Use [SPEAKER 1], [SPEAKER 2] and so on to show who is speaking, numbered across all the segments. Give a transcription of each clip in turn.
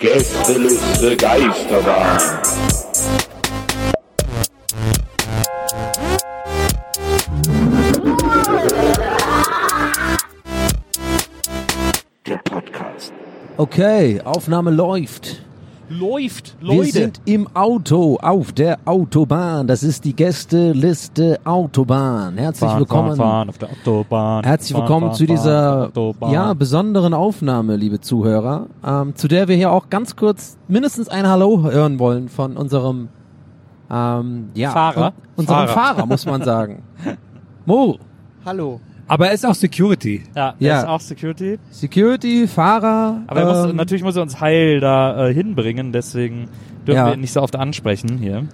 [SPEAKER 1] Gästeliste Geisterbahn. Der Podcast.
[SPEAKER 2] Okay, Aufnahme läuft.
[SPEAKER 3] Läuft,
[SPEAKER 2] Wir
[SPEAKER 3] Leute.
[SPEAKER 2] sind im Auto, auf der Autobahn. Das ist die Gästeliste Autobahn. Herzlich
[SPEAKER 3] fahren,
[SPEAKER 2] willkommen.
[SPEAKER 3] fahren, fahren auf der Autobahn.
[SPEAKER 2] Herzlich
[SPEAKER 3] fahren,
[SPEAKER 2] willkommen
[SPEAKER 3] fahren,
[SPEAKER 2] zu
[SPEAKER 3] fahren
[SPEAKER 2] dieser
[SPEAKER 3] auf der Autobahn.
[SPEAKER 2] ja, besonderen Aufnahme, liebe Zuhörer, ähm, zu der wir hier auch ganz kurz mindestens ein Hallo hören wollen von unserem ähm, ja,
[SPEAKER 3] Fahrer.
[SPEAKER 2] Un unserem Fahrer.
[SPEAKER 3] Fahrer.
[SPEAKER 2] muss man sagen. Mo,
[SPEAKER 3] Hallo.
[SPEAKER 4] Aber er ist auch Security.
[SPEAKER 3] Ja,
[SPEAKER 2] Ja.
[SPEAKER 3] ja. ist auch Security.
[SPEAKER 2] Security, Fahrer.
[SPEAKER 3] Aber er muss,
[SPEAKER 2] ähm,
[SPEAKER 3] natürlich muss er uns heil da äh, hinbringen, deswegen dürfen
[SPEAKER 2] Ja.
[SPEAKER 3] wir ihn nicht so oft ansprechen hier.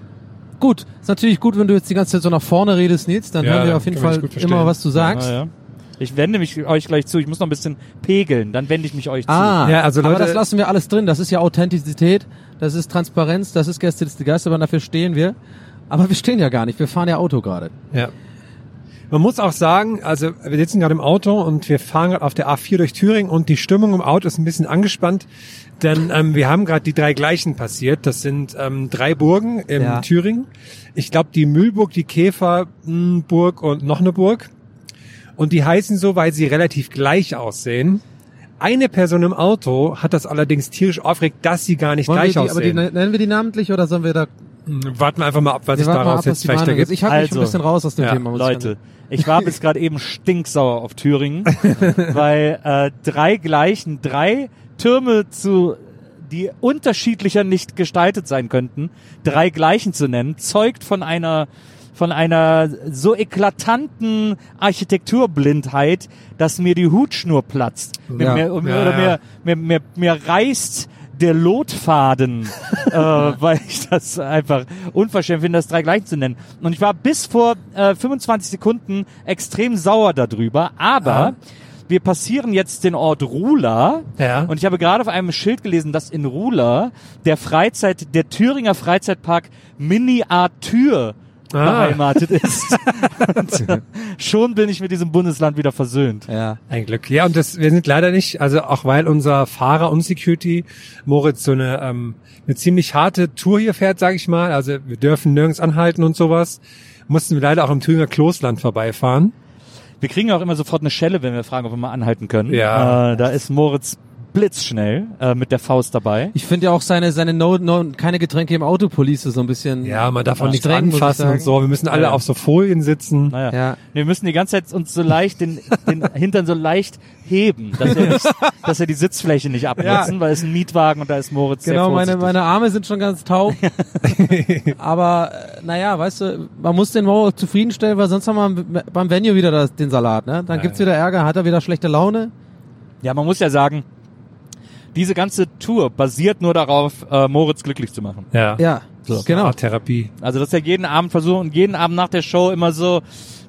[SPEAKER 2] Gut, ist natürlich gut, wenn du jetzt die ganze Zeit so nach vorne redest, Nils, dann
[SPEAKER 4] Ja,
[SPEAKER 2] hören wir
[SPEAKER 4] dann
[SPEAKER 2] auf jeden
[SPEAKER 4] kann man
[SPEAKER 2] Fall
[SPEAKER 4] dich gut
[SPEAKER 2] immer,
[SPEAKER 4] verstehen.
[SPEAKER 2] was du sagst.
[SPEAKER 3] Ja, ja. Ich wende mich euch gleich zu. Ich muss noch ein bisschen pegeln, dann wende ich mich euch
[SPEAKER 2] Ah,
[SPEAKER 4] Ja, also
[SPEAKER 2] aber
[SPEAKER 4] Leute-
[SPEAKER 2] das lassen wir alles drin. Das ist ja Authentizität, das ist Transparenz, das ist Gästeliste Geisterbahn, dafür stehen wir. Aber wir stehen ja gar nicht, wir fahren ja Auto gerade.
[SPEAKER 4] Ja. Man muss auch sagen, also wir sitzen gerade im Auto und wir fahren gerade auf der A4 durch Thüringen und die Stimmung im Auto ist ein bisschen angespannt, denn ähm, wir haben gerade die drei gleichen passiert. Das sind ähm, drei Burgen in
[SPEAKER 2] Ja.
[SPEAKER 4] Thüringen. Ich glaube die Mühlburg, die Käferburg und noch eine Burg. Und die heißen so, weil sie relativ gleich aussehen. Eine Person im Auto hat das allerdings tierisch aufgeregt, dass sie gar nicht
[SPEAKER 2] Wollen wir
[SPEAKER 4] gleich
[SPEAKER 2] die, aber die,
[SPEAKER 4] aussehen.
[SPEAKER 2] nennen wir die namentlich oder sollen wir da
[SPEAKER 4] Warten wir einfach mal ab, was
[SPEAKER 2] wir
[SPEAKER 4] sich
[SPEAKER 2] warten mal
[SPEAKER 4] daraus
[SPEAKER 2] ab, was
[SPEAKER 4] jetzt
[SPEAKER 2] die
[SPEAKER 4] vielleicht
[SPEAKER 2] Meinung
[SPEAKER 4] ergibt.
[SPEAKER 2] ist? Ich halte mich
[SPEAKER 3] Also,
[SPEAKER 2] ein bisschen raus aus dem
[SPEAKER 4] ja,
[SPEAKER 2] Thema. muss ich
[SPEAKER 3] Leute, ich war bis gerade eben stinksauer auf Thüringen, weil äh, drei gleichen, drei Türme zu die unterschiedlicher nicht gestaltet sein könnten, drei gleichen zu nennen, zeugt von einer von einer so eklatanten Architekturblindheit, dass mir die Hutschnur platzt. Mir,
[SPEAKER 2] Ja.
[SPEAKER 3] mir, mir,
[SPEAKER 4] Ja,
[SPEAKER 3] oder
[SPEAKER 4] ja.
[SPEAKER 3] Mir, mir, mir, mir reißt der Lotfaden, äh, weil ich das einfach unverschämt finde, das drei gleich zu nennen. Und ich war bis vor äh, 25 Sekunden extrem sauer darüber, aber wir passieren jetzt den Ort Rula
[SPEAKER 4] Ja.
[SPEAKER 3] und ich habe gerade auf einem Schild gelesen, dass in Rula der Freizeit, der Thüringer Freizeitpark Miniatur
[SPEAKER 4] Ah.
[SPEAKER 3] beheimatet ist. und, äh, schon bin ich mit diesem Bundesland wieder versöhnt.
[SPEAKER 2] Ja.
[SPEAKER 4] Ein Glück. Ja, und das, wir sind leider nicht, also auch weil unser Fahrer und Security, Moritz, so eine, ähm, eine ziemlich harte Tour hier fährt, sage ich mal. Also wir dürfen nirgends anhalten und sowas. Mussten wir leider auch im Thüringer Klostland vorbeifahren.
[SPEAKER 3] Wir kriegen ja auch immer sofort eine Schelle, wenn wir fragen, ob wir mal anhalten können.
[SPEAKER 4] Ja.
[SPEAKER 3] Äh, da ist Moritz blitzschnell äh, mit der Faust dabei.
[SPEAKER 2] Ich finde ja auch seine, seine no, no, keine Getränke im Auto Police so ein bisschen.
[SPEAKER 4] Ja, man darf auch nichts
[SPEAKER 2] streng, muss ich
[SPEAKER 4] anfassen
[SPEAKER 2] sagen.
[SPEAKER 4] und so. Wir müssen alle
[SPEAKER 3] Ja.
[SPEAKER 4] auf so Folien sitzen.
[SPEAKER 3] Naja.
[SPEAKER 2] Ja.
[SPEAKER 3] Nee, Wir müssen die ganze Zeit uns so leicht den, den Hintern so leicht heben, dass wir, nicht, dass wir die Sitzfläche nicht abnutzen, weil es ein Mietwagen und da ist Moritz
[SPEAKER 2] Genau,
[SPEAKER 3] sehr
[SPEAKER 2] meine,
[SPEAKER 3] vorsichtig.
[SPEAKER 2] meine Arme sind schon ganz taub. Aber äh, naja, weißt du, man muss den Mo auch zufriedenstellen, weil sonst haben wir beim- beim Venue wieder das, den Salat. Ne? Dann gibt's wieder Ärger, hat er wieder schlechte Laune.
[SPEAKER 3] Ja, man muss ja sagen, diese ganze Tour basiert nur darauf, äh, Moritz glücklich zu machen.
[SPEAKER 4] Ja.
[SPEAKER 2] Ja,
[SPEAKER 4] So,
[SPEAKER 2] genau.
[SPEAKER 4] genau. Therapie.
[SPEAKER 3] Also dass er jeden Abend versucht und jeden Abend nach der Show immer so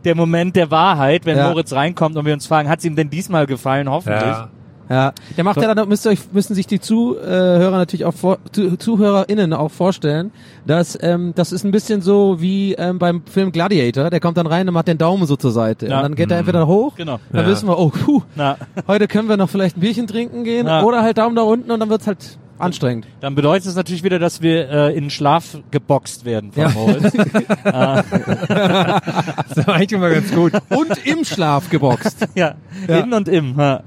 [SPEAKER 3] der Moment der Wahrheit, wenn
[SPEAKER 2] Ja.
[SPEAKER 3] Moritz reinkommt und wir uns fragen, hat es ihm denn diesmal gefallen? Hoffentlich.
[SPEAKER 4] Ja.
[SPEAKER 2] Ja, der macht ja dann, müsst ihr euch, müssen sich die Zuhörer natürlich auch vor, zu, ZuhörerInnen auch vorstellen, dass ähm, das ist ein bisschen so wie ähm, beim Film Gladiator, der kommt dann rein und macht den Daumen so zur Seite.
[SPEAKER 3] Ja.
[SPEAKER 2] Und dann geht er Mhm. entweder hoch,
[SPEAKER 3] Genau.
[SPEAKER 2] dann
[SPEAKER 4] Ja.
[SPEAKER 2] wissen wir, oh puh,
[SPEAKER 3] Na,
[SPEAKER 2] heute können wir noch vielleicht ein Bierchen trinken gehen
[SPEAKER 3] Ja.
[SPEAKER 2] oder halt Daumen da unten und dann wird's halt Anstrengend.
[SPEAKER 3] Dann bedeutet es natürlich wieder, dass wir äh, in den Schlaf geboxt werden von
[SPEAKER 2] Ja.
[SPEAKER 3] Moritz.
[SPEAKER 4] Das war eigentlich immer ganz gut.
[SPEAKER 2] Und im Schlaf geboxt.
[SPEAKER 3] ja.
[SPEAKER 2] Ja.
[SPEAKER 3] in und im. Ja.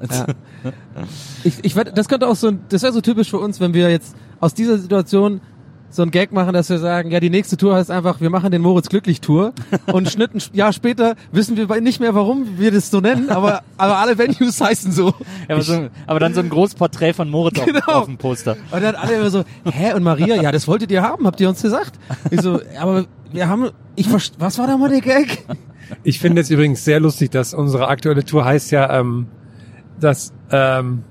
[SPEAKER 2] Ich, ich, werd- das könnte auch so, ein- das wäre so typisch für uns, wenn wir jetzt aus dieser Situation so einen Gag machen, dass wir sagen, ja, die nächste Tour heißt einfach, wir machen den Moritz glücklich Tour und schnitten, Jahr später wissen wir bei- nicht mehr, warum wir das so nennen, aber, aber alle Venues heißen so.
[SPEAKER 3] Ja, aber, so, aber dann so ein großes Porträt von Moritz auf, auf dem Poster.
[SPEAKER 2] Und dann alle immer so, hä, und Maria, ja, das wolltet ihr haben, habt ihr uns gesagt. Ich so, aber wir haben, ich, verst- was war da mal der Gag?
[SPEAKER 4] Ich finde es übrigens sehr lustig, dass unsere aktuelle Tour heißt ja, ähm, dass ähm,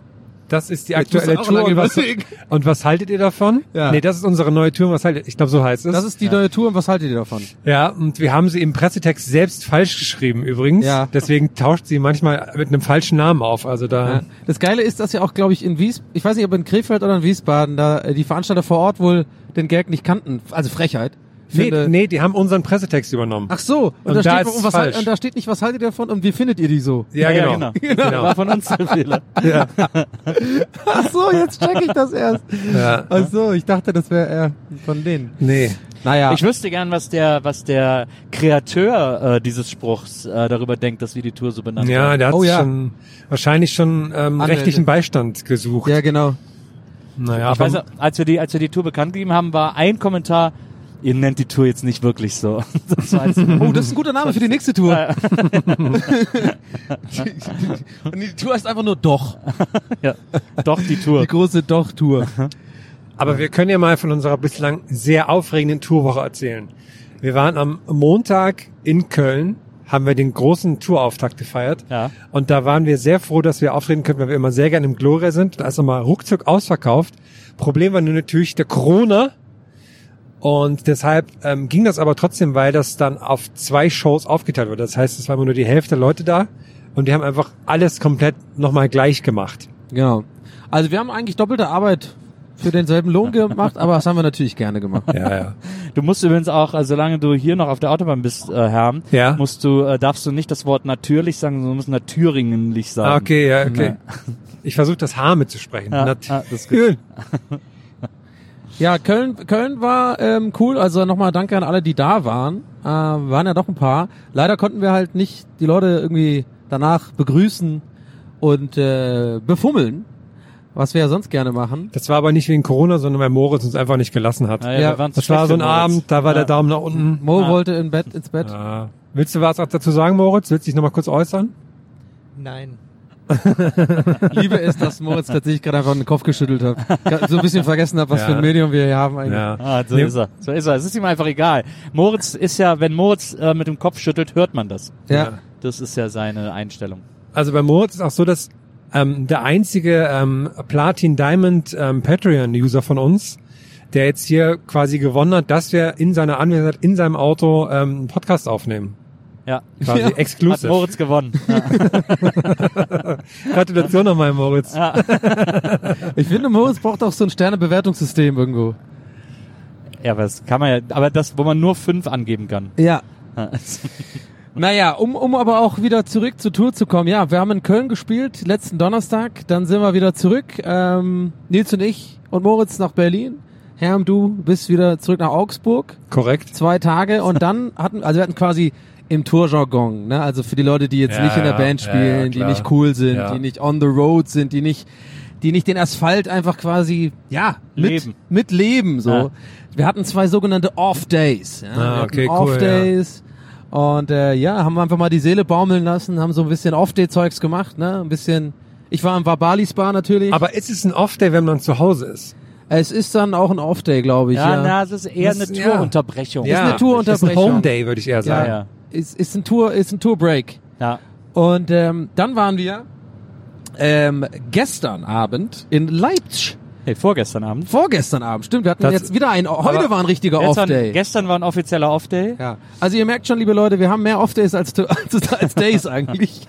[SPEAKER 4] das ist die
[SPEAKER 2] Jetzt musst du
[SPEAKER 4] aktuelle
[SPEAKER 2] auch
[SPEAKER 4] Tour
[SPEAKER 2] lange
[SPEAKER 4] und was,
[SPEAKER 2] überlegen.
[SPEAKER 4] und was haltet ihr davon?
[SPEAKER 2] Ja.
[SPEAKER 4] Nee, das ist unsere neue Tour und was haltet ihr? Ich glaube, so heißt es.
[SPEAKER 2] Das ist die neue Tour und was haltet ihr davon?
[SPEAKER 4] ja, und wir haben sie im Pressetext selbst falsch geschrieben übrigens.
[SPEAKER 2] Ja.
[SPEAKER 4] Deswegen tauscht sie manchmal mit einem falschen Namen auf. Also da
[SPEAKER 2] Ja. Das Geile ist, dass ja auch, glaube ich, in Wies, ich weiß nicht, ob in Krefeld oder in Wiesbaden, da äh, die Veranstalter vor Ort wohl den Gag nicht kannten. Also Frechheit. Ich
[SPEAKER 4] nee,
[SPEAKER 2] finde-
[SPEAKER 4] nee, die haben unseren Pressetext übernommen.
[SPEAKER 2] äh, Ach so, und,
[SPEAKER 4] Und
[SPEAKER 2] da,
[SPEAKER 4] da
[SPEAKER 2] steht,
[SPEAKER 4] ist
[SPEAKER 2] und, was
[SPEAKER 4] falsch.
[SPEAKER 2] halt, und da steht nicht, was haltet ihr davon und wie findet ihr die so?
[SPEAKER 4] ja,
[SPEAKER 3] Ja,
[SPEAKER 4] genau.
[SPEAKER 3] ja, War von uns ne? der Fehler.
[SPEAKER 2] Ach so, jetzt check ich das erst.
[SPEAKER 4] Ja.
[SPEAKER 2] Ach so, ich dachte, das wäre er von denen.
[SPEAKER 4] Nee.
[SPEAKER 2] Naja,
[SPEAKER 3] Ich wüsste gern, was der, was der Kreateur äh, dieses Spruchs äh, darüber denkt, dass wir die Tour so benannt
[SPEAKER 4] Ja,
[SPEAKER 3] haben.
[SPEAKER 4] der hat
[SPEAKER 2] Oh,
[SPEAKER 4] sich
[SPEAKER 2] ja.
[SPEAKER 4] schon wahrscheinlich schon ähm,
[SPEAKER 2] Anwälte.
[SPEAKER 4] rechtlichen Beistand gesucht.
[SPEAKER 2] ja genau.
[SPEAKER 4] Naja,
[SPEAKER 3] Ich
[SPEAKER 4] aber
[SPEAKER 3] weiß, noch, als wir die, als wir die Tour bekannt gegeben haben, war ein Kommentar, ihr nennt die Tour jetzt nicht wirklich so. Das war jetzt,
[SPEAKER 2] Oh, das ist ein guter Name für die nächste Tour. und die Tour heißt einfach nur Doch.
[SPEAKER 3] ja, doch die Tour.
[SPEAKER 2] Die große Doch-Tour.
[SPEAKER 4] Aber wir können ja mal von unserer bislang sehr aufregenden Tourwoche erzählen. Wir waren am Montag in Köln, haben wir den großen Tourauftakt gefeiert.
[SPEAKER 3] Ja.
[SPEAKER 4] Und da waren wir sehr froh, dass wir auftreten können, weil wir immer sehr gerne im Gloria sind. Da ist nochmal ruckzuck ausverkauft. Problem war nur natürlich der Corona. Und deshalb ähm, ging das aber trotzdem, weil das dann auf zwei Shows aufgeteilt wurde. Das heißt, es waren nur die Hälfte der Leute da. Und die haben einfach alles komplett nochmal gleich gemacht.
[SPEAKER 2] Genau. Also wir haben eigentlich doppelte Arbeit für denselben Lohn gemacht, aber das haben wir natürlich gerne gemacht.
[SPEAKER 4] Ja, ja.
[SPEAKER 3] Du musst übrigens auch, äh, solange du hier noch auf der Autobahn bist, äh, Herm,
[SPEAKER 4] Ja.
[SPEAKER 3] musst du, äh, darfst du nicht das Wort natürlich sagen, sondern musst natüringenlich sagen.
[SPEAKER 4] Ah, okay, ja, okay. Ich versuche das Haar mitzusprechen.
[SPEAKER 3] Ähm, Ja,
[SPEAKER 4] Nat-
[SPEAKER 3] ah, das ist gut.
[SPEAKER 2] Ja, Köln, Köln war ähm, cool. Also nochmal danke an alle, die da waren. Äh, waren ja doch ein paar. Leider konnten wir halt nicht die Leute irgendwie danach begrüßen und äh, befummeln, was wir ja sonst gerne machen.
[SPEAKER 4] Das war aber nicht wegen Corona, sondern weil Moritz uns einfach nicht gelassen hat.
[SPEAKER 3] Ah, ja,
[SPEAKER 2] Ja,
[SPEAKER 3] wir waren zu
[SPEAKER 4] das
[SPEAKER 3] schlecht
[SPEAKER 4] war so ein
[SPEAKER 3] für Moritz.
[SPEAKER 4] Abend, da war der Daumen nach unten.
[SPEAKER 2] Mo wollte im Bett ins Bett.
[SPEAKER 4] Ah. Willst du was auch dazu sagen, Moritz? Willst du dich nochmal kurz äußern?
[SPEAKER 2] Nein. Liebe ist, dass Moritz tatsächlich gerade einfach den Kopf geschüttelt hat. So ein bisschen vergessen hat, was
[SPEAKER 4] Ja.
[SPEAKER 2] für ein Medium wir hier haben eigentlich.
[SPEAKER 3] Ah, so
[SPEAKER 4] Nee,
[SPEAKER 3] ist er. So ist er. Es ist ihm einfach egal. Moritz ist ja, wenn Moritz äh, mit dem Kopf schüttelt, hört man das.
[SPEAKER 2] Ja.
[SPEAKER 3] Das ist ja seine Einstellung.
[SPEAKER 4] Also bei Moritz ist auch so, dass ähm, der einzige ähm, Platin Diamond ähm, Patreon-User von uns, der jetzt hier quasi gewonnen hat, dass wir in seiner Anwesenheit, in seinem Auto ähm, einen Podcast aufnehmen.
[SPEAKER 3] Ja.
[SPEAKER 4] Quasi
[SPEAKER 2] Ja.
[SPEAKER 3] Hat
[SPEAKER 4] exclusive.
[SPEAKER 3] Moritz gewonnen. Ja.
[SPEAKER 4] Gratulation nochmal, Moritz.
[SPEAKER 2] Ich finde, Moritz braucht auch so ein Sternebewertungssystem irgendwo.
[SPEAKER 3] ja, aber das kann man ja, aber das, wo man nur fünf angeben kann.
[SPEAKER 2] Ja.
[SPEAKER 4] Ah, also.
[SPEAKER 2] Naja, um, um aber auch wieder zurück zur Tour zu kommen. Ja, wir haben in Köln gespielt, letzten Donnerstag. Dann sind wir wieder zurück. Ähm, Nils und ich und Moritz nach Berlin. Herm, du bist wieder zurück nach Augsburg.
[SPEAKER 4] Korrekt.
[SPEAKER 2] Zwei Tage. Und dann hatten, also wir hatten quasi im Tourjargon, ne? also für die Leute, die jetzt
[SPEAKER 4] Ja,
[SPEAKER 2] nicht in der
[SPEAKER 4] ja,
[SPEAKER 2] Band
[SPEAKER 4] ja,
[SPEAKER 2] spielen,
[SPEAKER 4] ja,
[SPEAKER 2] die
[SPEAKER 4] klar.
[SPEAKER 2] nicht cool sind,
[SPEAKER 4] Ja.
[SPEAKER 2] die nicht on the road sind, die nicht, die nicht den Asphalt einfach quasi, ja, mit,
[SPEAKER 3] Leben.
[SPEAKER 2] mit leben, so.
[SPEAKER 3] Ja.
[SPEAKER 2] Wir hatten zwei sogenannte Off-Days. Ja?
[SPEAKER 4] Ah,
[SPEAKER 2] Wir
[SPEAKER 4] okay,
[SPEAKER 2] hatten Off
[SPEAKER 4] cool, ja.
[SPEAKER 2] Days. Und äh, ja, haben einfach mal die Seele baumeln lassen, haben so ein bisschen Off-Day-Zeugs gemacht, ne? Ein bisschen. Ich war im Wabali Spa natürlich.
[SPEAKER 4] Aber ist es ein Off-Day, wenn man zu Hause ist?
[SPEAKER 2] es ist dann auch ein Off-Day, glaube ich.
[SPEAKER 3] Ja,
[SPEAKER 2] Ja,
[SPEAKER 3] na, das ist eher
[SPEAKER 4] Das-
[SPEAKER 3] eine
[SPEAKER 4] ja.
[SPEAKER 3] Tourunterbrechung.
[SPEAKER 2] eine Tourunterbrechung.
[SPEAKER 4] Ist ein Home-Day, würde ich eher
[SPEAKER 2] ja.
[SPEAKER 4] sagen.
[SPEAKER 3] ja.
[SPEAKER 2] Ist, ist ein Tour, ist ein Tour-Break.
[SPEAKER 3] Ja.
[SPEAKER 2] Und ähm, dann waren wir ähm, gestern Abend in Leipzig.
[SPEAKER 3] Hey, vorgestern Abend.
[SPEAKER 2] Vorgestern Abend, stimmt. Wir hatten
[SPEAKER 4] Das-
[SPEAKER 2] jetzt wieder ein. Heute
[SPEAKER 4] aber-
[SPEAKER 2] war ein richtiger
[SPEAKER 3] Gestern,
[SPEAKER 2] Off-Day.
[SPEAKER 3] gestern war ein offizieller Off-Day.
[SPEAKER 2] Ja. Also ihr merkt schon, liebe Leute, wir haben mehr Off-Days als, als, als Days eigentlich.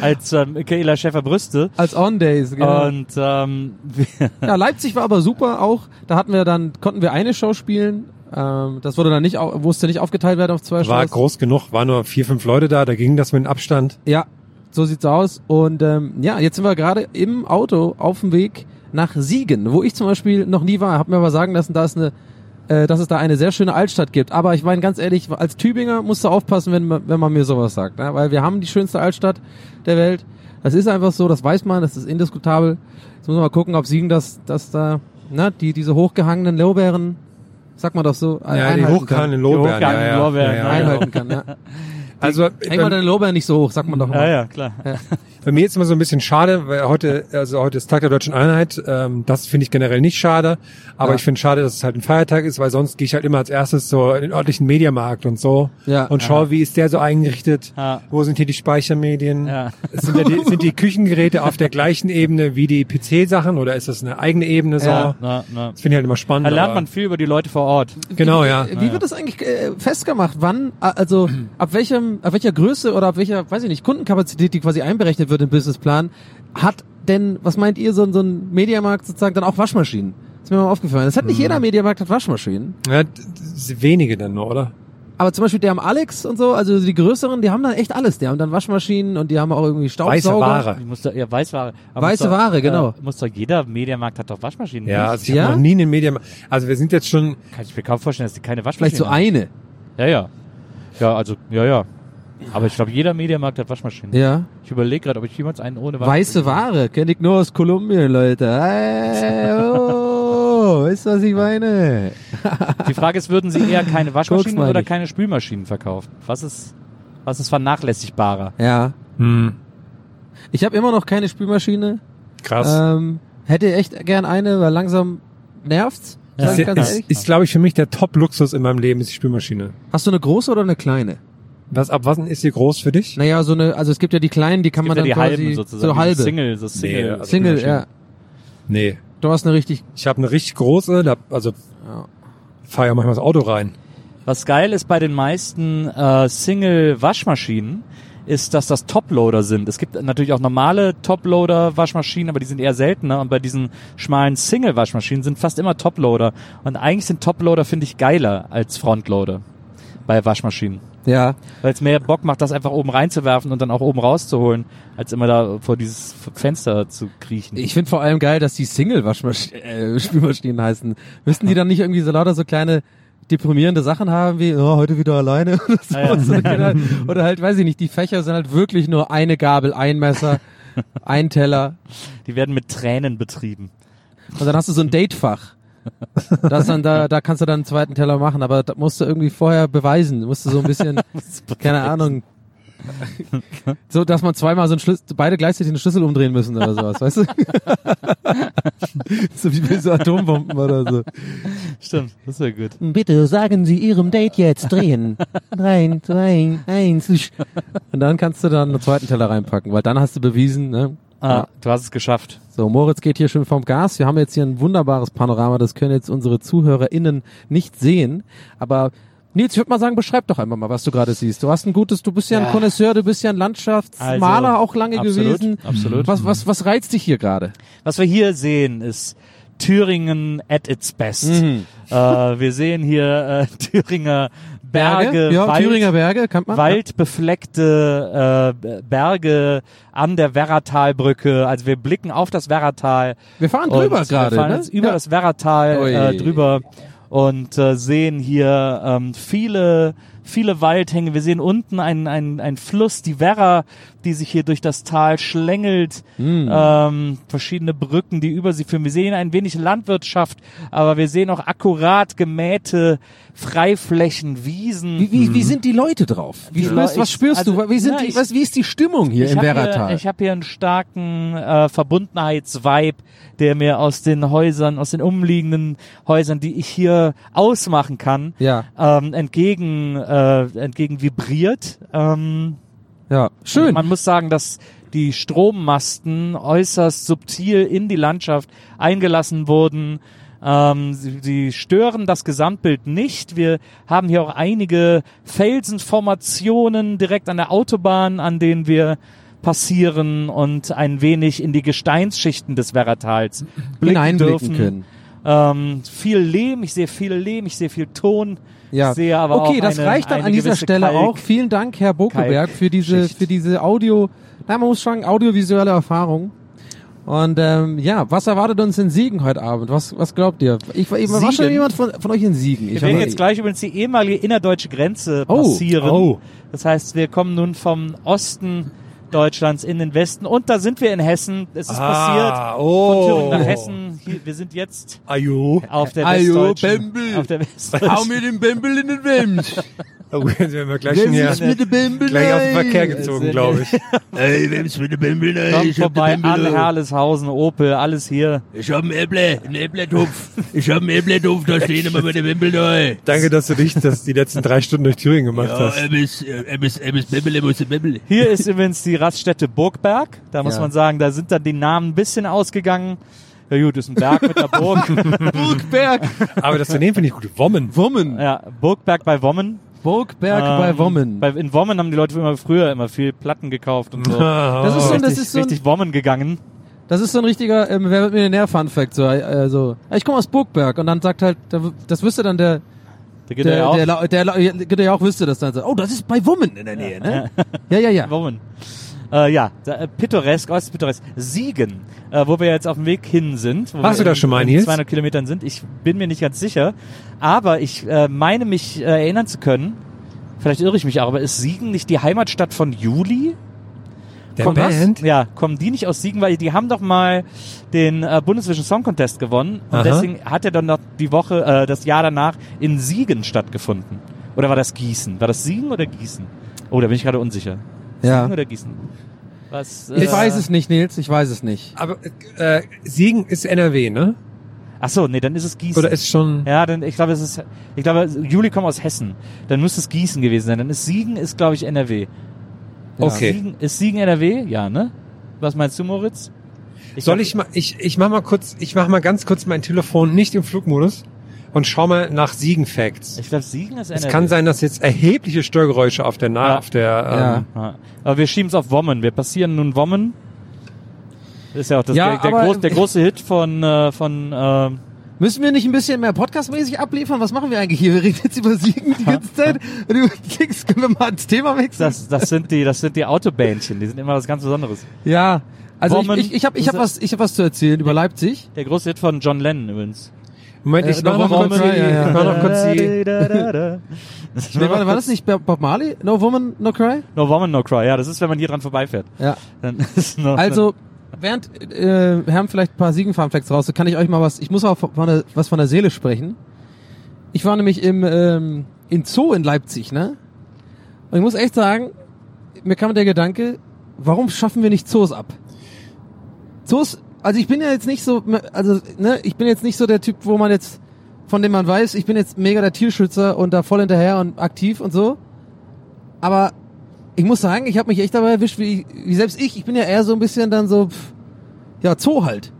[SPEAKER 3] als ähm, Michaela Schäfer Brüste.
[SPEAKER 2] Als On-Days, genau.
[SPEAKER 3] Und ähm, wir,
[SPEAKER 2] Ja, Leipzig war aber super auch. Da hatten wir dann, konnten wir eine Show spielen. Ähm, das wurde dann nicht, au- musste nicht aufgeteilt werden auf zwei
[SPEAKER 4] War
[SPEAKER 2] Shows.
[SPEAKER 4] groß genug, waren nur vier, fünf Leute da, da ging das mit dem Abstand.
[SPEAKER 2] Ja, so sieht's aus. Und ähm, ja, jetzt sind wir gerade im Auto auf dem Weg nach Siegen, wo ich zum Beispiel noch nie war, habe mir aber sagen lassen, da ist eine äh, dass es da eine sehr schöne Altstadt gibt. Aber ich meine ganz ehrlich, als Tübinger musst du aufpassen, wenn, man- wenn man mir sowas sagt. Ne? Weil wir haben die schönste Altstadt der Welt. Das ist einfach so, das weiß man, das ist indiskutabel. Jetzt muss man mal gucken, ob Siegen das, das da, ne, die, diese hochgehangenen Lorbeeren, sagt man doch so, ein-
[SPEAKER 4] Ja, die
[SPEAKER 2] einhalten
[SPEAKER 4] hochgehangenen
[SPEAKER 3] Die
[SPEAKER 4] Lorbeeren. Ja,
[SPEAKER 3] hochgehangenen
[SPEAKER 4] ja,
[SPEAKER 3] Lorbeeren,
[SPEAKER 4] ja, genau.
[SPEAKER 2] kann.
[SPEAKER 4] ja,
[SPEAKER 2] Einhalten kann, ja.
[SPEAKER 4] Also
[SPEAKER 2] Häng mal
[SPEAKER 4] bei-
[SPEAKER 2] deine Lorbeeren nicht so hoch, sagt man doch
[SPEAKER 3] Ja,
[SPEAKER 2] mal.
[SPEAKER 3] ja, klar.
[SPEAKER 4] Bei mir ist immer so ein bisschen schade, weil heute, also heute ist Tag der Deutschen Einheit. Ähm, das finde ich generell nicht schade, aber
[SPEAKER 2] Ja.
[SPEAKER 4] ich finde schade, dass es halt ein Feiertag ist, weil sonst gehe ich halt immer als erstes so in den örtlichen Mediamarkt und so
[SPEAKER 2] Ja.
[SPEAKER 4] und schaue, wie ist der so eingerichtet,
[SPEAKER 3] Ja.
[SPEAKER 4] wo sind hier die Speichermedien,
[SPEAKER 3] Ja.
[SPEAKER 4] sind, da die, sind die Küchengeräte auf der gleichen Ebene wie die PC-Sachen oder ist das eine eigene Ebene so?
[SPEAKER 3] Ja, na, na.
[SPEAKER 4] Das finde ich halt immer spannend.
[SPEAKER 3] Da lernt
[SPEAKER 4] aber-
[SPEAKER 3] man viel über die Leute vor Ort.
[SPEAKER 4] genau, ja.
[SPEAKER 2] Wie wird das eigentlich äh, festgemacht? Wann, a- also ab welchem, ab welcher Größe oder ab welcher, weiß ich nicht, Kundenkapazität, die quasi einberechnet wird im Businessplan, hat denn, was meint ihr, so, ein- so ein Mediamarkt sozusagen dann auch Waschmaschinen? Ist mir mal aufgefallen. Das hat
[SPEAKER 4] Mhm.
[SPEAKER 2] nicht jeder Mediamarkt hat Waschmaschinen.
[SPEAKER 4] Ja, d- d- wenige dann nur, oder?
[SPEAKER 2] Aber zum Beispiel der am Alex und so, also die größeren, die haben dann echt alles. Die haben dann Waschmaschinen und die haben auch irgendwie
[SPEAKER 4] Weiße
[SPEAKER 2] Staubsauger.
[SPEAKER 4] Ware.
[SPEAKER 3] Ich muss da, ja, Weißware. Aber
[SPEAKER 2] Weiße
[SPEAKER 3] muss doch-
[SPEAKER 2] Ware, genau.
[SPEAKER 3] Äh, muss doch jeder Mediamarkt hat doch Waschmaschinen.
[SPEAKER 4] Ja,
[SPEAKER 3] nicht?
[SPEAKER 4] also ich
[SPEAKER 2] Ja?
[SPEAKER 4] habe noch nie in den Mediamarkt. Also wir sind jetzt schon
[SPEAKER 3] kann ich mir kaum vorstellen, dass die keine Waschmaschinen
[SPEAKER 2] Vielleicht so
[SPEAKER 3] haben.
[SPEAKER 2] eine.
[SPEAKER 3] Ja, ja. Ja, also, ja, ja. Aber ich glaube, jeder Mediamarkt hat Waschmaschinen.
[SPEAKER 2] Ja.
[SPEAKER 3] Ich überlege gerade, ob ich jemals einen ohne
[SPEAKER 2] Weiße Ware, kenne ich nur aus Kolumbien, Leute. Hey, oh, wisst ihr, was ich meine?
[SPEAKER 3] Die Frage ist, würden Sie eher keine
[SPEAKER 2] Guck's
[SPEAKER 3] Waschmaschinen
[SPEAKER 2] mal
[SPEAKER 3] oder
[SPEAKER 2] nicht.
[SPEAKER 3] keine Spülmaschinen verkaufen? Was ist, was ist vernachlässigbarer?
[SPEAKER 2] Ja.
[SPEAKER 4] hm,
[SPEAKER 2] Ich habe immer noch keine Spülmaschine.
[SPEAKER 4] krass.
[SPEAKER 2] Ähm, hätte echt gern eine, weil langsam nervt's. Sag
[SPEAKER 4] Ist,
[SPEAKER 2] ich ganz
[SPEAKER 4] ist,
[SPEAKER 2] ehrlich.
[SPEAKER 4] ist glaube ich, für mich der Top-Luxus in meinem Leben ist die Spülmaschine.
[SPEAKER 2] Hast du eine große oder eine kleine?
[SPEAKER 4] Was, ab wann ist die groß für dich?
[SPEAKER 2] Naja, so eine, also es gibt ja die kleinen, die kann man
[SPEAKER 3] ja
[SPEAKER 2] dann
[SPEAKER 3] die
[SPEAKER 2] quasi
[SPEAKER 3] halben sozusagen.
[SPEAKER 2] so halbe.
[SPEAKER 3] die Single, so Single.
[SPEAKER 4] Nee, also-
[SPEAKER 2] Single
[SPEAKER 4] Spülmaschine.
[SPEAKER 2] ja.
[SPEAKER 4] Nee.
[SPEAKER 2] Du hast eine richtig.
[SPEAKER 4] Ich habe eine richtig große, da, also
[SPEAKER 2] Ja.
[SPEAKER 4] fahr ja manchmal das Auto rein.
[SPEAKER 3] Was geil ist bei den meisten äh, Single-Waschmaschinen, ist, dass das Toploader sind. Es gibt natürlich auch normale Toploader-Waschmaschinen, aber die sind eher seltener. Und bei diesen schmalen Single-Waschmaschinen sind fast immer Toploader. Und eigentlich sind Toploader, finde ich, geiler als Frontloader bei Waschmaschinen.
[SPEAKER 2] Ja.
[SPEAKER 3] Weil es mehr Bock macht, das einfach oben reinzuwerfen und dann auch oben rauszuholen, als immer da vor dieses Fenster zu kriechen.
[SPEAKER 2] Ich finde vor allem geil, dass die Single-Waschmaschinen äh, Spülmaschinen heißen. Müssten die dann nicht irgendwie so lauter so kleine deprimierende Sachen haben wie oh, heute wieder alleine oder so.
[SPEAKER 3] Ah, ja.
[SPEAKER 2] So, keine Ahnung. Oder halt, weiß ich nicht, die Fächer sind halt wirklich nur eine Gabel, ein Messer, ein Teller.
[SPEAKER 3] Die werden mit Tränen betrieben.
[SPEAKER 2] Und dann hast du so ein Datefach. Das dann da, da kannst du dann einen zweiten Teller machen, aber da musst du irgendwie vorher beweisen. Musst du so ein bisschen, keine Ahnung. So, dass man zweimal so einen Schlüssel, beide gleichzeitig den Schlüssel umdrehen müssen oder sowas, weißt du? so wie bei so Atombomben oder so.
[SPEAKER 3] Stimmt, das wäre gut.
[SPEAKER 2] Bitte sagen Sie Ihrem Date jetzt drehen. Drei, zwei, eins. husch. Und dann kannst du dann einen zweiten Teller reinpacken, weil dann hast du bewiesen, ne?
[SPEAKER 3] Ah, du hast es geschafft.
[SPEAKER 2] So, Moritz geht hier schön vom Gas. Wir haben jetzt hier ein wunderbares Panorama. Das können jetzt unsere ZuhörerInnen nicht sehen. Aber Nils, ich würde mal sagen, beschreib doch einfach mal, was du gerade siehst. Du hast ein gutes, du bist ja ein
[SPEAKER 3] Ja.
[SPEAKER 2] Connoisseur, du bist ja ein Landschaftsmaler
[SPEAKER 3] Also,
[SPEAKER 2] auch lange
[SPEAKER 3] absolut,
[SPEAKER 2] gewesen.
[SPEAKER 3] absolut.
[SPEAKER 2] Was, was, was reizt dich hier gerade?
[SPEAKER 3] Was wir hier sehen, ist Thüringen at its best.
[SPEAKER 2] Mhm.
[SPEAKER 3] Äh, wir sehen hier äh, Thüringer Berge,
[SPEAKER 2] ja,
[SPEAKER 3] Wald,
[SPEAKER 2] Thüringer Berge, kann man.
[SPEAKER 3] waldbefleckte äh, Berge an der Werratalbrücke. Also wir blicken auf das Werratal.
[SPEAKER 2] Wir fahren
[SPEAKER 3] Und
[SPEAKER 2] drüber
[SPEAKER 3] wir
[SPEAKER 2] gerade,
[SPEAKER 3] fahren
[SPEAKER 2] ne?
[SPEAKER 3] jetzt über
[SPEAKER 2] Ja.
[SPEAKER 3] das Werratal äh,
[SPEAKER 2] Ui.
[SPEAKER 3] drüber und äh, sehen hier ähm, viele viele Waldhänge. Wir sehen unten einen einen einen Fluss, die Werra, die sich hier durch das Tal schlängelt.
[SPEAKER 2] Hm.
[SPEAKER 3] Ähm, verschiedene Brücken, die über sie führen. Wir sehen ein wenig Landwirtschaft, aber wir sehen auch akkurat gemähte Freiflächen, Wiesen.
[SPEAKER 2] Wie, wie, wie sind die Leute drauf? Wie
[SPEAKER 3] Die
[SPEAKER 2] spürst,
[SPEAKER 3] Leu-
[SPEAKER 2] was
[SPEAKER 3] Mhm. ich-
[SPEAKER 2] spürst
[SPEAKER 3] also,
[SPEAKER 2] du? Wie, sind
[SPEAKER 3] na,
[SPEAKER 2] die,
[SPEAKER 3] ich-
[SPEAKER 2] was, wie ist die Stimmung hier
[SPEAKER 3] ich
[SPEAKER 2] im
[SPEAKER 3] hab
[SPEAKER 2] Werratal?
[SPEAKER 3] Hier, ich habe hier einen starken äh, Verbundenheitsvibe, der mir aus den Häusern, aus den umliegenden Häusern, die ich hier ausmachen kann,
[SPEAKER 2] Ja.
[SPEAKER 3] ähm, entgegen, äh, entgegen vibriert. Ähm,
[SPEAKER 2] ja, schön.
[SPEAKER 3] Also Man muss sagen, dass die Strommasten äußerst subtil in die Landschaft eingelassen wurden. Ähm, sie, sie stören das Gesamtbild nicht. Wir haben hier auch einige Felsenformationen direkt an der Autobahn, an denen wir passieren und ein wenig in die Gesteinsschichten des Werratals blicken
[SPEAKER 2] Hineinblicken
[SPEAKER 3] dürfen.
[SPEAKER 2] können.
[SPEAKER 3] Ähm, viel Lehm, ich sehe viel Lehm, ich sehe viel Ton. Ich sehe aber
[SPEAKER 2] okay,
[SPEAKER 3] auch
[SPEAKER 2] das
[SPEAKER 3] eine,
[SPEAKER 2] reicht dann
[SPEAKER 3] eine
[SPEAKER 2] an dieser
[SPEAKER 3] gewisse
[SPEAKER 2] Stelle
[SPEAKER 3] Kalk-
[SPEAKER 2] auch. Vielen Dank, Herr Bokeberg, für diese,
[SPEAKER 3] Kalkschicht.
[SPEAKER 2] für diese Audio, na, man muss sagen, audiovisuelle Erfahrung. Und ähm, ja, was erwartet uns in Siegen heute Abend? Was, was glaubt ihr? Ich, ich war
[SPEAKER 3] Siegen?
[SPEAKER 2] schon jemand von, von euch in Siegen. Ich
[SPEAKER 3] Wir werden
[SPEAKER 2] hab-
[SPEAKER 3] jetzt gleich übrigens die ehemalige innerdeutsche Grenze
[SPEAKER 2] Oh,
[SPEAKER 3] passieren.
[SPEAKER 2] oh.
[SPEAKER 3] Das heißt, wir kommen nun vom Osten Deutschlands in den Westen und da sind wir in Hessen. Es ist
[SPEAKER 4] Ah,
[SPEAKER 3] passiert.
[SPEAKER 4] oh.
[SPEAKER 3] Von Thüringen nach Hessen. Hier, wir sind jetzt
[SPEAKER 4] Ajo.
[SPEAKER 3] auf der
[SPEAKER 2] Ajo,
[SPEAKER 3] westdeutschen.
[SPEAKER 2] Bembel.
[SPEAKER 3] Auf der westdeutschen.
[SPEAKER 2] mir den Bembel in den Wind.
[SPEAKER 4] Oh, jetzt werden wir gleich, hier,
[SPEAKER 2] mit dem Bembel
[SPEAKER 4] gleich auf den Verkehr
[SPEAKER 2] rein?
[SPEAKER 4] gezogen, glaube ich.
[SPEAKER 2] Ey, wem's mit dem Bembel rein?
[SPEAKER 3] Kommt
[SPEAKER 2] Ich hab den
[SPEAKER 3] vorbei,
[SPEAKER 2] Bembel
[SPEAKER 3] alle
[SPEAKER 2] rein.
[SPEAKER 3] Herleshausen, Opel, alles hier.
[SPEAKER 2] Ich hab einen Äpple, einen Äppletupf. Ich hab einen Äppletupf, da stehen immer mit dem Bembel neu.
[SPEAKER 4] Danke, dass du dich das die letzten drei Stunden durch Thüringen gemacht hast.
[SPEAKER 2] Ebbis, Ebbis, Ebbis, Bembel, Ebbis, Bembel.
[SPEAKER 3] Hier ist übrigens die Raststätte Burgberg. Da muss
[SPEAKER 2] Ja.
[SPEAKER 3] man sagen, da sind dann die Namen ein bisschen ausgegangen. Ja gut, ist ein Berg mit einer Burg.
[SPEAKER 2] Burgberg.
[SPEAKER 4] Aber das daneben finde ich gut. Wommen.
[SPEAKER 2] Wommen.
[SPEAKER 3] ja, Burgberg bei Wommen.
[SPEAKER 2] Burgberg bei
[SPEAKER 3] Ähm,
[SPEAKER 2] Wommen.
[SPEAKER 3] Bei, in Wommen haben die Leute immer früher immer viel Platten gekauft und so.
[SPEAKER 4] Das
[SPEAKER 2] ist so ein-
[SPEAKER 3] richtig,
[SPEAKER 2] das ist so ein-
[SPEAKER 3] richtig Wommen gegangen.
[SPEAKER 2] Das ist so ein richtiger, ähm, wer wird millionär Fun Fact, so, äh, so. Ich komme aus Burgberg und dann sagt halt, da w- das wüsste dann der,
[SPEAKER 3] Da geht er ja
[SPEAKER 2] der,
[SPEAKER 3] auch
[SPEAKER 2] der, Lau- der, Lau- der, der auch wüsste das dann, so, oh, das ist bei Wommen in der Nähe, ne? Ja, ja, ja.
[SPEAKER 3] Wommen. Äh, ja, da, äh, pittoresk, äußerst pittoresk. Siegen, äh, wo wir jetzt auf dem Weg hin sind. wo
[SPEAKER 4] Warst
[SPEAKER 3] wir
[SPEAKER 4] du da
[SPEAKER 3] in-
[SPEAKER 4] schon mal,
[SPEAKER 3] in
[SPEAKER 4] Nils?
[SPEAKER 3] 200 Kilometern sind. Ich bin mir nicht ganz sicher. Aber ich äh, meine mich äh, erinnern zu können, vielleicht irre ich mich auch, aber ist Siegen nicht die Heimatstadt von Juli?
[SPEAKER 4] Der
[SPEAKER 3] Kommt das?
[SPEAKER 4] Band?
[SPEAKER 3] Ja, kommen die nicht aus Siegen, weil die haben doch mal den äh, Bundesvision Song Contest gewonnen und
[SPEAKER 4] Aha.
[SPEAKER 3] deswegen hat er dann noch die Woche, äh, das Jahr danach in Siegen stattgefunden. Oder war das Gießen? War das Siegen oder Gießen? Oh, da bin ich gerade unsicher.
[SPEAKER 2] Ja.
[SPEAKER 3] Siegen oder Gießen? Was,
[SPEAKER 4] Äh.
[SPEAKER 3] äh,
[SPEAKER 2] Ich weiß es nicht, Nils, ich weiß es nicht.
[SPEAKER 4] Aber äh, Siegen ist NRW, ne?
[SPEAKER 3] Ach so, nee, dann ist es Gießen.
[SPEAKER 4] Oder ist schon...
[SPEAKER 3] ja, dann ich glaube, es ist ich glaube, Juli kommt aus Hessen. Dann müsste es Gießen gewesen sein. Dann ist Siegen ist glaube ich NRW.
[SPEAKER 2] Ja.
[SPEAKER 4] Okay.
[SPEAKER 3] Siegen, ist Siegen NRW? Ja, ne? Was meinst du, Moritz?
[SPEAKER 4] Soll
[SPEAKER 3] glaub-
[SPEAKER 4] ich mal, ich, ich mach mal kurz, ich mach mal ganz kurz mein Telefon nicht im Flugmodus und schau mal nach Siegen-Facts.
[SPEAKER 3] Ich glaube, Siegen ist NRW.
[SPEAKER 4] Es kann sein, dass jetzt erhebliche Störgeräusche auf der, Na
[SPEAKER 3] Ja.
[SPEAKER 4] auf der, ähm,
[SPEAKER 2] Ja.
[SPEAKER 3] Ja. Aber wir schieben es auf Wommen. Wir passieren nun Wommen. Das ist ja auch das,
[SPEAKER 2] Ja,
[SPEAKER 3] der, der,
[SPEAKER 2] aber-
[SPEAKER 3] groß, der große Hit von, äh, von äh,
[SPEAKER 2] Müssen wir nicht ein bisschen mehr podcastmäßig abliefern? Was machen wir eigentlich hier? Wir reden jetzt über Siegen die ganze Zeit und über Kicks können wir mal ins Thema wechseln.
[SPEAKER 3] das, das sind die, das sind die Autobähnchen, die sind immer was ganz Besonderes.
[SPEAKER 2] ja. Also ich,
[SPEAKER 3] Bomben.
[SPEAKER 2] ich, ich habe ich hab was, ich hab was zu erzählen über Leipzig.
[SPEAKER 3] Der große Hit von John Lennon übrigens.
[SPEAKER 4] Moment, ich
[SPEAKER 2] Äh,
[SPEAKER 4] mach
[SPEAKER 2] noch
[SPEAKER 4] noch kurz
[SPEAKER 2] Woman,
[SPEAKER 4] die,
[SPEAKER 2] ja, ja, ja.
[SPEAKER 4] ich mach noch kurz die,
[SPEAKER 2] Nee, war, war das nicht Bob Marley? No Woman, No Cry?
[SPEAKER 3] No Woman, No Cry, ja, das ist, wenn man hier dran vorbeifährt.
[SPEAKER 2] Ja.
[SPEAKER 3] Dann ist noch
[SPEAKER 2] Also, während äh, wir haben vielleicht ein paar Siegenfarmflex raus, so kann ich euch mal was, ich muss mal von von der, was von der Seele sprechen. Ich war nämlich im ähm, in Zoo in Leipzig, ne? Und ich muss echt sagen, mir kam der Gedanke, warum schaffen wir nicht Zoos ab? Zoos, also ich bin ja jetzt nicht so, also ne, ich bin jetzt nicht so der Typ, wo man jetzt, von dem man weiß, ich bin jetzt mega der Tierschützer und da voll hinterher und aktiv und so. Aber ich muss sagen, ich habe mich echt dabei erwischt, wie, wie selbst ich, ich bin ja eher so ein bisschen dann so, pff, ja, Zoo halt.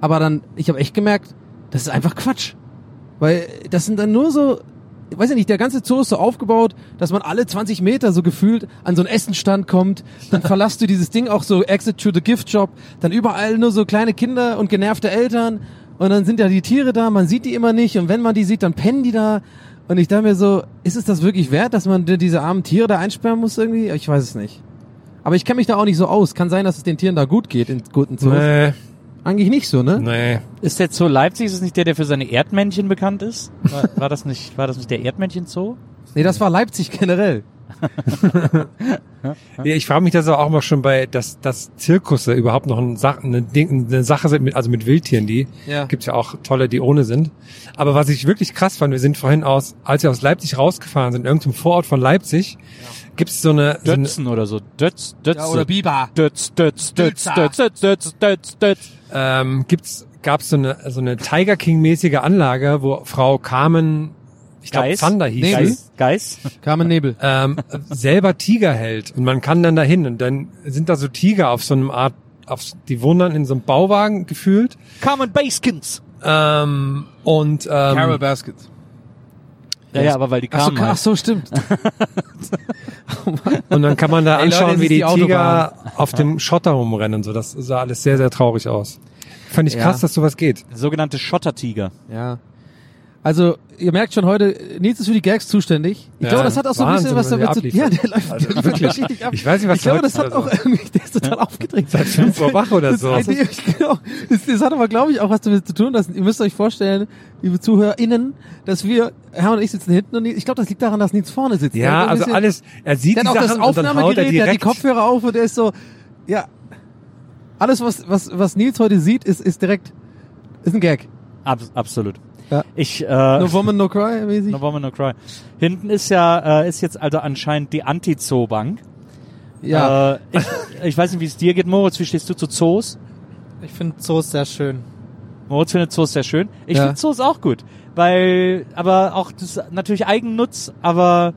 [SPEAKER 2] Aber dann, ich habe echt gemerkt, das ist einfach Quatsch. Weil das sind dann nur so, ich weiß ja nicht, der ganze Zoo ist so aufgebaut, dass man alle 20 Meter so gefühlt an so einen Essenstand kommt, dann verlässt du dieses Ding auch so, Exit to the Gift Shop, dann überall nur so kleine Kinder und genervte Eltern und dann sind ja die Tiere da, man sieht die immer nicht und wenn man die sieht, dann pennen die da und ich dachte mir so, ist es das wirklich wert, dass man diese armen Tiere da einsperren muss irgendwie? Ich weiß es nicht. Aber ich kenne mich da auch nicht so aus. Kann sein, dass es den Tieren da gut geht in guten Zoos.
[SPEAKER 4] nee,
[SPEAKER 2] Eigentlich nicht so, ne?
[SPEAKER 4] nee.
[SPEAKER 3] ist der Zoo Leipzig, ist es nicht der, der für seine Erdmännchen bekannt ist? War, war, das, nicht, war das nicht der Erdmännchen-Zoo?
[SPEAKER 2] Nee, das war Leipzig generell.
[SPEAKER 4] Ja, Ich frage mich das aber auch mal schon bei, dass, dass Zirkusse überhaupt noch ein Sa eine, Ding, eine Sache sind, mit, also mit Wildtieren, die.
[SPEAKER 2] Ja.
[SPEAKER 4] Gibt's ja auch tolle, die ohne sind. Aber was ich wirklich krass fand, wir sind vorhin aus, als wir aus Leipzig rausgefahren sind, in irgendeinem Vorort von Leipzig, gibt's so eine, so eine
[SPEAKER 3] Dötzen oder so. Dötz, Dötze.
[SPEAKER 2] Biber.
[SPEAKER 3] Dötz, Dötz, Dötz,
[SPEAKER 2] Dötzer.
[SPEAKER 3] Dötz, Dötz, Dötz, Dötz, Dötz.
[SPEAKER 4] ähm, gibt's, gab's so eine, so eine Tiger King-mäßige Anlage, wo Frau Carmen, ich glaube
[SPEAKER 3] Geis?
[SPEAKER 4] Zander hieß
[SPEAKER 2] Nee,
[SPEAKER 4] sie,
[SPEAKER 3] Geis, Geis.
[SPEAKER 2] Carmen Nebel.
[SPEAKER 4] ähm, selber Tiger hält. Und man kann dann dahin und dann sind da so Tiger auf so einem Art, auf, die wohnen dann in so einem Bauwagen gefühlt.
[SPEAKER 3] Carmen Baskins.
[SPEAKER 4] Ähm, und ähm,
[SPEAKER 2] Basket.
[SPEAKER 3] Ja, ja, aber weil die ne?
[SPEAKER 2] Ach so,
[SPEAKER 3] Carmen.
[SPEAKER 2] ach so, stimmt.
[SPEAKER 4] Und dann kann man da
[SPEAKER 2] Ey, Leute,
[SPEAKER 4] anschauen,
[SPEAKER 2] das
[SPEAKER 4] wie
[SPEAKER 2] ist
[SPEAKER 4] die,
[SPEAKER 2] die Autobahn.
[SPEAKER 4] Tiger auf dem Schotter rumrennen. So, das sah alles sehr, sehr traurig aus. Fand ich
[SPEAKER 2] Ja.
[SPEAKER 4] krass, dass sowas geht.
[SPEAKER 3] heißt. Sogenannte Schottertiger.
[SPEAKER 2] ja. Also, ihr merkt schon heute, Nils ist für die Gags zuständig. Ich
[SPEAKER 4] Ja,
[SPEAKER 2] glaube, das hat auch so ein bisschen was
[SPEAKER 4] Wahnsinn,
[SPEAKER 2] damit
[SPEAKER 4] was
[SPEAKER 2] zu
[SPEAKER 4] der
[SPEAKER 2] Ja,
[SPEAKER 4] abliefert.
[SPEAKER 2] der läuft,
[SPEAKER 4] Also
[SPEAKER 2] der
[SPEAKER 4] wirklich.
[SPEAKER 2] läuft richtig ab.
[SPEAKER 4] Ich weiß nicht, was also-
[SPEAKER 2] Ich glaube,
[SPEAKER 4] verrückt
[SPEAKER 2] das hat
[SPEAKER 4] oder
[SPEAKER 2] auch irgendwie, der ist total aufgedreht. Seit
[SPEAKER 4] fünf Uhr wach oder so.
[SPEAKER 2] Das, Idee, genau. das, das hat aber, glaube ich, auch was damit zu tun, dass ihr müsst euch vorstellen, liebe ZuhörerInnen, dass wir, Herr und ich sitzen hinten und Nils- ich glaube, das liegt daran, dass Nils vorne sitzt. Der hat
[SPEAKER 4] Ja,
[SPEAKER 2] so ein
[SPEAKER 4] also
[SPEAKER 2] bisschen-
[SPEAKER 4] alles. Er sieht
[SPEAKER 2] der
[SPEAKER 4] die
[SPEAKER 2] hat auch das
[SPEAKER 4] Sachen und dann haut er
[SPEAKER 2] Aufnahmegerät, der hat die
[SPEAKER 4] direkt.
[SPEAKER 2] Kopfhörer auf und der ist so, ja. Alles, was, was, was Nils heute sieht, ist, ist direkt, ist ein Gag.
[SPEAKER 3] Abs absolut.
[SPEAKER 2] Ja.
[SPEAKER 3] Ich, äh,
[SPEAKER 2] No woman, no cry, mäßig.
[SPEAKER 3] No Woman No Cry. Hinten ist ja, äh, ist jetzt also anscheinend die Anti-Zoo-Bank.
[SPEAKER 2] ja.
[SPEAKER 3] Äh, ich, ich weiß nicht, wie es dir geht, Moritz. Wie stehst du zu Zoos?
[SPEAKER 5] Ich finde Zoos sehr schön.
[SPEAKER 3] Moritz findet Zoos sehr schön. Ich
[SPEAKER 2] Ja.
[SPEAKER 3] finde Zoos auch gut, weil, aber auch das ist natürlich Eigennutz, aber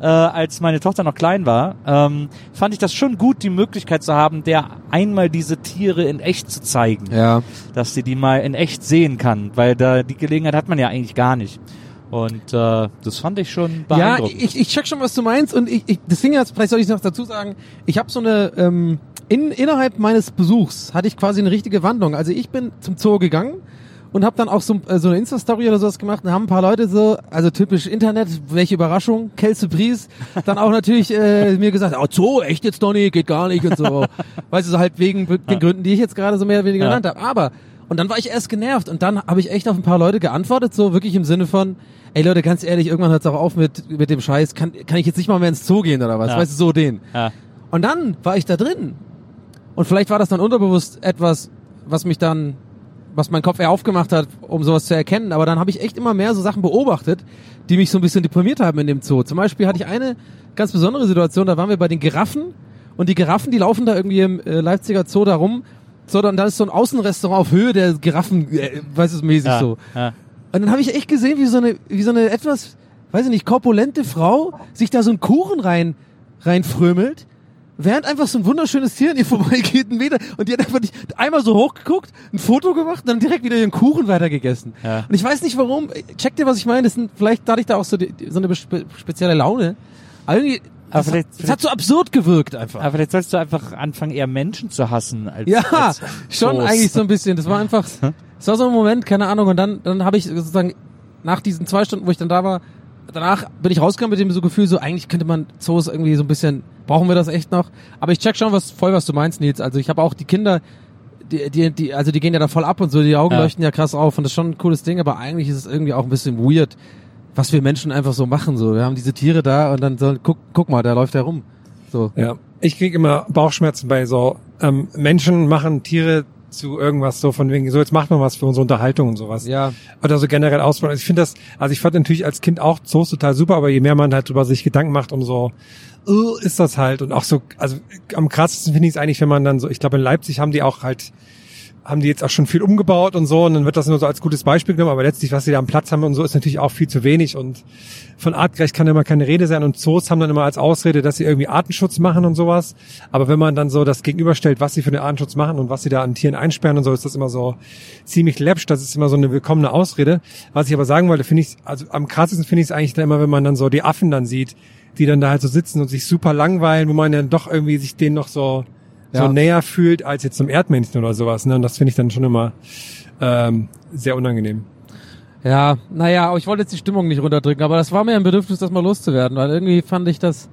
[SPEAKER 3] äh, als meine Tochter noch klein war, ähm, fand ich das schon gut, die Möglichkeit zu haben, der einmal diese Tiere in echt zu zeigen,
[SPEAKER 2] ja.
[SPEAKER 3] dass sie die mal in echt sehen kann, weil da die Gelegenheit hat man ja eigentlich gar nicht. Und äh, das fand ich schon
[SPEAKER 2] Ja,
[SPEAKER 3] beeindruckend.
[SPEAKER 2] ich, ich check schon, was du meinst und ich, ich deswegen jetzt, vielleicht soll ich noch dazu sagen, ich habe so eine ähm, in, innerhalb meines Besuchs hatte ich quasi eine richtige Wandlung. Also ich bin zum Zoo gegangen und habe dann auch so, äh, so eine Insta Story oder sowas gemacht und haben ein paar Leute so, also typisch Internet, welche Überraschung, Kelsey Priest, dann auch natürlich äh, mir gesagt, oh Zoo, echt jetzt Donny, geht gar nicht und so. weißt du, so halt wegen be- den Gründen, die ich jetzt gerade so mehr oder weniger
[SPEAKER 3] Ja.
[SPEAKER 2] genannt habe, aber und dann war ich erst genervt und dann habe ich echt auf ein paar Leute geantwortet, so wirklich im Sinne von, ey Leute, ganz ehrlich, irgendwann hört es auch auf mit, mit dem Scheiß, kann, kann ich jetzt nicht mal mehr ins Zoo gehen oder was,
[SPEAKER 3] Ja.
[SPEAKER 2] weißt du, so den.
[SPEAKER 3] Ja.
[SPEAKER 2] Und dann war ich da drin und vielleicht war das dann unterbewusst etwas, was mich dann, was mein Kopf eher aufgemacht hat, um sowas zu erkennen. Aber dann habe ich echt immer mehr so Sachen beobachtet, die mich so ein bisschen deprimiert haben in dem Zoo. Zum Beispiel hatte ich eine ganz besondere Situation, da waren wir bei den Giraffen und die Giraffen, die laufen da irgendwie im äh, Leipziger Zoo da rum. So, dann, dann ist so ein Außenrestaurant auf Höhe der Giraffen, äh, weiß es mäßig
[SPEAKER 3] ja,
[SPEAKER 2] so.
[SPEAKER 3] ja.
[SPEAKER 2] Und dann habe ich echt gesehen, wie so eine, wie so eine etwas, weiß ich nicht, korpulente Frau sich da so einen Kuchen rein, reinfrömelt, während einfach so ein wunderschönes Tier an ihr vorbeigeht, einen Meter, und die hat einfach nicht, einmal so hochgeguckt, ein Foto gemacht und dann direkt wieder ihren Kuchen weitergegessen.
[SPEAKER 3] Ja.
[SPEAKER 2] Und ich weiß nicht warum, äh, checkt ihr, was ich meine? Das sind vielleicht dadurch da auch so, die, so eine bespe- spezielle Laune. Aber irgendwie,
[SPEAKER 3] Aber
[SPEAKER 2] das, hat,
[SPEAKER 3] vielleicht-
[SPEAKER 2] das hat so absurd gewirkt einfach.
[SPEAKER 3] Aber vielleicht sollst du einfach anfangen, eher Menschen zu hassen als
[SPEAKER 2] Ja,
[SPEAKER 3] als
[SPEAKER 2] schon
[SPEAKER 3] Zoos.
[SPEAKER 2] eigentlich so ein bisschen. Das war einfach, es war so ein Moment, keine Ahnung. Und dann, dann habe ich sozusagen nach diesen zwei Stunden, wo ich dann da war, danach bin ich rausgegangen mit dem so Gefühl, so eigentlich könnte man Zoos irgendwie so ein bisschen, brauchen wir das echt noch? Aber ich check schon was, voll, was du meinst, Nils. Also ich habe auch die Kinder, die, die, die, also die gehen ja da voll ab und so, die Augen
[SPEAKER 3] Ja.
[SPEAKER 2] leuchten ja krass auf und das ist schon ein cooles Ding, aber eigentlich ist es irgendwie auch ein bisschen weird, was wir Menschen einfach so machen, so. Wir haben diese Tiere da und dann so, guck, guck mal, da läuft er rum. So.
[SPEAKER 4] Ja, ich krieg immer Bauchschmerzen bei so ähm, Menschen machen Tiere zu irgendwas so von wegen so jetzt macht man was für unsere Unterhaltung und sowas.
[SPEAKER 2] Ja.
[SPEAKER 4] Oder so generell ausbauen. Also ich finde das, also ich fand natürlich als Kind auch Zoos total super, aber je mehr man halt drüber sich Gedanken macht, umso uh, ist das halt und auch so, also äh, am krassesten finde ich es eigentlich, wenn man dann so, ich glaube in Leipzig haben die auch halt haben die jetzt auch schon viel umgebaut und so und dann wird das nur so als gutes Beispiel genommen, aber letztlich, was sie da am Platz haben und so, ist natürlich auch viel zu wenig und von artgerecht kann immer keine Rede sein und Zoos haben dann immer als Ausrede, dass sie irgendwie Artenschutz machen und sowas, aber wenn man dann so das gegenüberstellt, was sie für den Artenschutz machen und was sie da an Tieren einsperren und so, ist das immer so ziemlich läppsch, das ist immer so eine willkommene Ausrede. Was ich aber sagen wollte, finde ich, also am krassesten finde ich es eigentlich dann immer, wenn man dann so die Affen dann sieht, die dann da halt so sitzen und sich super langweilen, wo man dann doch irgendwie sich denen noch so so
[SPEAKER 2] Ja.
[SPEAKER 4] näher fühlt als jetzt zum Erdmännchen oder sowas. Ne? Und das finde ich dann schon immer ähm, sehr unangenehm.
[SPEAKER 2] Ja, naja, aber ich wollte jetzt die Stimmung nicht runterdrücken, aber das war mir ein Bedürfnis, das mal loszuwerden, weil irgendwie fand ich das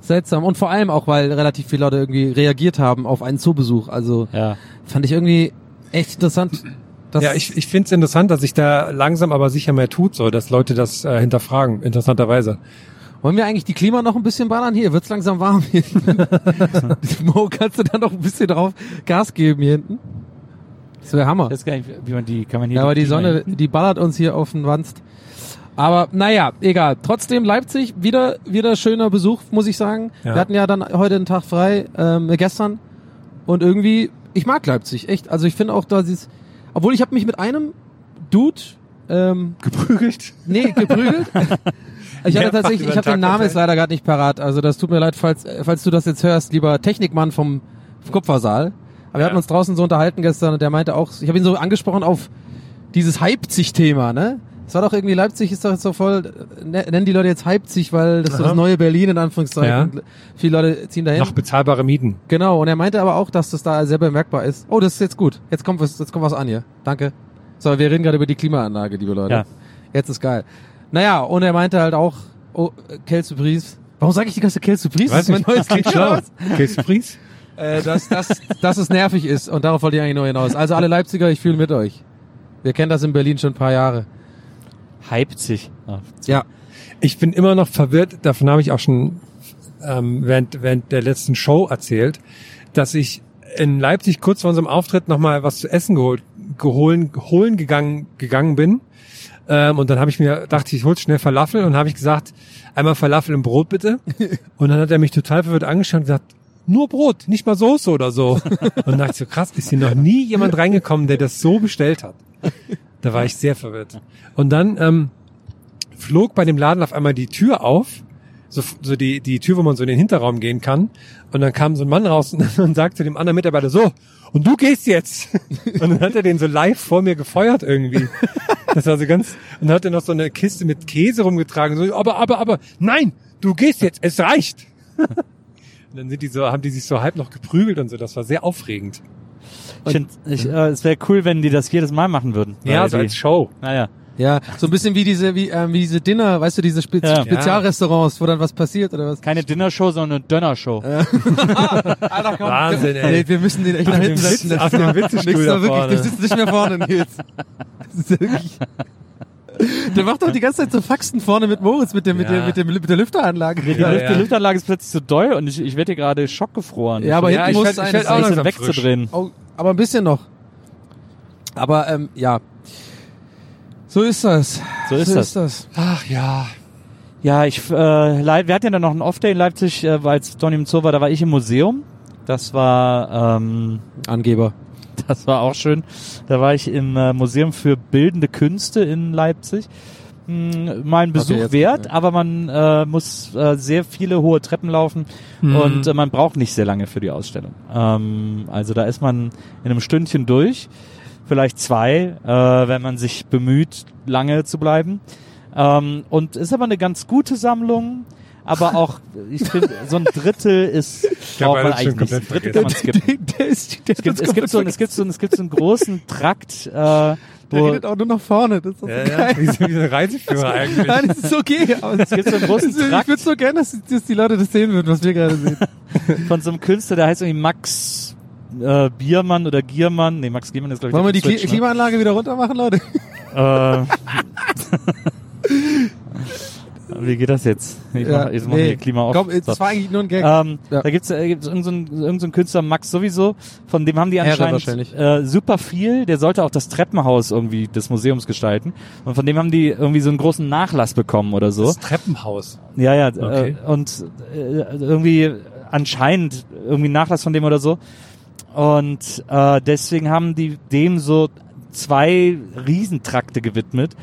[SPEAKER 2] seltsam und vor allem auch, weil relativ viele Leute irgendwie reagiert haben auf einen Zoobesuch. Also
[SPEAKER 3] Ja.
[SPEAKER 2] fand ich irgendwie echt interessant. Dass
[SPEAKER 4] ja, ich, ich finde es interessant, dass sich da langsam aber sicher mehr tut, so dass Leute das äh, hinterfragen, interessanterweise.
[SPEAKER 2] Wollen wir eigentlich die Klima noch ein bisschen ballern? Hier wird's langsam warm. Hier. Mo, kannst du da noch ein bisschen drauf Gas geben hier hinten? Das wäre Hammer.
[SPEAKER 3] Das kann ich, wie man die, kann man hier
[SPEAKER 2] Ja, aber die
[SPEAKER 3] Klima
[SPEAKER 2] Sonne, die ballert uns hier auf den Wanst. Aber naja, egal. Trotzdem Leipzig, wieder, wieder schöner Besuch, muss ich sagen.
[SPEAKER 4] Ja.
[SPEAKER 2] Wir hatten ja dann heute einen Tag frei, ähm, gestern. Und irgendwie, ich mag Leipzig, echt. Also ich finde auch, da sie obwohl ich habe mich mit einem Dude, ähm,
[SPEAKER 4] Geprügelt?
[SPEAKER 2] nee, geprügelt. ich hatte
[SPEAKER 4] Mehrfach
[SPEAKER 2] tatsächlich, ich
[SPEAKER 4] über den
[SPEAKER 2] habe den
[SPEAKER 4] Tag
[SPEAKER 2] Namen jetzt
[SPEAKER 4] verteilt.
[SPEAKER 2] leider gerade nicht parat. Also das tut mir leid, falls, äh, falls du das jetzt hörst, lieber Technikmann vom Kupfersaal. Aber wir hatten uns draußen so unterhalten gestern und der meinte auch, ich habe ihn so angesprochen auf dieses Leipzig-Thema, ne? Es war doch irgendwie Leipzig ist doch jetzt so voll, äh, ne- nennen die Leute jetzt Leipzig, weil das ist so das
[SPEAKER 4] Aha.
[SPEAKER 2] neue Berlin in Anführungszeichen.
[SPEAKER 4] Ja.
[SPEAKER 2] Und Viele Leute ziehen dahin.
[SPEAKER 4] Noch bezahlbare Mieten.
[SPEAKER 2] Genau, und er meinte aber auch, dass das da sehr bemerkbar ist. Oh, das ist jetzt gut. Jetzt kommt was, jetzt kommt was an hier. Danke. So, wir reden gerade über die Klimaanlage, liebe Leute.
[SPEAKER 3] Ja.
[SPEAKER 2] Jetzt ist geil. Naja, und er meinte halt auch, oh, äh, Kelsey Breeze. Warum sage ich die ganze Kelsey Breeze? Das ist mein neues Lied, oder was?
[SPEAKER 4] Genau. Case Priest?
[SPEAKER 2] äh, dass, dass, dass es nervig ist und darauf wollte ich eigentlich nur hinaus. Also alle Leipziger, ich fühle mit euch. Wir kennen das in Berlin schon ein paar Jahre.
[SPEAKER 3] Leipzig. Ah,
[SPEAKER 2] Ja.
[SPEAKER 4] Ich bin immer noch verwirrt, davon habe ich auch schon ähm, während, während der letzten Show erzählt, dass ich in Leipzig kurz vor unserem Auftritt nochmal was zu essen geholt, geholen, holen gegangen, gegangen bin. Ähm, und dann habe ich mir, dachte ich, ich hol schnell Falafel und habe ich gesagt, einmal Falafel im Brot bitte. Und dann hat er mich total verwirrt angeschaut und gesagt, nur Brot, nicht mal Soße oder so. Und dachte ich so, krass, ist hier noch nie jemand reingekommen, der das so bestellt hat. Da war ich sehr verwirrt. Und dann ähm, flog bei dem Laden auf einmal die Tür auf, so, so die, die Tür, wo man so in den Hinterraum gehen kann. Und dann kam so ein Mann raus und, und sagte dem anderen Mitarbeiter, so, und du gehst jetzt. Und dann hat er den so live vor mir gefeuert irgendwie. Das war so ganz, und dann hat er noch so eine Kiste mit Käse rumgetragen, so, aber, aber, aber, nein, du gehst jetzt, es reicht. Und dann sind die so, haben die sich so halb noch geprügelt und so, das war sehr aufregend.
[SPEAKER 3] Ich find, ich, äh, es wäre cool, wenn die das jedes Mal machen würden.
[SPEAKER 4] Ja,
[SPEAKER 3] Weil die-
[SPEAKER 4] so Also als Show.
[SPEAKER 3] Naja.
[SPEAKER 2] Ja, so ein bisschen wie diese, wie, ähm, wie diese Dinner, weißt du, diese Spe
[SPEAKER 3] Ja.
[SPEAKER 2] Spezialrestaurants, wo dann was passiert oder was?
[SPEAKER 3] Keine Dinnershow, sondern eine Dönnershow.
[SPEAKER 2] Alter, komm.
[SPEAKER 4] Wahnsinn, ey.
[SPEAKER 2] Nee, wir müssen den echt nach
[SPEAKER 4] Auf
[SPEAKER 2] hinten
[SPEAKER 4] dem
[SPEAKER 2] setzen.
[SPEAKER 4] Witz- auf dem Witzestuhl
[SPEAKER 2] Nix
[SPEAKER 4] da
[SPEAKER 2] da wirklich,
[SPEAKER 4] vorne.
[SPEAKER 2] der sitzt nicht mehr vorne, Nils. Das ist ja wirklich... Der macht doch die ganze Zeit so Faxen vorne mit Moritz, mit, dem, mit,
[SPEAKER 4] Ja.
[SPEAKER 2] der, mit, dem, mit der Lüfteranlage.
[SPEAKER 3] Die,
[SPEAKER 4] Ja,
[SPEAKER 3] Lüft
[SPEAKER 4] ja.
[SPEAKER 3] die Lüftanlage ist plötzlich zu doll und ich, ich werde hier gerade schockgefroren.
[SPEAKER 2] Ja, aber
[SPEAKER 3] ich
[SPEAKER 2] hinten
[SPEAKER 4] ich
[SPEAKER 2] muss
[SPEAKER 4] werd- ich
[SPEAKER 2] eines
[SPEAKER 4] werd auch
[SPEAKER 2] sein,
[SPEAKER 4] langsam frisch.
[SPEAKER 3] wegzudrehen.
[SPEAKER 2] Oh, aber ein bisschen noch. Aber ähm, ja. So ist das.
[SPEAKER 3] So ist
[SPEAKER 2] so
[SPEAKER 3] das.
[SPEAKER 2] ist das.
[SPEAKER 4] Ach ja,
[SPEAKER 3] Ja, ich, äh, Leip- wir hatten ja dann noch einen Off-Day in Leipzig, äh, als Donny im Zoo war, da war ich im Museum. Das war, ähm,
[SPEAKER 2] Angeber.
[SPEAKER 3] das war auch schön. Da war ich im äh, Museum für Bildende Künste in Leipzig. Hm, Mal ein Besuch
[SPEAKER 2] jetzt-
[SPEAKER 3] wert,
[SPEAKER 2] ja.
[SPEAKER 3] aber man äh, muss äh, sehr viele hohe Treppen laufen und äh, man braucht nicht sehr lange für die Ausstellung. Ähm, also da ist man in einem Stündchen durch, vielleicht zwei, äh, wenn man sich bemüht, lange zu bleiben. Ähm, und ist aber eine ganz gute Sammlung. Aber auch, ich finde, so ein Drittel ist,
[SPEAKER 4] hab
[SPEAKER 3] braucht man
[SPEAKER 4] alles schon
[SPEAKER 3] eigentlich nicht.
[SPEAKER 4] komplett
[SPEAKER 3] Ein Drittel
[SPEAKER 4] vergessen.
[SPEAKER 3] kann man skippen
[SPEAKER 2] der ist, der
[SPEAKER 3] es gibt, es gibt so, es gibt so, es gibt so einen großen Trakt, äh,
[SPEAKER 2] der
[SPEAKER 3] wo,
[SPEAKER 2] redet auch nur nach vorne. Das ist so
[SPEAKER 4] ja,
[SPEAKER 2] geil.
[SPEAKER 4] ja. Wie, so- wie so ein Reiseführer eigentlich.
[SPEAKER 2] Nein, das ist okay. Aber es
[SPEAKER 3] gibt so einen großen
[SPEAKER 2] Ich
[SPEAKER 3] Trakt.
[SPEAKER 2] würde so gerne, dass, dass die Leute das sehen würden, was wir gerade sehen.
[SPEAKER 3] von so einem Künstler, der heißt irgendwie Max äh, Biermann oder Giermann. Nee, Max Giermann ist, glaube ich,
[SPEAKER 2] Wollen wir die
[SPEAKER 3] der
[SPEAKER 2] Kli
[SPEAKER 3] Switch, ne?
[SPEAKER 2] Klimaanlage wieder runter machen, Leute?
[SPEAKER 3] Äh, Wie geht das jetzt? Ich mach, jetzt machen wir hier Klima auf.
[SPEAKER 2] Komm,
[SPEAKER 3] So.
[SPEAKER 2] das war eigentlich nur ein Gag.
[SPEAKER 3] Ähm,
[SPEAKER 2] Ja.
[SPEAKER 3] Da gibt's, äh, gibt's irgendeinen so irgendeinen Künstler, Max sowieso, von dem haben die
[SPEAKER 2] Herre
[SPEAKER 3] anscheinend
[SPEAKER 2] wahrscheinlich.
[SPEAKER 3] äh, super viel. Der sollte auch das Treppenhaus irgendwie des Museums gestalten. Und von dem haben die irgendwie so einen großen Nachlass bekommen oder so.
[SPEAKER 4] Das Treppenhaus.
[SPEAKER 3] Ja, ja.
[SPEAKER 4] Okay.
[SPEAKER 3] Äh, und äh, irgendwie anscheinend irgendwie Nachlass von dem oder so. Und äh, deswegen haben die dem so zwei Riesentrakte gewidmet,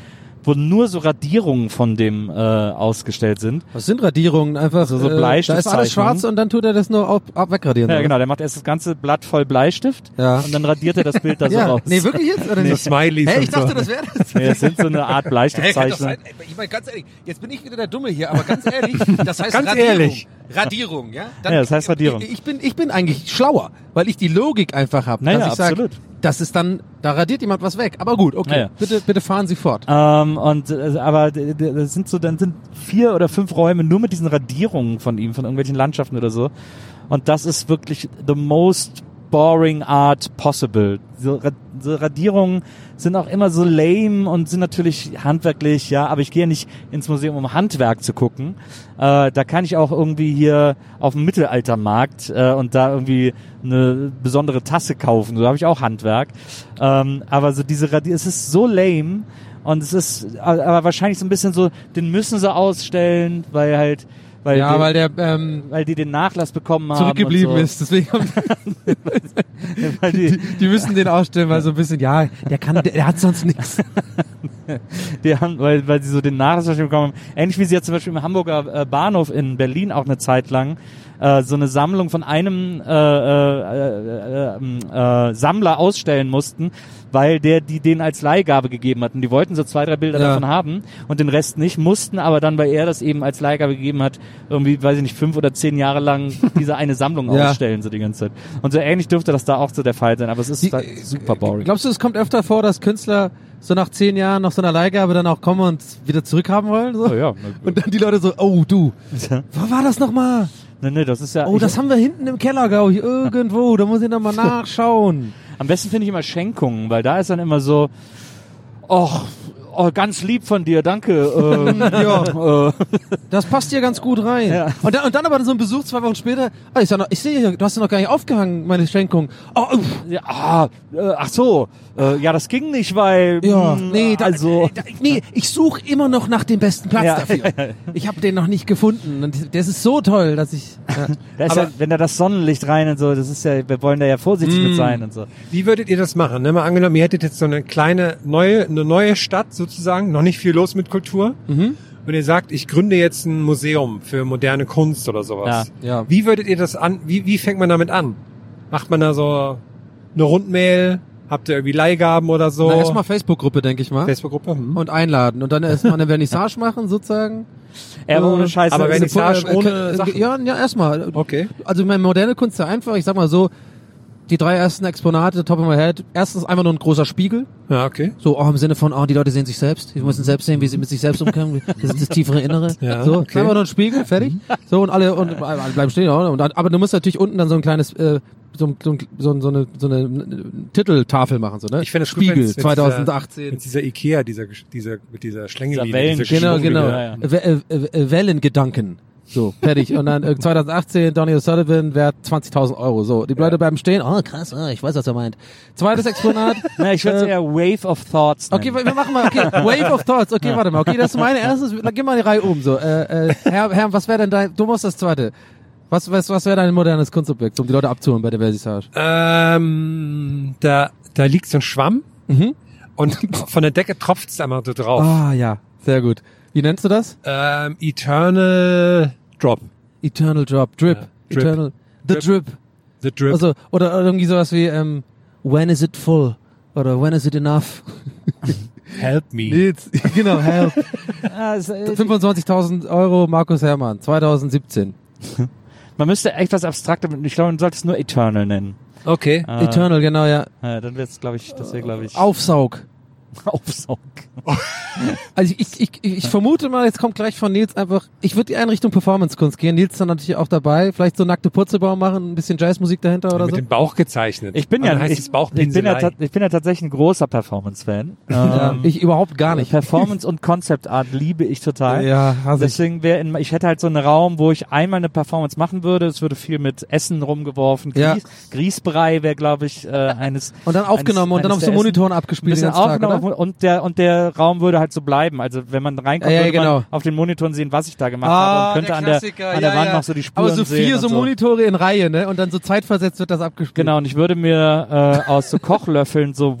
[SPEAKER 3] wo nur so Radierungen von dem äh, ausgestellt sind.
[SPEAKER 2] was sind Radierungen? Einfach
[SPEAKER 3] So- so
[SPEAKER 2] äh, da ist alles
[SPEAKER 3] Bleistiftzeichnungen.
[SPEAKER 2] schwarz und dann tut er das nur ab, ab wegradieren.
[SPEAKER 3] Ja,
[SPEAKER 2] oder?
[SPEAKER 3] genau. Der macht erst das ganze Blatt voll Bleistift
[SPEAKER 2] Ja.
[SPEAKER 3] und dann radiert er das Bild da so
[SPEAKER 2] ja.
[SPEAKER 3] raus.
[SPEAKER 2] Nee, wirklich jetzt? Oder
[SPEAKER 4] So
[SPEAKER 2] nicht?
[SPEAKER 4] Smileys
[SPEAKER 2] Hä,
[SPEAKER 4] und
[SPEAKER 2] ich dachte,
[SPEAKER 4] so.
[SPEAKER 2] das wäre das.
[SPEAKER 3] Nee, das sind so eine Art
[SPEAKER 2] Hey, kann doch sein.
[SPEAKER 3] Bleistiftzeichen.
[SPEAKER 2] Ey, Ich meine, ganz ehrlich, jetzt bin ich wieder der Dumme hier, aber ganz ehrlich, das heißt
[SPEAKER 4] Ganz
[SPEAKER 2] Radierung.
[SPEAKER 4] ehrlich.
[SPEAKER 2] Radierung, ja?
[SPEAKER 3] Ja, das heißt Radierung.
[SPEAKER 2] Ich, ich, bin, ich bin eigentlich schlauer, weil ich die Logik einfach habe.
[SPEAKER 3] Naja,
[SPEAKER 2] dass ich sag,
[SPEAKER 3] absolut.
[SPEAKER 2] das ist dann, da radiert jemand was weg. Aber gut, okay,
[SPEAKER 3] Naja.
[SPEAKER 2] bitte, bitte fahren Sie fort.
[SPEAKER 3] Ähm, und äh, aber d- d- das sind so dann sind vier oder fünf Räume nur mit diesen Radierungen von ihm, von irgendwelchen Landschaften oder so. Und das ist wirklich the most boring art possible. So, Ra- so Radierungen sind auch immer so lame und sind natürlich handwerklich, ja, aber ich gehe ja nicht ins Museum, um Handwerk zu gucken. Äh, da kann ich auch irgendwie hier auf dem Mittelaltermarkt äh, und da irgendwie eine besondere Tasse kaufen. So habe ich auch Handwerk. Ähm, aber so diese Radier, es ist so lame und es ist a- aber wahrscheinlich so ein bisschen so, den müssen sie ausstellen, weil halt, weil, die,
[SPEAKER 2] der ähm,
[SPEAKER 3] weil die den Nachlass bekommen haben. und so.
[SPEAKER 2] Deswegen haben
[SPEAKER 3] Weil die,
[SPEAKER 2] die müssen den ausstellen, weil so ein bisschen, ja, der kann, der, der hat sonst nichts.
[SPEAKER 3] die haben, weil, weil sie so den Nachlass wahrscheinlich bekommen haben. Ähnlich wie sie ja zum Beispiel im Hamburger äh, Bahnhof in Berlin auch eine Zeit lang äh, so eine Sammlung von einem äh, äh, äh, äh, äh, Sammler ausstellen mussten, weil der die denen als Leihgabe gegeben hat. Und die wollten so zwei, drei Bilder
[SPEAKER 2] Ja.
[SPEAKER 3] davon haben und den Rest nicht, mussten aber dann, weil er das eben als Leihgabe gegeben hat, irgendwie, weiß ich nicht, fünf oder zehn Jahre lang diese eine Sammlung
[SPEAKER 2] Ja.
[SPEAKER 3] ausstellen, so die ganze Zeit. Und so ähnlich dürfte das da auch so der Fall sein, aber es ist
[SPEAKER 2] Die- äh,
[SPEAKER 3] halt super boring.
[SPEAKER 2] Glaubst du, es kommt öfter vor, dass Künstler so nach zehn Jahren nach so einer Leihgabe dann auch kommen und wieder zurückhaben wollen. So.
[SPEAKER 3] Oh ja.
[SPEAKER 2] Und dann die Leute so, oh du,
[SPEAKER 3] Tja.
[SPEAKER 2] was war das nochmal?
[SPEAKER 3] Nee, nee, das ist ja.
[SPEAKER 2] Oh,
[SPEAKER 3] ich,
[SPEAKER 2] das haben wir hinten im Keller, glaube ich, irgendwo. Da muss ich nochmal nachschauen.
[SPEAKER 3] am besten finde ich immer Schenkungen, weil da ist dann immer so, och, oh, ganz lieb von dir, danke. Ähm, ja. Äh,
[SPEAKER 2] Das passt hier ganz gut rein.
[SPEAKER 3] Ja.
[SPEAKER 2] Und, dann, und dann aber so ein Besuch zwei Wochen später. Ah, ich, sag noch, ich sehe, hier, du hast ja noch gar nicht aufgehangen, meine Schenkung. Oh, uff.
[SPEAKER 3] ja, ah, äh, ach so, äh, ja, das ging nicht, weil.
[SPEAKER 2] Ja,
[SPEAKER 3] mh,
[SPEAKER 2] nee, da, äh,
[SPEAKER 3] also.
[SPEAKER 2] da, nee, ich suche immer noch nach dem besten Platz
[SPEAKER 3] Ja.
[SPEAKER 2] dafür. Ich habe den noch nicht gefunden. Und das ist so toll, dass ich. äh, Ja.
[SPEAKER 3] Da ist
[SPEAKER 2] aber-
[SPEAKER 3] ja, wenn da das Sonnenlicht rein und so, das ist ja, wir wollen da ja vorsichtig mit sein und so.
[SPEAKER 4] Wie würdet ihr das machen? Ne? Mal angenommen, ihr hättet jetzt so eine kleine, neue, eine neue Stadt sozusagen, noch nicht viel los mit Kultur.
[SPEAKER 2] Mhm.
[SPEAKER 4] Und ihr sagt, ich gründe jetzt ein Museum für moderne Kunst oder sowas.
[SPEAKER 2] Ja. Ja.
[SPEAKER 4] Wie würdet ihr das an, wie, wie fängt man damit an? Macht man da so eine Rundmail? Habt ihr irgendwie Leihgaben oder so?
[SPEAKER 2] Na, erstmal Facebook-Gruppe, denke ich mal.
[SPEAKER 4] Facebook-Gruppe? Hm.
[SPEAKER 2] Und einladen. Und dann erstmal eine Vernissage machen, sozusagen.
[SPEAKER 3] Ja, aber
[SPEAKER 2] Äh,
[SPEAKER 3] ohne Scheiße.
[SPEAKER 4] aber
[SPEAKER 3] das
[SPEAKER 4] wenn
[SPEAKER 3] ist
[SPEAKER 4] ich- Vernissage
[SPEAKER 2] Äh,
[SPEAKER 4] ohne
[SPEAKER 2] äh,
[SPEAKER 4] Sachen.
[SPEAKER 2] Ja, ja erstmal.
[SPEAKER 4] Okay.
[SPEAKER 2] Also meine moderne Kunst ist ja einfach. Ich sag mal so, die drei ersten Exponate, top of my head. Erstens einfach nur ein großer Spiegel.
[SPEAKER 4] Ja, okay.
[SPEAKER 2] So oh, im Sinne von, oh, die Leute sehen sich selbst. Wir müssen selbst sehen, wie sie mit sich selbst umkommen. Das ist das tiefere Innere.
[SPEAKER 4] Ja,
[SPEAKER 2] so,
[SPEAKER 4] okay.
[SPEAKER 2] einfach nur ein Spiegel, fertig. So, und alle, und alle bleiben stehen. ja. Und dann, aber du musst natürlich unten dann so ein kleines... Äh, so, ein- so, ein- so, ein- so eine, so eine äh, Titeltafel machen, so, ne?
[SPEAKER 4] Ich finde das
[SPEAKER 2] Spiegel
[SPEAKER 4] gut, wenn's- wenn's,
[SPEAKER 2] 2018.
[SPEAKER 4] äh, Mit dieser Ikea, dieser, Gesch- dieser, mit dieser Schlänge.
[SPEAKER 3] Dieser Wellen-
[SPEAKER 2] Genau,
[SPEAKER 3] Schwung,
[SPEAKER 2] genau.
[SPEAKER 3] ja, ja.
[SPEAKER 2] We- äh, äh, äh, Wellengedanken. So, fertig. Und dann äh, 2018, Donny O'Sullivan wert 20.000 Euro. So, die Leute bleiben stehen. Oh, krass, oh, ich weiß, was er meint. Zweites Exponat.
[SPEAKER 3] Na, ich würde eher Wave of Thoughts nennen.
[SPEAKER 2] Okay, wa- wir machen mal, okay, Wave of Thoughts, okay, warte mal, okay, das ist meine erste, dann geh mal die Reihe um, so, äh, äh, Herr, Herr, was wäre denn dein, du musst das zweite, was, was, was wäre dein modernes Kunstobjekt, um die Leute abzuholen bei der Vernissage?
[SPEAKER 4] Ähm, da, da liegt so ein Schwamm.
[SPEAKER 2] Mhm.
[SPEAKER 4] Und von der Decke tropft es einmal so drauf.
[SPEAKER 2] Ah, ja, sehr gut. Wie nennst du das?
[SPEAKER 4] Ähm, Eternal Drop.
[SPEAKER 2] Eternal Drop, Drip,
[SPEAKER 4] Äh, Ja, Drip.
[SPEAKER 2] Eternal, The
[SPEAKER 4] Drip.
[SPEAKER 2] Drip.
[SPEAKER 4] The Drip.
[SPEAKER 2] Also, oder oder irgendwie sowas wie, ähm, when is it full? Oder when is it enough?
[SPEAKER 4] help me.
[SPEAKER 2] genau, help.
[SPEAKER 3] Ja, es, äh,
[SPEAKER 2] 25.000 Euro Markus Hermann, 2017.
[SPEAKER 3] man müsste echt was abstrakter, ich glaube, man sollte es nur Eternal nennen.
[SPEAKER 4] Okay.
[SPEAKER 3] Äh,
[SPEAKER 2] Eternal, genau, ja.
[SPEAKER 3] Äh, dann wird's, glaube ich, das wäre, glaube ich,
[SPEAKER 2] Aufsaug.
[SPEAKER 3] Aufsaug.
[SPEAKER 2] Also ich, ich, ich, ich vermute mal, jetzt kommt gleich von Nils einfach, ich würde eher in Richtung Performance-Kunst gehen. Nils ist dann natürlich auch dabei. Vielleicht so nackte Purzelbaum machen, ein bisschen Jazzmusik dahinter oder
[SPEAKER 4] mit
[SPEAKER 2] so.
[SPEAKER 4] dem Bauch gezeichnet.
[SPEAKER 3] Ich bin
[SPEAKER 2] Ah,
[SPEAKER 3] ja,
[SPEAKER 4] Also heißt
[SPEAKER 3] ich,
[SPEAKER 4] es
[SPEAKER 3] ich, bin ja
[SPEAKER 4] Bauchpinselei.
[SPEAKER 3] ta- ich bin ja tatsächlich ein großer Performance-Fan. Ähm,
[SPEAKER 4] ähm,
[SPEAKER 2] Ja, ich überhaupt
[SPEAKER 4] äh,
[SPEAKER 2] gar nicht.
[SPEAKER 3] Performance und Concept Art liebe ich total.
[SPEAKER 2] Ja, hasse ich.
[SPEAKER 3] Deswegen wäre in, ich hätte halt so einen Raum, wo ich einmal eine Performance machen würde. Es würde viel mit Essen rumgeworfen.
[SPEAKER 2] Ja.
[SPEAKER 3] Grieß, Grießbrei wäre, glaube ich, äh, eines.
[SPEAKER 2] Und dann aufgenommen
[SPEAKER 3] eines,
[SPEAKER 2] und dann
[SPEAKER 3] eines
[SPEAKER 2] auf so
[SPEAKER 3] der Essen.
[SPEAKER 2] Monitoren
[SPEAKER 3] Ein
[SPEAKER 2] abgespielt. den
[SPEAKER 3] bisschen
[SPEAKER 2] ganzen Tag,
[SPEAKER 3] aufgenommen und der und der Raum würde halt so bleiben. Also wenn man reinkommt,
[SPEAKER 2] Ja, ja,
[SPEAKER 3] würde
[SPEAKER 2] genau.
[SPEAKER 3] man auf den Monitoren sehen, was ich da gemacht
[SPEAKER 2] Ah,
[SPEAKER 3] habe und könnte an der,
[SPEAKER 2] Klassiker,
[SPEAKER 3] an der
[SPEAKER 2] ja,
[SPEAKER 3] Wand
[SPEAKER 2] ja.
[SPEAKER 3] noch so die Spuren
[SPEAKER 2] Aber so
[SPEAKER 3] sehen.
[SPEAKER 2] vier
[SPEAKER 3] und
[SPEAKER 2] so
[SPEAKER 3] so.
[SPEAKER 2] Monitore in Reihe, ne? Und dann so zeitversetzt wird das abgespielt.
[SPEAKER 3] Genau, und ich würde mir äh, aus so Kochlöffeln so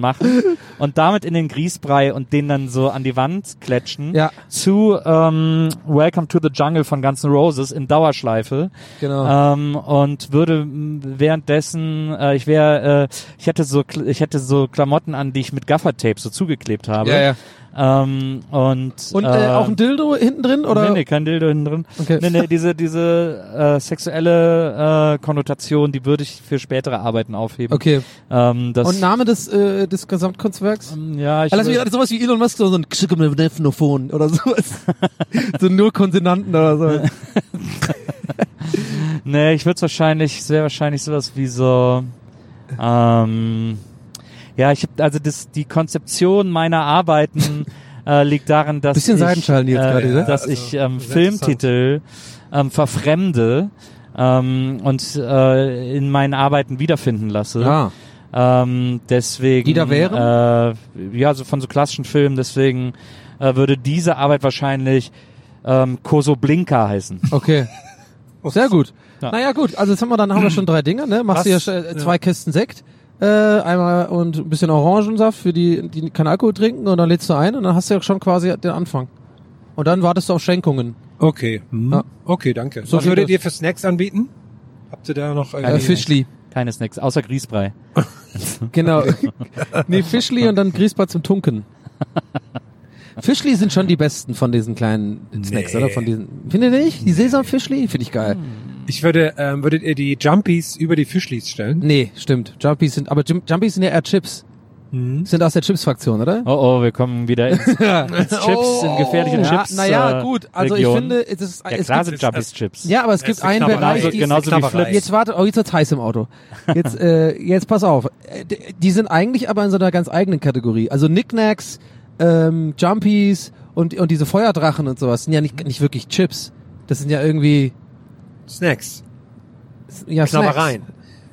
[SPEAKER 3] machen und damit in den Grießbrei und den dann so an die Wand klatschen.
[SPEAKER 2] Ja.
[SPEAKER 3] Zu ähm, Welcome to the Jungle von Guns N' Roses in Dauerschleife.
[SPEAKER 2] Genau.
[SPEAKER 3] Ähm, und würde mh, währenddessen, äh, ich wäre, äh, ich hätte so, Kl- ich hätte so Klamotten an, die ich mit Gaffertape so zugeklebt habe.
[SPEAKER 2] ja, ja.
[SPEAKER 3] Ähm, und ähm,
[SPEAKER 2] Und äh, auch ein Dildo hinten drin oder?
[SPEAKER 3] Nee, nee, kein Dildo hinten drin.
[SPEAKER 2] Okay.
[SPEAKER 3] Nee, nee, diese, diese äh, sexuelle äh, Konnotation, die würde ich für spätere Arbeiten aufheben.
[SPEAKER 2] Okay.
[SPEAKER 3] Ähm, das, Ähm,
[SPEAKER 2] Und Name des äh, des Gesamtkunstwerks?
[SPEAKER 3] ja, ich
[SPEAKER 2] Lass mich
[SPEAKER 3] würde,
[SPEAKER 2] gerade sowas wie Elon Musk so so ein Xikomnephnophon oder sowas. so nur Konsonanten oder so.
[SPEAKER 3] nee, ich würde wahrscheinlich, sehr wahrscheinlich sowas wie so, ähm, ja, ich habe also das, die Konzeption meiner Arbeiten äh, liegt darin, dass
[SPEAKER 2] Bisschen
[SPEAKER 3] ich, äh,
[SPEAKER 2] Seidenschalen jetzt gerade, ne?
[SPEAKER 3] dass
[SPEAKER 4] Also,
[SPEAKER 3] ich ähm,
[SPEAKER 4] sehr interessant.
[SPEAKER 3] Filmtitel ähm, verfremde ähm, und äh, in meinen Arbeiten wiederfinden lasse. Ähm, deswegen.
[SPEAKER 2] Die da wären?
[SPEAKER 3] Äh, ja, so von so klassischen Filmen. Deswegen äh, würde diese Arbeit wahrscheinlich ähm, Koso Blinka heißen.
[SPEAKER 2] Okay. Sehr gut.
[SPEAKER 3] Ja.
[SPEAKER 2] Naja, gut. Also jetzt haben wir dann haben wir schon drei Dinge, ne? Machst du ja
[SPEAKER 4] Was?
[SPEAKER 2] schon, äh, zwei Kisten Sekt. Äh, einmal und ein bisschen Orangensaft für die, die keinen Alkohol trinken und dann lädst du ein und dann hast du ja schon quasi den Anfang. Und dann wartest du auf Schenkungen.
[SPEAKER 4] okay. Hm.
[SPEAKER 2] Ja.
[SPEAKER 4] Okay, danke.
[SPEAKER 2] So
[SPEAKER 4] Was
[SPEAKER 2] geht
[SPEAKER 4] würdet
[SPEAKER 2] das.
[SPEAKER 4] ihr für Snacks anbieten? Habt ihr da noch
[SPEAKER 2] Äh,
[SPEAKER 4] irgendwie-
[SPEAKER 2] Fischli.
[SPEAKER 3] Keine Snacks, außer Grießbrei.
[SPEAKER 2] Genau. nee, Fischli und dann Grießbad zum Tunken. Fischli sind schon die besten von diesen kleinen Snacks, oder? Von diesen. Findet ihr nicht? Die Sesamfischli? Finde ich geil.
[SPEAKER 4] Ich würde, ähm, würdet ihr die Jumpies über die Fischlis stellen?
[SPEAKER 2] Nee, stimmt. Jumpies sind, aber Jum- Jumpies sind ja eher Chips. Sind aus der Chips-Fraktion, oder?
[SPEAKER 3] Oh oh, wir kommen wieder ins, ins Chips, in gefährliche
[SPEAKER 2] Oh, ja,
[SPEAKER 3] Chips.
[SPEAKER 2] naja,
[SPEAKER 3] äh,
[SPEAKER 2] gut. Also
[SPEAKER 3] Region.
[SPEAKER 2] ich finde, es ist
[SPEAKER 3] ja,
[SPEAKER 2] es
[SPEAKER 3] klar
[SPEAKER 2] gibt,
[SPEAKER 3] sind Juppies Chips.
[SPEAKER 2] ja, aber es
[SPEAKER 4] ist
[SPEAKER 2] gibt
[SPEAKER 4] eine
[SPEAKER 2] einen
[SPEAKER 4] Knabberei.
[SPEAKER 2] Bereich,
[SPEAKER 3] genauso,
[SPEAKER 2] die
[SPEAKER 3] also genauso wie
[SPEAKER 4] Knabberei.
[SPEAKER 3] Flips.
[SPEAKER 2] Jetzt warte, oh, jetzt wird's heiß im Auto. Jetzt, äh, jetzt pass auf. Äh, d- Die sind eigentlich aber in so einer ganz eigenen Kategorie. Also Knickknacks, ähm, Jumpies und, und diese Feuerdrachen und sowas sind ja nicht, nicht wirklich Chips. Das sind ja irgendwie
[SPEAKER 4] Snacks.
[SPEAKER 2] ja,
[SPEAKER 4] Knabbereien.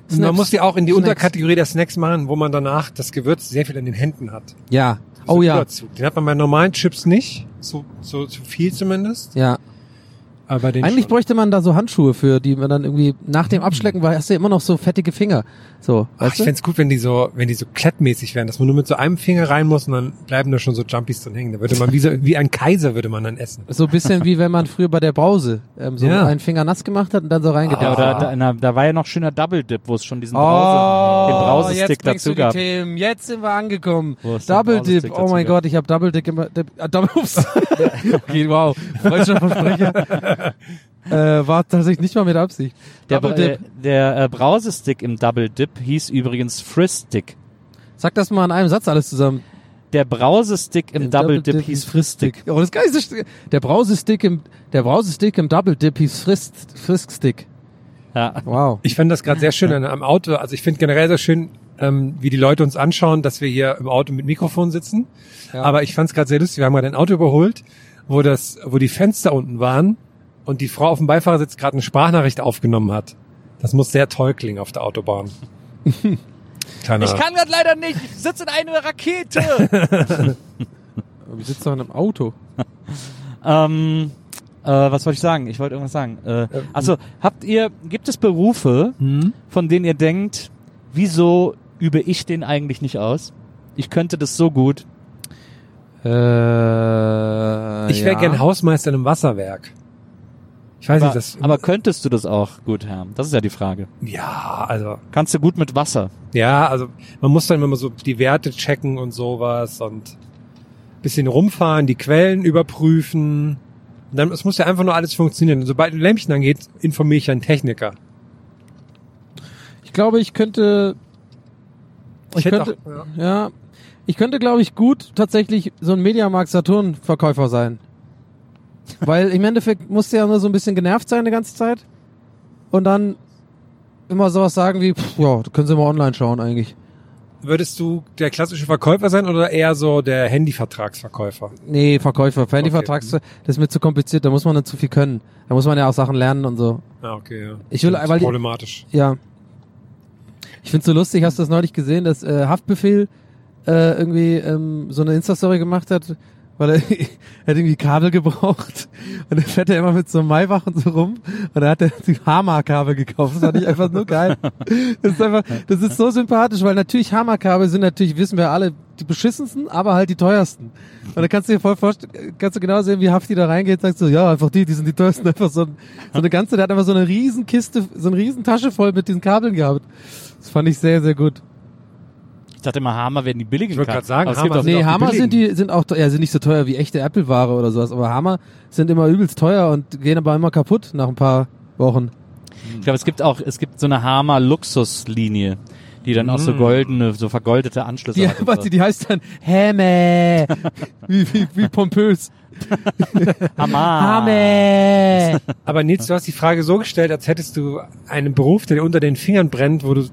[SPEAKER 2] Snacks.
[SPEAKER 4] Man muss die auch in die
[SPEAKER 2] Snacks.
[SPEAKER 4] Unterkategorie der Snacks machen, wo man danach das Gewürz sehr viel an den Händen hat.
[SPEAKER 2] Snacks. Ja.
[SPEAKER 4] So
[SPEAKER 2] Oh
[SPEAKER 4] ein
[SPEAKER 2] ja.
[SPEAKER 4] Überzug. Den hat man bei normalen Chips nicht. So, so, so viel zumindest.
[SPEAKER 2] Ja.
[SPEAKER 4] Aber bei den
[SPEAKER 2] Eigentlich
[SPEAKER 4] schon. Hm.
[SPEAKER 2] bräuchte man da so Handschuhe für, die man dann irgendwie nach dem Abschlecken, weil hast du ja immer noch so fettige Finger. So,
[SPEAKER 4] Ach, ich
[SPEAKER 2] weißt du?
[SPEAKER 4] fänd's gut, wenn die so, wenn die so klettmäßig wären, dass man nur mit so einem Finger rein muss und dann bleiben da schon so Jumpies drin hängen. Da würde man wie, so, wie ein Kaiser würde man dann essen.
[SPEAKER 2] So ein bisschen wie wenn man früher bei der Brause ähm, so
[SPEAKER 4] Ja.
[SPEAKER 2] einen Finger nass gemacht hat und dann so reingedacht
[SPEAKER 3] Ja,
[SPEAKER 2] hat.
[SPEAKER 3] oder da, na, da war ja noch schöner Double Dip, wo es schon diesen
[SPEAKER 2] Oh,
[SPEAKER 3] Brause, den Brausestick
[SPEAKER 2] jetzt bringst
[SPEAKER 3] dazu
[SPEAKER 2] du die
[SPEAKER 3] gab.
[SPEAKER 2] Themen. Jetzt sind wir angekommen.
[SPEAKER 3] Wo ist der
[SPEAKER 2] Double
[SPEAKER 3] Brausestick
[SPEAKER 2] Dip. Oh
[SPEAKER 3] dazu
[SPEAKER 2] mein
[SPEAKER 3] gab?
[SPEAKER 2] Gott, ich habe Double Dip immer. Dip, ah, Double, ups. okay, wow. Falscher Versprecher. äh, war tatsächlich nicht mal mit Absicht.
[SPEAKER 3] Der,
[SPEAKER 2] Double
[SPEAKER 3] Bra-
[SPEAKER 2] Dip.
[SPEAKER 3] der äh, Brausestick im Double Dip hieß übrigens Fristick.
[SPEAKER 2] Sag das mal in einem Satz alles zusammen.
[SPEAKER 3] Der Brausestick im, Double, Dip, hieß Fristick.
[SPEAKER 2] Oh, das geilste. St- Der Brausestick im, der Brausestick im Double Dip hieß Frist, Friststick.
[SPEAKER 3] Ja.
[SPEAKER 2] Wow.
[SPEAKER 4] Ich fand das gerade sehr schön an- am Auto. Also ich finde generell sehr schön, ähm, wie die Leute uns anschauen, dass wir hier im Auto mit Mikrofon sitzen. Aber ich fand es gerade sehr lustig. Wir haben gerade ein Auto überholt, wo das, wo die Fenster unten waren und die Frau auf dem Beifahrersitz gerade eine Sprachnachricht aufgenommen hat. Das muss sehr toll klingen auf der Autobahn. Kleiner.
[SPEAKER 3] das leider nicht. Ich sitze in einer Rakete.
[SPEAKER 2] Wir sitzen doch in einem Auto.
[SPEAKER 3] Ähm, äh, was wollte ich sagen? Ich wollte irgendwas sagen. Äh, also habt ihr, gibt es Berufe, von denen ihr denkt, wieso übe ich den eigentlich nicht aus? Ich könnte das so gut.
[SPEAKER 2] Äh,
[SPEAKER 4] ich wäre
[SPEAKER 2] ja.
[SPEAKER 4] gern Hausmeister in einem Wasserwerk. Ich weiß
[SPEAKER 3] Aber,
[SPEAKER 4] nicht, das.
[SPEAKER 3] aber könntest du das auch gut, Herr? Das ist ja die Frage.
[SPEAKER 4] ja, also
[SPEAKER 3] Kannst du gut mit Wasser?
[SPEAKER 4] Ja, also man muss dann immer so die Werte checken und sowas und bisschen rumfahren, die Quellen überprüfen. Und dann, es muss ja einfach nur alles funktionieren. Und sobald ein Lämpchen angeht, informiere ich einen Techniker.
[SPEAKER 2] Ich glaube, ich könnte. Ich,
[SPEAKER 4] hätte
[SPEAKER 2] könnte.
[SPEAKER 4] auch, ja.
[SPEAKER 2] ja. Ich könnte, glaube ich, gut tatsächlich so ein Mediamarkt Saturn Verkäufer sein. Weil im Endeffekt musste ja nur so ein bisschen genervt sein die ganze Zeit. Und dann immer sowas sagen wie, pff, ja, können Sie mal online schauen eigentlich.
[SPEAKER 4] Würdest du der klassische Verkäufer sein oder eher so der Handyvertragsverkäufer?
[SPEAKER 2] Nee, Verkäufer, Handyvertrags,
[SPEAKER 4] Okay.
[SPEAKER 2] das ist mir zu kompliziert, da muss man dann zu viel können. Da muss man ja auch Sachen lernen und so.
[SPEAKER 4] Ah, okay, ja.
[SPEAKER 2] Ich will-
[SPEAKER 4] Stimmt,
[SPEAKER 2] weil die-
[SPEAKER 4] problematisch.
[SPEAKER 2] Ja. Ich find's so lustig, hast du das neulich gesehen, dass äh, Haftbefehl äh, irgendwie ähm, so eine Insta-Story gemacht hat, weil er, er hat irgendwie Kabel gebraucht und dann fährt er immer mit so einem Maybach und so rum und da hat er die Hama-Kabel gekauft. Das fand ich einfach nur geil. Das ist einfach, das ist so sympathisch, weil natürlich Hama-Kabel sind natürlich, wissen wir alle, die beschissensten, aber halt die teuersten. Und da kannst du dir voll vorstellen, kannst du genau sehen, wie Hafti da reingeht und sagt so, ja, einfach die, die sind die teuersten. Einfach so, ein, so eine ganze, der hat einfach so eine riesen Kiste, so eine riesen Tasche voll mit diesen Kabeln gehabt. Das fand ich sehr, sehr gut.
[SPEAKER 3] Ich dachte immer, Hammer werden die billigen.
[SPEAKER 4] Ich wollte
[SPEAKER 3] Karten.
[SPEAKER 4] gerade sagen,
[SPEAKER 3] Aber es gibt
[SPEAKER 4] Hammer
[SPEAKER 2] Nee, Hammer
[SPEAKER 3] auch-
[SPEAKER 4] sind auch die
[SPEAKER 2] sind
[SPEAKER 4] billigen.
[SPEAKER 2] die sind auch teuer, ja, sind nicht so teuer wie echte Apple-Ware oder sowas, aber Hammer sind immer übelst teuer und gehen aber immer kaputt nach ein paar Wochen.
[SPEAKER 3] Ich glaube, es gibt auch, es gibt so eine Hammer Luxuslinie, die dann auch so goldene, so vergoldete Anschlüsse
[SPEAKER 2] Die,
[SPEAKER 3] hat. und so.
[SPEAKER 2] warte, die heißt dann Häme. wie, wie, wie pompös. Ah.
[SPEAKER 3] Hammer.
[SPEAKER 2] Häme.
[SPEAKER 4] Aber Nils, du hast die Frage so gestellt, als hättest du einen Beruf, der dir unter den Fingern brennt, wo du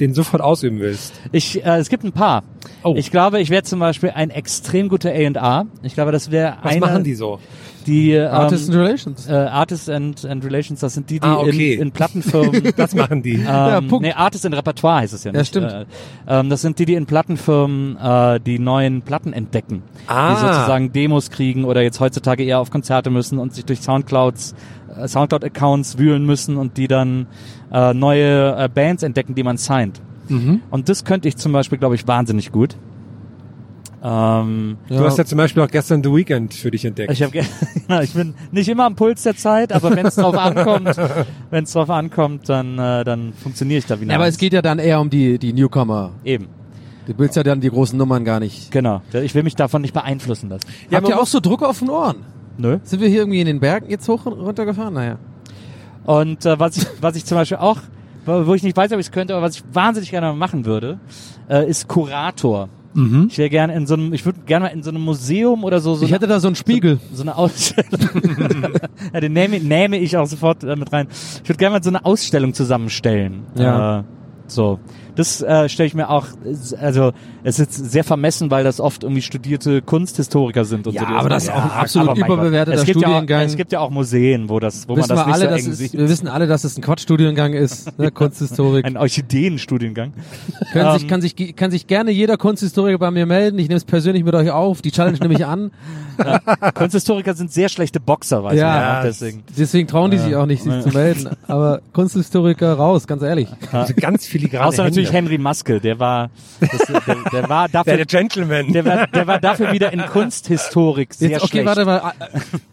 [SPEAKER 4] den sofort ausüben willst.
[SPEAKER 3] Ich, äh, es gibt ein paar.
[SPEAKER 4] Oh.
[SPEAKER 3] Ich glaube, ich wäre zum Beispiel ein extrem guter A&R. Ich glaube, das wäre
[SPEAKER 4] Was
[SPEAKER 3] einer,
[SPEAKER 4] machen die so?
[SPEAKER 3] die ähm,
[SPEAKER 2] Artists and Relations.
[SPEAKER 3] äh, Artists and, and Relations. Das sind die, die
[SPEAKER 4] Ah, okay.
[SPEAKER 3] in, in Plattenfirmen.
[SPEAKER 4] Was machen die?
[SPEAKER 2] Ja,
[SPEAKER 3] ähm,
[SPEAKER 2] Punkt.
[SPEAKER 3] Nee, Artists in Repertoire heißt es ja
[SPEAKER 2] Ja,
[SPEAKER 3] nicht.
[SPEAKER 2] stimmt.
[SPEAKER 3] Äh, ähm, das sind die, die in Plattenfirmen äh, die neuen Platten entdecken.
[SPEAKER 4] Ah.
[SPEAKER 3] Die sozusagen Demos kriegen oder jetzt heutzutage eher auf Konzerte müssen und sich durch Soundclouds, äh, Soundcloud-Accounts wühlen müssen und die dann äh, neue äh, Bands entdecken, die man signed.
[SPEAKER 2] Mhm.
[SPEAKER 3] Und das könnte ich zum Beispiel, glaube ich, wahnsinnig gut. Ähm,
[SPEAKER 4] Du hast ja zum Beispiel auch gestern The Weekend für dich entdeckt.
[SPEAKER 3] ich, hab, ge- ja, ich bin nicht immer am Puls der Zeit, aber wenn es drauf ankommt, wenn es drauf ankommt, dann, äh, dann funktioniere ich da wieder.
[SPEAKER 2] Ja, aber es geht ja dann eher um die, die Newcomer.
[SPEAKER 3] eben.
[SPEAKER 2] Du willst ja dann die großen Nummern gar nicht.
[SPEAKER 3] Genau. Ich will mich davon nicht beeinflussen lassen.
[SPEAKER 2] Ja, Habt ihr auch so Druck auf den Ohren?
[SPEAKER 3] Nö.
[SPEAKER 2] Sind wir hier irgendwie in den Bergen jetzt hoch und runter gefahren? Naja.
[SPEAKER 3] Und äh, was, ich, was ich zum Beispiel auch, wo wo ich nicht weiß, ob ich es könnte, aber was ich wahnsinnig gerne mal machen würde, äh, ist Kurator. Ich wäre gerne in so einem, ich würde gerne mal in so einem Museum oder so, so
[SPEAKER 2] Mhm. Ich
[SPEAKER 3] eine
[SPEAKER 2] hätte da so einen Spiegel.
[SPEAKER 3] so eine Ausstellung. ja, den nehme, nehme ich auch sofort äh, mit rein. Ich würde gerne mal so eine Ausstellung zusammenstellen.
[SPEAKER 2] Ja.
[SPEAKER 3] Äh, so. Das äh, stelle ich mir auch, äh, also es ist jetzt sehr vermessen, weil das oft irgendwie studierte Kunsthistoriker sind und
[SPEAKER 2] Ja,
[SPEAKER 3] so. die
[SPEAKER 2] aber das ist auch ein absolut
[SPEAKER 3] aber mein Gott.
[SPEAKER 2] überbewerteter
[SPEAKER 3] es gibt Ja
[SPEAKER 2] Studiengang.
[SPEAKER 3] auch, es gibt ja auch Museen, wo das, wo
[SPEAKER 2] Wissen
[SPEAKER 3] man
[SPEAKER 2] wir,
[SPEAKER 3] das nicht
[SPEAKER 2] alle,
[SPEAKER 3] so
[SPEAKER 2] dass
[SPEAKER 3] eng
[SPEAKER 2] es,
[SPEAKER 3] sieht.
[SPEAKER 2] wir wissen alle, dass es ein Quatschstudiengang ist, ne? Kunsthistorik.
[SPEAKER 3] Ein Orchideenstudiengang.
[SPEAKER 2] Können
[SPEAKER 3] Ähm,
[SPEAKER 2] sich, kann, sich, ge- kann sich gerne jeder Kunsthistoriker bei mir melden. Ich nehme es persönlich mit euch auf. Die Challenge nehme ich an.
[SPEAKER 3] Kunsthistoriker sind sehr schlechte Boxer, weiß
[SPEAKER 2] Ja.
[SPEAKER 3] man ja
[SPEAKER 2] Ja,
[SPEAKER 3] auch deswegen.
[SPEAKER 2] Deswegen trauen die sich auch nicht, sich zu melden. Aber Kunsthistoriker raus, ganz ehrlich.
[SPEAKER 4] Also ganz filigrane
[SPEAKER 3] Außer natürlich
[SPEAKER 4] Hände.
[SPEAKER 3] Henry Maske, der war, das, der, der war
[SPEAKER 4] Der,
[SPEAKER 3] dafür,
[SPEAKER 4] der Gentleman.
[SPEAKER 3] Der war, der war dafür wieder in Kunsthistorik sehr
[SPEAKER 2] Jetzt, okay,
[SPEAKER 3] schlecht.
[SPEAKER 2] warte mal. Ah,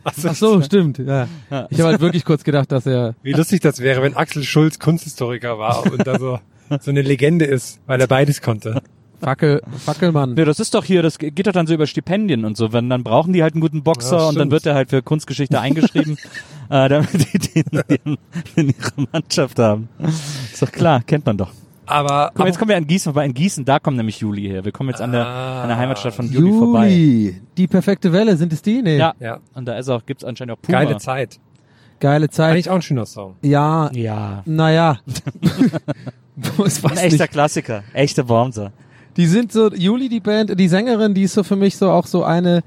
[SPEAKER 2] Ach so, stimmt. Ja. Ich habe halt wirklich kurz gedacht, dass er.
[SPEAKER 4] Wie lustig das wäre, wenn Axel Schulz Kunsthistoriker war und da so, so eine Legende ist, weil er beides konnte.
[SPEAKER 2] Fackel, Fackelmann.
[SPEAKER 3] Ja, das ist doch hier, das geht doch dann so über Stipendien und so. Wenn, dann brauchen die halt einen guten Boxer
[SPEAKER 4] Ja,
[SPEAKER 3] und dann
[SPEAKER 4] stimmt.
[SPEAKER 3] wird er halt für Kunstgeschichte eingeschrieben, äh, damit die den, den in ihrer Mannschaft haben. Ist doch klar, kennt man doch.
[SPEAKER 4] Aber,
[SPEAKER 3] Komm, jetzt kommen wir an Gießen vorbei. In Gießen, da kommt nämlich Juli her. Wir kommen jetzt an der,
[SPEAKER 4] Ah,
[SPEAKER 3] an der Heimatstadt von Juli, vorbei.
[SPEAKER 2] Juli, die perfekte Welle, sind es die? Nee.
[SPEAKER 3] Ja.
[SPEAKER 4] ja,
[SPEAKER 3] Und da ist auch, gibt's anscheinend auch Puma.
[SPEAKER 4] geile Zeit.
[SPEAKER 2] Geile Zeit.
[SPEAKER 4] Eigentlich auch ein schöner Song.
[SPEAKER 2] Ja,
[SPEAKER 3] Ja.
[SPEAKER 2] naja. es
[SPEAKER 3] Ein
[SPEAKER 2] weiß
[SPEAKER 3] echter
[SPEAKER 2] nicht.
[SPEAKER 3] Klassiker. Echte Wormser.
[SPEAKER 2] Die sind so, Juli, die Band, die Sängerin, die ist so für mich so auch so eine,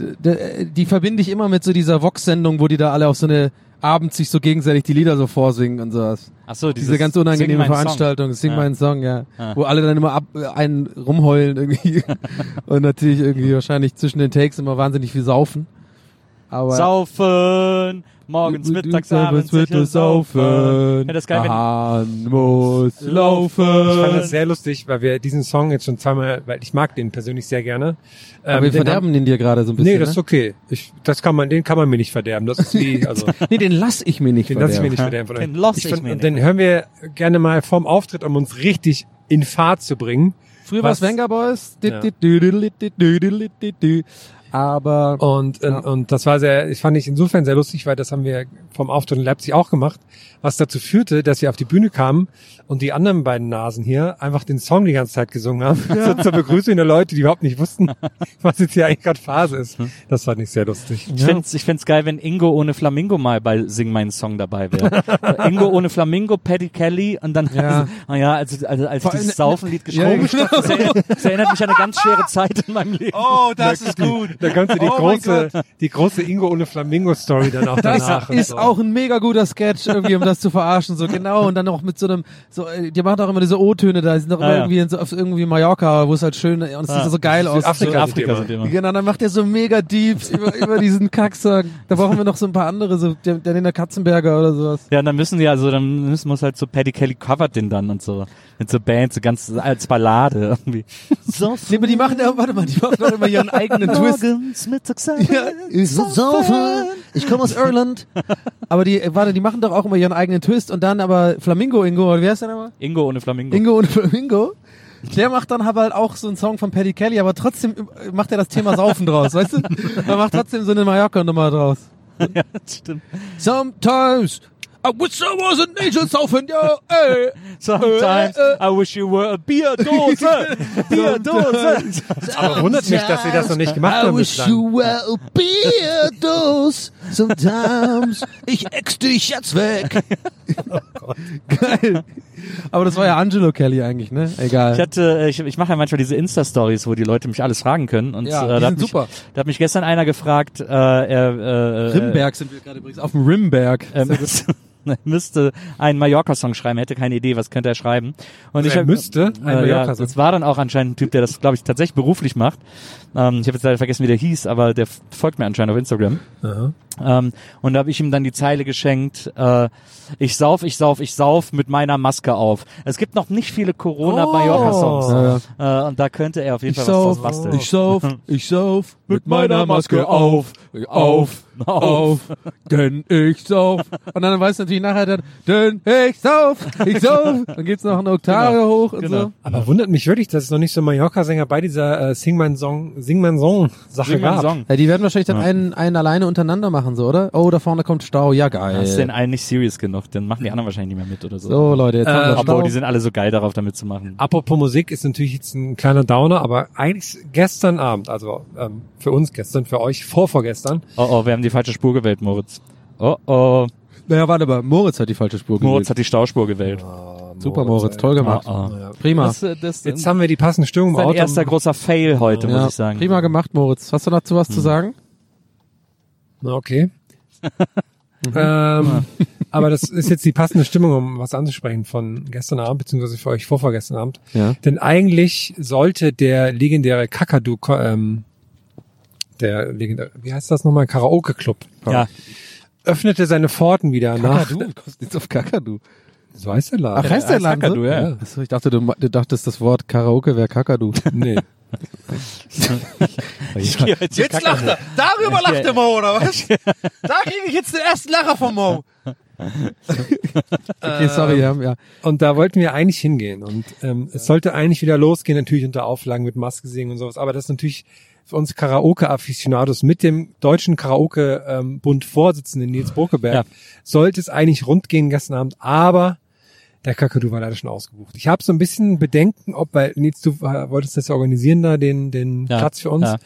[SPEAKER 2] d- d- die verbinde ich immer mit so dieser Vox-Sendung, wo die da alle auf so eine, abends sich so gegenseitig die Lieder so vorsingen und sowas.
[SPEAKER 3] Ach so,
[SPEAKER 2] Diese ganz unangenehme Veranstaltung, Sing
[SPEAKER 3] Ja.
[SPEAKER 2] meinen Song, ja.
[SPEAKER 3] Ja.
[SPEAKER 2] Wo alle dann immer ab, äh, einen rumheulen irgendwie. und natürlich irgendwie wahrscheinlich zwischen den Takes immer wahnsinnig viel saufen. Aber
[SPEAKER 3] Saufen, morgens, mittags, abends,
[SPEAKER 2] wird
[SPEAKER 3] sicher
[SPEAKER 2] es saufen.
[SPEAKER 3] Ja, das ist geil, wenn,
[SPEAKER 2] Man muss laufen.
[SPEAKER 4] Ich fand das sehr lustig, weil wir diesen Song jetzt schon zweimal, weil ich mag den persönlich sehr gerne. Ähm,
[SPEAKER 2] Aber wir
[SPEAKER 4] den
[SPEAKER 2] verderben den dir gerade so ein
[SPEAKER 4] haben,
[SPEAKER 2] bisschen.
[SPEAKER 4] Nee, das ist
[SPEAKER 2] ne?
[SPEAKER 4] okay. Ich, das kann man, den kann man mir nicht verderben. Das ist wie, also,
[SPEAKER 2] nee, den lass ich mir nicht
[SPEAKER 4] den lasse ich mir
[SPEAKER 2] verderben.
[SPEAKER 4] nicht verderben. Von euch.
[SPEAKER 3] Den lass ich
[SPEAKER 4] find-
[SPEAKER 3] mir
[SPEAKER 4] und Den hören wir gerne mal vorm Auftritt, um uns richtig in Fahrt zu bringen.
[SPEAKER 2] Früher war es
[SPEAKER 4] Was-
[SPEAKER 2] Venga Boys. Di-
[SPEAKER 4] Ja.
[SPEAKER 2] di- dü- dü- di- dü- dü- di- dü. Aber
[SPEAKER 4] Und, und, und das war sehr, ich fand ich insofern sehr lustig, weil das haben wir vom Auftritt in Leipzig auch gemacht, was dazu führte, dass wir auf die Bühne kamen und die anderen beiden Nasen hier einfach den Song die ganze Zeit gesungen haben. So zur Begrüßung der Leute, die überhaupt nicht wussten, was jetzt hier eigentlich gerade Phase ist.
[SPEAKER 2] Hm.
[SPEAKER 4] Das fand ich sehr lustig.
[SPEAKER 3] ich find's, ich find's geil, wenn Ingo ohne Flamingo mal bei Sing meinen Song dabei wäre. Ingo ohne Flamingo, Paddy Kelly und dann,
[SPEAKER 2] Ja.
[SPEAKER 3] also, ah ja, als, also, als ich
[SPEAKER 2] Vor
[SPEAKER 3] dieses
[SPEAKER 2] allem-
[SPEAKER 3] Saufenlied
[SPEAKER 2] Ja, genau.
[SPEAKER 3] geschrieben habe, das, erinnert- das erinnert mich an eine ganz schwere Zeit in meinem Leben.
[SPEAKER 4] Oh, das ist gut. Da kommt so die
[SPEAKER 2] Oh mein
[SPEAKER 4] große, die große Ingo ohne Flamingo Story dann auch
[SPEAKER 2] Das
[SPEAKER 4] danach. und
[SPEAKER 2] ist
[SPEAKER 4] so.
[SPEAKER 2] auch ein mega guter Sketch, irgendwie, um das zu verarschen, so genau. Und dann auch mit so einem, so, äh, die machen auch immer diese O-Töne da, die sind doch immer
[SPEAKER 3] Ah, ja.
[SPEAKER 2] irgendwie in so, auf irgendwie Mallorca, wo es halt schön, und es
[SPEAKER 4] Ah.
[SPEAKER 2] sieht so geil aus.
[SPEAKER 4] Südafrika.
[SPEAKER 2] So.
[SPEAKER 3] Afrika sind immer.
[SPEAKER 2] Genau, dann macht er so mega Deeps über, über diesen Kacksack. Da brauchen wir noch so ein paar andere, so der, der Lena Katzenberger oder sowas.
[SPEAKER 3] Ja, und dann müssen die also, dann müssen muss halt so Paddy Kelly covert den dann und so. Mit so Bands, so ganz als Ballade irgendwie. So
[SPEAKER 2] Nee, aber die machen ja, warte mal, die machen doch immer ihren
[SPEAKER 4] Oh,
[SPEAKER 2] eigenen Twist.
[SPEAKER 3] morgens, mittags,
[SPEAKER 2] Ja, ich so saufen. Ich komme aus Irland. Aber die, äh, warte, die machen doch auch immer ihren eigenen Twist und dann aber Flamingo Ingo, oder wie heißt der nochmal?
[SPEAKER 3] Ingo ohne Flamingo.
[SPEAKER 2] Ingo und Flamingo. Der macht dann aber halt auch so einen Song von Paddy Kelly, aber trotzdem äh, macht er das Thema Saufen draus, weißt du? Er macht trotzdem so eine Mallorca-Nummer draus.
[SPEAKER 3] Ja, das stimmt.
[SPEAKER 2] Sometimes I wish I was an angel saufen, yo, ey.
[SPEAKER 3] Sometimes
[SPEAKER 2] Äh, äh.
[SPEAKER 3] I wish you were a Bierdose. Bierdose.
[SPEAKER 4] Aber wundert mich, dass sie das noch nicht gemacht
[SPEAKER 2] I
[SPEAKER 4] haben.
[SPEAKER 2] wish
[SPEAKER 4] bislang.
[SPEAKER 2] you were a beer dose. Sometimes ich ex dich jetzt weg. Oh Geil. Aber das war ja Angelo Kelly eigentlich, ne? Egal.
[SPEAKER 3] Ich hatte, äh, ich, ich mache ja manchmal diese Insta-Stories, wo die Leute mich alles fragen können. Und
[SPEAKER 2] Ja,
[SPEAKER 3] äh,
[SPEAKER 2] die
[SPEAKER 3] da hat
[SPEAKER 2] sind
[SPEAKER 3] mich,
[SPEAKER 2] super.
[SPEAKER 3] Da hat mich gestern einer gefragt, äh, er, äh, äh,
[SPEAKER 2] Rimberg sind wir gerade übrigens auf dem Rimberg.
[SPEAKER 3] er Äh, müsste, er müsste einen Mallorca-Song schreiben, hätte keine Idee, was könnte er schreiben. Und
[SPEAKER 4] Also er
[SPEAKER 3] hab-
[SPEAKER 4] müsste einen
[SPEAKER 3] äh, ja,
[SPEAKER 4] Mallorca-Song.
[SPEAKER 3] Das war dann auch anscheinend ein Typ, der das, glaube ich, tatsächlich beruflich macht. Ähm, ich habe jetzt leider vergessen, wie der hieß, aber der f- folgt mir anscheinend auf Instagram.
[SPEAKER 4] Aha.
[SPEAKER 3] Ähm, und da habe ich ihm dann die Zeile geschenkt, äh, ich sauf, ich sauf, ich sauf mit meiner Maske auf. Es gibt noch nicht viele Corona-Mallorca-Songs.
[SPEAKER 4] Oh.
[SPEAKER 3] Äh, und da könnte er auf jeden
[SPEAKER 2] Ich
[SPEAKER 3] Fall was draus
[SPEAKER 2] sauf,
[SPEAKER 3] basteln.
[SPEAKER 2] ich sauf, ich sauf mit meiner Maske auf, auf auf, denn ich sauf. Und dann weißt du natürlich nachher dann, denn ich sauf, ich sauf. Dann geht's noch eine Oktave
[SPEAKER 3] Genau,
[SPEAKER 2] hoch und
[SPEAKER 3] genau.
[SPEAKER 2] so.
[SPEAKER 4] Aber wundert mich wirklich, dass es noch nicht so Mallorca-Sänger bei dieser äh, Sing-Man-Song Sing Sache
[SPEAKER 3] Sing mal einen
[SPEAKER 4] gab.
[SPEAKER 3] Song.
[SPEAKER 2] Ja, die werden wahrscheinlich dann
[SPEAKER 3] Ja.
[SPEAKER 2] einen, einen alleine untereinander machen, so, oder? Oh, da vorne kommt Stau, ja geil.
[SPEAKER 3] Das ist denn eigentlich serious genug, dann machen die anderen wahrscheinlich nicht mehr mit oder so.
[SPEAKER 2] so, Leute, jetzt
[SPEAKER 4] Äh,
[SPEAKER 2] haben wir Stau.
[SPEAKER 3] Obwohl, die sind alle so geil darauf, damit zu machen.
[SPEAKER 4] Apropos Musik ist natürlich jetzt ein kleiner Downer, aber eigentlich gestern Abend, also ähm, für uns gestern, für euch vorvorgestern.
[SPEAKER 3] Oh, oh, wir haben die falsche Spur gewählt, Moritz. Oh, oh,
[SPEAKER 2] naja, warte mal, Moritz hat die falsche Spur
[SPEAKER 3] Moritz
[SPEAKER 2] gewählt.
[SPEAKER 3] hat die Stauspur gewählt.
[SPEAKER 2] Super, Ah, Moritz, toll gemacht.
[SPEAKER 3] Ah,
[SPEAKER 4] ah.
[SPEAKER 2] Prima.
[SPEAKER 3] Das, äh, das ähm,
[SPEAKER 4] Jetzt haben wir die passende Stimmung im
[SPEAKER 3] sein
[SPEAKER 4] Auto.
[SPEAKER 3] erster großer Fail heute,
[SPEAKER 2] Ja,
[SPEAKER 3] muss ich sagen. Hm.
[SPEAKER 2] Prima gemacht, Moritz. Hast du dazu was zu sagen?
[SPEAKER 4] Na, okay.
[SPEAKER 2] Mhm.
[SPEAKER 4] ähm, aber das ist jetzt die passende Stimmung, um was anzusprechen von gestern Abend, beziehungsweise für euch vorvorgestern Abend.
[SPEAKER 2] Ja.
[SPEAKER 4] Denn eigentlich sollte der legendäre Kakadu, ähm, der legendäre, wie heißt das nochmal, Karaoke-Club,
[SPEAKER 3] Ja,
[SPEAKER 4] öffnete seine Pforten wieder nach.
[SPEAKER 2] kommst jetzt auf Kakadu.
[SPEAKER 4] So heißt der Laden.
[SPEAKER 2] Ach, heißt der Laden
[SPEAKER 3] Kakadu,
[SPEAKER 2] so?
[SPEAKER 3] ja.
[SPEAKER 2] Achso, ich dachte, du, ma- du dachtest, das Wort Karaoke wäre Kakadu.
[SPEAKER 4] Nee.
[SPEAKER 5] Jetzt lacht er. Darüber lacht der Mo, oder was? Da kriege ich jetzt den ersten Lacher vom Mo.
[SPEAKER 2] Okay, Äh, sorry, ja, ja.
[SPEAKER 4] Und da wollten wir eigentlich hingehen. Und ähm, es sollte eigentlich wieder losgehen, natürlich unter Auflagen mit Maske singen und sowas. Aber das ist natürlich für uns Karaoke-Afficionados mit dem deutschen Karaoke-Bund-Vorsitzenden Nils Bokeberg
[SPEAKER 3] Ja.
[SPEAKER 4] sollte es eigentlich rund gehen gestern Abend. Aber der Kakadu war leider schon ausgebucht. Ich habe so ein bisschen Bedenken, ob, weil Nils, du äh, wolltest das ja organisieren da, den, den
[SPEAKER 3] Ja,
[SPEAKER 4] Platz für uns,
[SPEAKER 3] ja.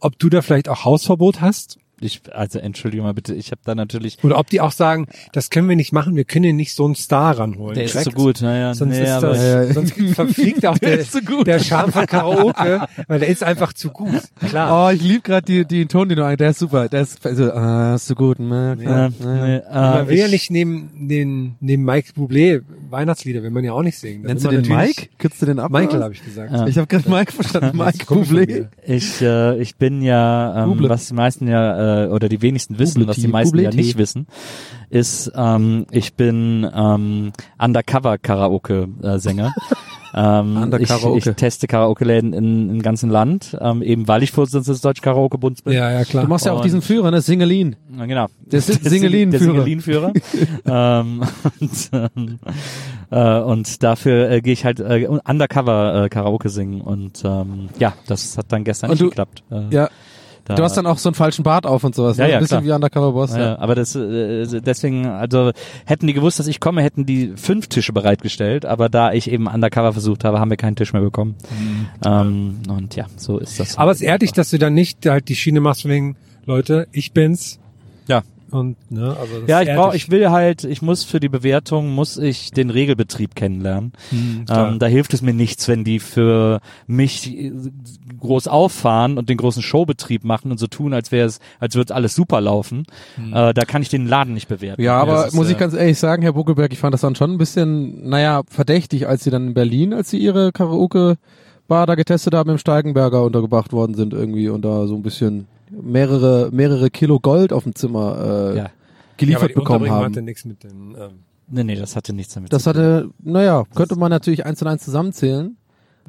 [SPEAKER 4] ob du da vielleicht auch Hausverbot hast.
[SPEAKER 3] ich, also entschuldige mal bitte, ich habe da natürlich,
[SPEAKER 4] Oder ob die auch sagen, das können wir nicht machen, wir können hier nicht so einen Star ranholen.
[SPEAKER 3] der ist
[SPEAKER 4] Direkt.
[SPEAKER 3] zu gut, naja,
[SPEAKER 4] Sonst,
[SPEAKER 3] nee,
[SPEAKER 4] ist
[SPEAKER 3] aber
[SPEAKER 4] das,
[SPEAKER 2] Ja, ja.
[SPEAKER 4] sonst verfliegt auch der, der,
[SPEAKER 3] zu gut.
[SPEAKER 4] Charme von Karaoke, weil der ist einfach zu gut. Klar.
[SPEAKER 2] Oh, ich lieb gerade die, die Ton, den du ein. Der ist super. Der ist, also, ah, ist so gut. Ne?
[SPEAKER 3] äh,
[SPEAKER 2] klar,
[SPEAKER 3] nee, ah,
[SPEAKER 4] Man will ja
[SPEAKER 3] ich-
[SPEAKER 4] nicht neben, neben, neben Mike Bublé Weihnachtslieder, will man ja auch nicht singen. Das
[SPEAKER 2] Nennst du
[SPEAKER 4] will man
[SPEAKER 2] den
[SPEAKER 4] natürlich-
[SPEAKER 2] Mike? Kürzt du den ab?
[SPEAKER 4] Michael
[SPEAKER 2] oder
[SPEAKER 4] habe ich gesagt.
[SPEAKER 2] was? Ich habe gerade Mike verstanden. Mike
[SPEAKER 4] komisch von
[SPEAKER 2] Bublé.
[SPEAKER 4] mir.
[SPEAKER 3] Ich, äh, ich bin ja, ähm,
[SPEAKER 2] Buble.
[SPEAKER 3] was die meisten ja, äh, oder die wenigsten wissen, was die
[SPEAKER 2] Bubleti,
[SPEAKER 3] meisten ja
[SPEAKER 2] Bubleti.
[SPEAKER 3] nicht wissen, ist, ähm, ich bin ähm, Undercover-Karaoke-Sänger. ähm, ich, ich
[SPEAKER 2] Underkaraoke.
[SPEAKER 3] teste Karaoke-Läden in, im ganzen Land, ähm, eben weil ich Vorsitzender des Deutschen Karaoke-Bundes bin.
[SPEAKER 4] Ja, ja,
[SPEAKER 2] Du
[SPEAKER 4] klar.
[SPEAKER 2] machst ja auch
[SPEAKER 3] Und-
[SPEAKER 2] diesen Führer, ne? Singelin.
[SPEAKER 3] Ja, genau.
[SPEAKER 2] Der Sin-
[SPEAKER 3] Der
[SPEAKER 2] Singelinenführer.
[SPEAKER 3] Singelinenführer. ähm, und, ähm, äh, und dafür äh, gehe ich halt äh, undercover äh, Karaoke singen und ähm, ja, das hat dann gestern
[SPEAKER 2] Und
[SPEAKER 3] nicht
[SPEAKER 2] du-
[SPEAKER 3] geklappt. Äh,
[SPEAKER 2] Ja.
[SPEAKER 3] da-
[SPEAKER 2] Du hast dann auch so einen falschen Bart auf und sowas.
[SPEAKER 3] Ja,
[SPEAKER 2] ne?
[SPEAKER 3] ja,
[SPEAKER 2] Ein bisschen
[SPEAKER 3] klar.
[SPEAKER 2] wie Undercover Boss. Ja.
[SPEAKER 3] ja, aber das äh, deswegen, also hätten die gewusst, dass ich komme, hätten die fünf Tische bereitgestellt, aber da ich eben undercover versucht habe, haben wir keinen Tisch mehr bekommen. Ähm, und ja, so ist das.
[SPEAKER 4] Mhm. Aber es ehrt dich, dass du dann nicht halt die Schiene machst von wegen, Leute, ich bin's.
[SPEAKER 3] Ja.
[SPEAKER 4] Und, ne, also das
[SPEAKER 3] ja, ich
[SPEAKER 4] ehrt
[SPEAKER 3] brauche,
[SPEAKER 4] dich.
[SPEAKER 3] ich will halt, ich muss für die Bewertung muss ich den Regelbetrieb kennenlernen.
[SPEAKER 4] Mhm, klar.
[SPEAKER 3] ähm, da hilft es mir nichts, wenn die für mich äh, groß auffahren und den großen Showbetrieb machen und so tun, als wäre es, als würde alles super laufen.
[SPEAKER 4] Mhm.
[SPEAKER 3] Äh, da kann ich den Laden nicht bewerten.
[SPEAKER 2] Ja, aber
[SPEAKER 4] das ist,
[SPEAKER 2] muss ich
[SPEAKER 4] äh,
[SPEAKER 2] ganz ehrlich sagen, Herr Buckelberg, ich fand das dann schon ein bisschen, naja, verdächtig, als sie dann in Berlin, als sie ihre Karaoke-Bar da getestet haben, im Steigenberger untergebracht worden sind irgendwie und da so ein bisschen mehrere, mehrere Kilo Gold auf dem Zimmer äh,
[SPEAKER 3] Ja.
[SPEAKER 4] ja, aber
[SPEAKER 2] geliefert
[SPEAKER 4] die
[SPEAKER 2] bekommen
[SPEAKER 4] Unterbringung
[SPEAKER 2] haben.
[SPEAKER 4] hatte nichts mit den, ähm,
[SPEAKER 3] Nee, nee, das hatte nichts damit
[SPEAKER 2] Das
[SPEAKER 3] zu tun.
[SPEAKER 2] hatte, naja, könnte man natürlich eins und eins zusammenzählen,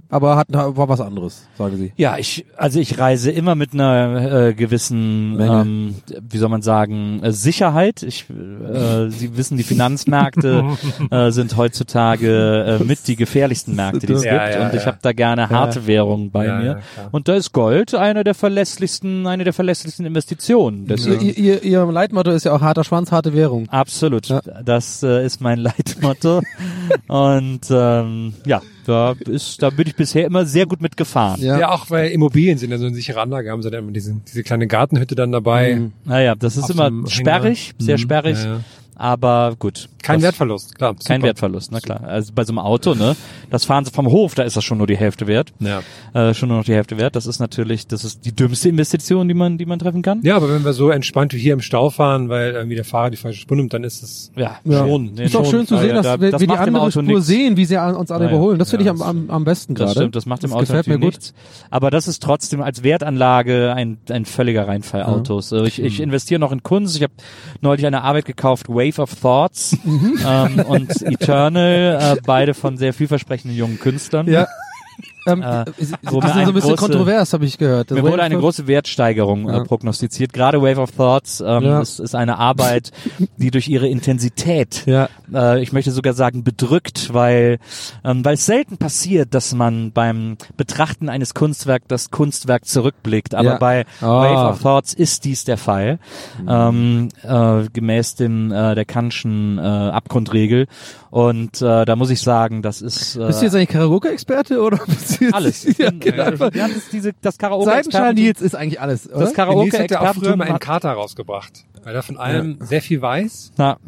[SPEAKER 2] aber hat, war was anderes, sagen sie.
[SPEAKER 3] Ja, ich, also ich reise immer mit einer äh, gewissen,
[SPEAKER 2] Menge.
[SPEAKER 3] ähm, wie soll man sagen, äh, Sicherheit. Ich, äh, Sie wissen, die Finanzmärkte äh, sind heutzutage äh, mit die gefährlichsten Märkte, die es
[SPEAKER 4] Ja,
[SPEAKER 3] gibt.
[SPEAKER 4] ja,
[SPEAKER 3] und ich
[SPEAKER 4] ja.
[SPEAKER 3] habe da gerne harte Währung bei
[SPEAKER 4] Ja,
[SPEAKER 3] mir.
[SPEAKER 4] ja, klar.
[SPEAKER 3] und da ist Gold einer der verlässlichsten, eine der verlässlichsten Investitionen.
[SPEAKER 2] Ihr,
[SPEAKER 3] Deswegen,
[SPEAKER 2] ihr, ihr, ihr Leitmotto ist ja auch harter Schwanz, harte Währung.
[SPEAKER 3] Absolut,
[SPEAKER 2] Ja.
[SPEAKER 3] das äh, ist mein Leitmotto und ähm, ja, da ist, da bin ich bisher immer sehr gut mitgefahren.
[SPEAKER 2] Ja.
[SPEAKER 4] ja. auch weil Immobilien sind ja so eine sichere Anlage, haben sie dann immer diese, diese kleine Gartenhütte dann dabei.
[SPEAKER 3] Naja, das ist
[SPEAKER 4] Auf
[SPEAKER 3] immer
[SPEAKER 4] dem Hänger.
[SPEAKER 3] sperrig,
[SPEAKER 2] Mhm.
[SPEAKER 3] sehr sperrig,
[SPEAKER 4] Ja, ja.
[SPEAKER 3] aber gut.
[SPEAKER 4] Kein
[SPEAKER 3] das,
[SPEAKER 4] Wertverlust, klar.
[SPEAKER 3] Kein
[SPEAKER 4] super.
[SPEAKER 3] Wertverlust, na klar. Also bei so einem Auto, ne? Das fahren sie vom Hof, da ist das schon nur die Hälfte wert.
[SPEAKER 4] Ja.
[SPEAKER 3] Äh, schon nur noch die Hälfte wert. Das ist natürlich, das ist die dümmste Investition, die man, die man treffen kann.
[SPEAKER 4] Ja, aber wenn wir so entspannt wie hier im Stau fahren, weil irgendwie der Fahrer die falsche Spur nimmt, dann ist es.
[SPEAKER 3] Ja,
[SPEAKER 2] Ja.
[SPEAKER 3] schon. Nee,
[SPEAKER 2] ist auch
[SPEAKER 3] schon.
[SPEAKER 2] schön zu
[SPEAKER 3] Ja,
[SPEAKER 2] sehen,
[SPEAKER 3] ja,
[SPEAKER 2] dass
[SPEAKER 3] da-
[SPEAKER 2] wir,
[SPEAKER 3] das
[SPEAKER 2] wir die
[SPEAKER 3] macht dem
[SPEAKER 2] andere
[SPEAKER 3] Auto
[SPEAKER 2] Spur
[SPEAKER 3] nix.
[SPEAKER 2] sehen, wie sie an- uns alle
[SPEAKER 3] Ja, ja.
[SPEAKER 2] überholen. Das finde ich
[SPEAKER 4] Ja,
[SPEAKER 2] am,
[SPEAKER 4] das
[SPEAKER 2] am, am besten
[SPEAKER 3] Das
[SPEAKER 2] gerade.
[SPEAKER 3] stimmt, das macht dem Auto
[SPEAKER 2] gefällt
[SPEAKER 3] natürlich
[SPEAKER 2] mir gut.
[SPEAKER 3] nichts. Aber das ist trotzdem als Wertanlage ein, ein völliger Reinfall Autos. Äh, Ich,
[SPEAKER 2] Hm.
[SPEAKER 3] ich investiere noch in Kunst. Ich habe neulich eine Arbeit gekauft, Wave of Thoughts
[SPEAKER 2] Mhm.
[SPEAKER 3] ähm, und Eternal, äh, beide von sehr vielversprechenden jungen Künstlern.
[SPEAKER 2] Ja. Ähm,
[SPEAKER 3] Äh,
[SPEAKER 2] die sind so
[SPEAKER 3] wo
[SPEAKER 2] ein
[SPEAKER 3] mir eine
[SPEAKER 2] bisschen
[SPEAKER 3] große-
[SPEAKER 2] kontrovers, habe ich gehört.
[SPEAKER 3] Mir wurde eine große Wertsteigerung
[SPEAKER 2] Ja.
[SPEAKER 3] äh, prognostiziert. Gerade Wave of Thoughts ähm,
[SPEAKER 2] Ja.
[SPEAKER 3] ist, ist eine Arbeit, die durch ihre Intensität,
[SPEAKER 2] Ja.
[SPEAKER 3] äh, ich möchte sogar sagen bedrückt, weil ähm, weil es selten passiert, dass man beim Betrachten eines Kunstwerks das Kunstwerk zurückblickt. Aber
[SPEAKER 2] Ja.
[SPEAKER 3] bei
[SPEAKER 2] Ah. Mhm.
[SPEAKER 3] Wave of Thoughts ist dies der Fall, ähm, äh, gemäß dem äh, der Kantschen äh, Abgrundregel. Und äh, da muss ich sagen, das ist äh,
[SPEAKER 2] Bist du jetzt eigentlich Karaoke-Experte oder bist du jetzt
[SPEAKER 3] alles. Ich
[SPEAKER 2] Ja,
[SPEAKER 3] bin,
[SPEAKER 2] genau.
[SPEAKER 3] äh, wir haben das- diese, das karaoke
[SPEAKER 2] Seidenschal Nils ist eigentlich alles, oder?
[SPEAKER 3] Das
[SPEAKER 4] Denise hat ja auch früher
[SPEAKER 3] Karaoke-Expertentum
[SPEAKER 4] mal einen
[SPEAKER 3] hat,
[SPEAKER 4] Kater rausgebracht, weil er von allem sehr viel weiß.
[SPEAKER 3] na,
[SPEAKER 2] Hm.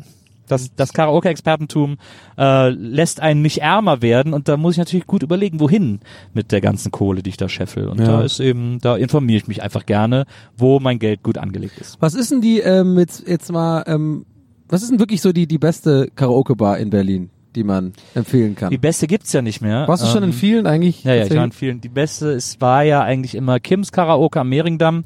[SPEAKER 3] das, das Karaoke-Expertentum äh, lässt einen nicht ärmer werden und da muss ich natürlich gut überlegen, wohin mit der ganzen Kohle, die ich da scheffel. Und
[SPEAKER 2] Ja.
[SPEAKER 3] da ist eben, da informiere ich mich einfach gerne, wo mein Geld gut angelegt ist.
[SPEAKER 2] Was ist denn die ähm, jetzt, jetzt mal? Ähm, was ist denn wirklich so die die beste Karaoke-Bar in Berlin, die man empfehlen kann?
[SPEAKER 3] Die beste gibt's ja nicht mehr.
[SPEAKER 2] Warst du schon
[SPEAKER 3] Ähm,
[SPEAKER 2] in vielen eigentlich?
[SPEAKER 3] Ja, ja, ich
[SPEAKER 2] tatsächlich?
[SPEAKER 3] war in vielen. Die beste, es war ja eigentlich immer Kims Karaoke am Mehringdamm.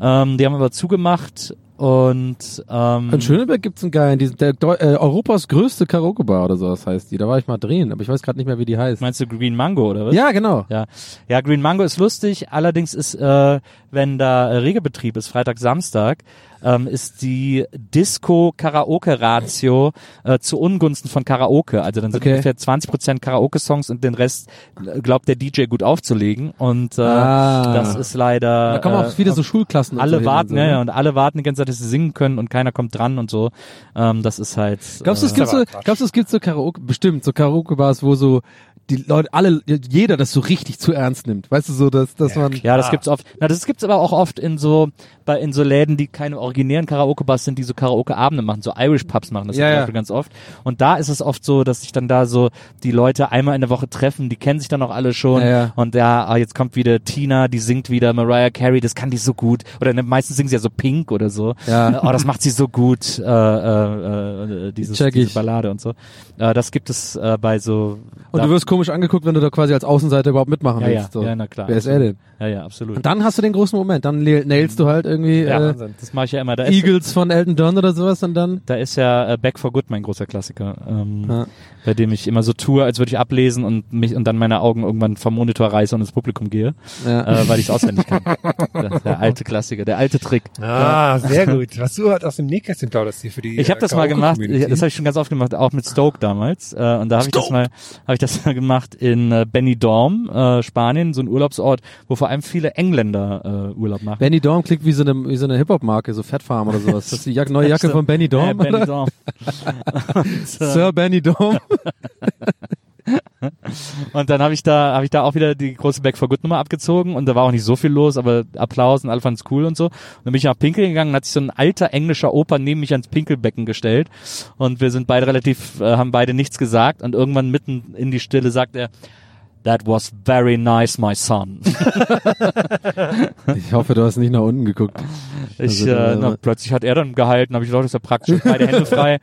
[SPEAKER 3] Ähm, die haben aber zugemacht und ähm,
[SPEAKER 2] in Schöneberg gibt's einen geilen, die, der Deu äh, Europas größte Karaoke-Bar oder sowas heißt die. Da war ich mal drehen, aber ich weiß gerade nicht mehr, wie die heißt.
[SPEAKER 3] meinst du Green Mango oder was?
[SPEAKER 2] Ja, genau.
[SPEAKER 3] Ja. ja, Green Mango ist lustig, allerdings ist, äh, wenn da äh, Regelbetrieb ist, Freitag, Samstag, ähm, ist die Disco-Karaoke-Ratio äh, zu Ungunsten von Karaoke. Also dann sind
[SPEAKER 2] Okay.
[SPEAKER 3] ungefähr 20% Karaoke-Songs und den Rest äh, glaubt der DJ gut aufzulegen. Und äh,
[SPEAKER 2] Ah.
[SPEAKER 3] das ist leider...
[SPEAKER 2] Da kommen
[SPEAKER 3] äh,
[SPEAKER 2] auch viele so Schulklassen. und so
[SPEAKER 3] alle
[SPEAKER 2] hin
[SPEAKER 3] warten,
[SPEAKER 2] und so,
[SPEAKER 3] ja,
[SPEAKER 2] ne?
[SPEAKER 3] ja, und alle warten die ganze Zeit, dass sie singen können und keiner kommt dran und so. Ähm, das ist halt.
[SPEAKER 2] Glaubst du, es gibt so, glaubst du, es gibt so Karaoke, bestimmt, so Karaoke-Bars, wo so die Leute, alle, jeder das so richtig zu ernst nimmt. Weißt du, so, dass, dass man,
[SPEAKER 3] Ja, das gibt's oft. Na, das gibt's aber auch oft in so bei in so Läden, die keine originären Karaoke Bars sind, die so Karaoke Abende machen, so Irish Pubs machen das
[SPEAKER 2] Ja,
[SPEAKER 3] zum
[SPEAKER 2] ja.
[SPEAKER 3] Beispiel ganz oft. Und da ist es oft so, dass sich dann da so die Leute einmal in der Woche treffen, die kennen sich dann auch alle schon
[SPEAKER 2] Ja, ja.
[SPEAKER 3] und ja, ah, jetzt kommt wieder Tina, die singt wieder Mariah Carey, das kann die so gut oder ne, meistens singen sie ja so Pink oder so.
[SPEAKER 2] Ja.
[SPEAKER 3] Oh, das macht sie so gut äh, äh, äh, dieses,
[SPEAKER 2] Check ich.
[SPEAKER 3] diese Ballade und so. Äh, das gibt es äh, bei so
[SPEAKER 2] und du wirst komisch angeguckt, wenn du da quasi als Außenseiter überhaupt mitmachen
[SPEAKER 3] ja, ja,
[SPEAKER 2] willst. So.
[SPEAKER 3] ja, na klar.
[SPEAKER 2] Wer ist er denn?
[SPEAKER 3] Ja, ja, absolut.
[SPEAKER 2] Und dann hast du den großen Moment, dann le- nailst du halt irgendwie,
[SPEAKER 3] Ja,
[SPEAKER 2] äh,
[SPEAKER 3] das mache ich ja immer. Da ist,
[SPEAKER 2] Eagles von Elton John oder sowas und dann,
[SPEAKER 3] da ist ja äh, Back for Good mein großer Klassiker, ähm,
[SPEAKER 2] Ja.
[SPEAKER 3] bei dem ich immer so tue, als würde ich ablesen und mich und dann meine Augen irgendwann vom Monitor reiße und ins Publikum gehe,
[SPEAKER 2] ja.
[SPEAKER 3] äh, weil ich es auswendig kann. Das, der alte Klassiker, der alte Trick.
[SPEAKER 4] Ah, sehr gut. Was du halt aus dem Nähkästchen plauderst hier für die
[SPEAKER 3] Ich habe
[SPEAKER 4] äh,
[SPEAKER 3] das mal gemacht,
[SPEAKER 4] Karaoke-Community.
[SPEAKER 3] ich, das halt habe ich schon ganz oft gemacht, auch mit Stoke damals. Äh, und da habe ich das mal, habe ich das mal gemacht in äh, Benidorm, äh, Spanien, so ein Urlaubsort, wo vor allem viele Engländer äh, Urlaub machen.
[SPEAKER 2] Benny Dorm klingt wie so eine, wie so eine Hip-Hop-Marke, so Fat Farm oder sowas. Das ist die Jack neue Jacke von Benny
[SPEAKER 3] Äh,
[SPEAKER 2] Dorm. oder?
[SPEAKER 3] Benidorm.
[SPEAKER 2] Sir Benny Dorm.
[SPEAKER 3] Und dann habe ich da habe ich da auch wieder die große Back for Good Nummer abgezogen und da war auch nicht so viel los, aber Applaus und alle fanden's cool und so. Und dann bin ich nach Pinkel gegangen, und hat sich so ein alter englischer Opa neben mich ans Pinkelbecken gestellt und wir sind beide relativ äh, haben beide nichts gesagt und irgendwann mitten in die Stille sagt er That was very nice, my son.
[SPEAKER 2] Ich hoffe, du hast nicht nach unten geguckt.
[SPEAKER 3] Ich,
[SPEAKER 2] Also,
[SPEAKER 3] äh,
[SPEAKER 2] äh,
[SPEAKER 3] na, plötzlich hat er dann gehalten, habe ich Leute, ist ja praktisch, beide Hände frei,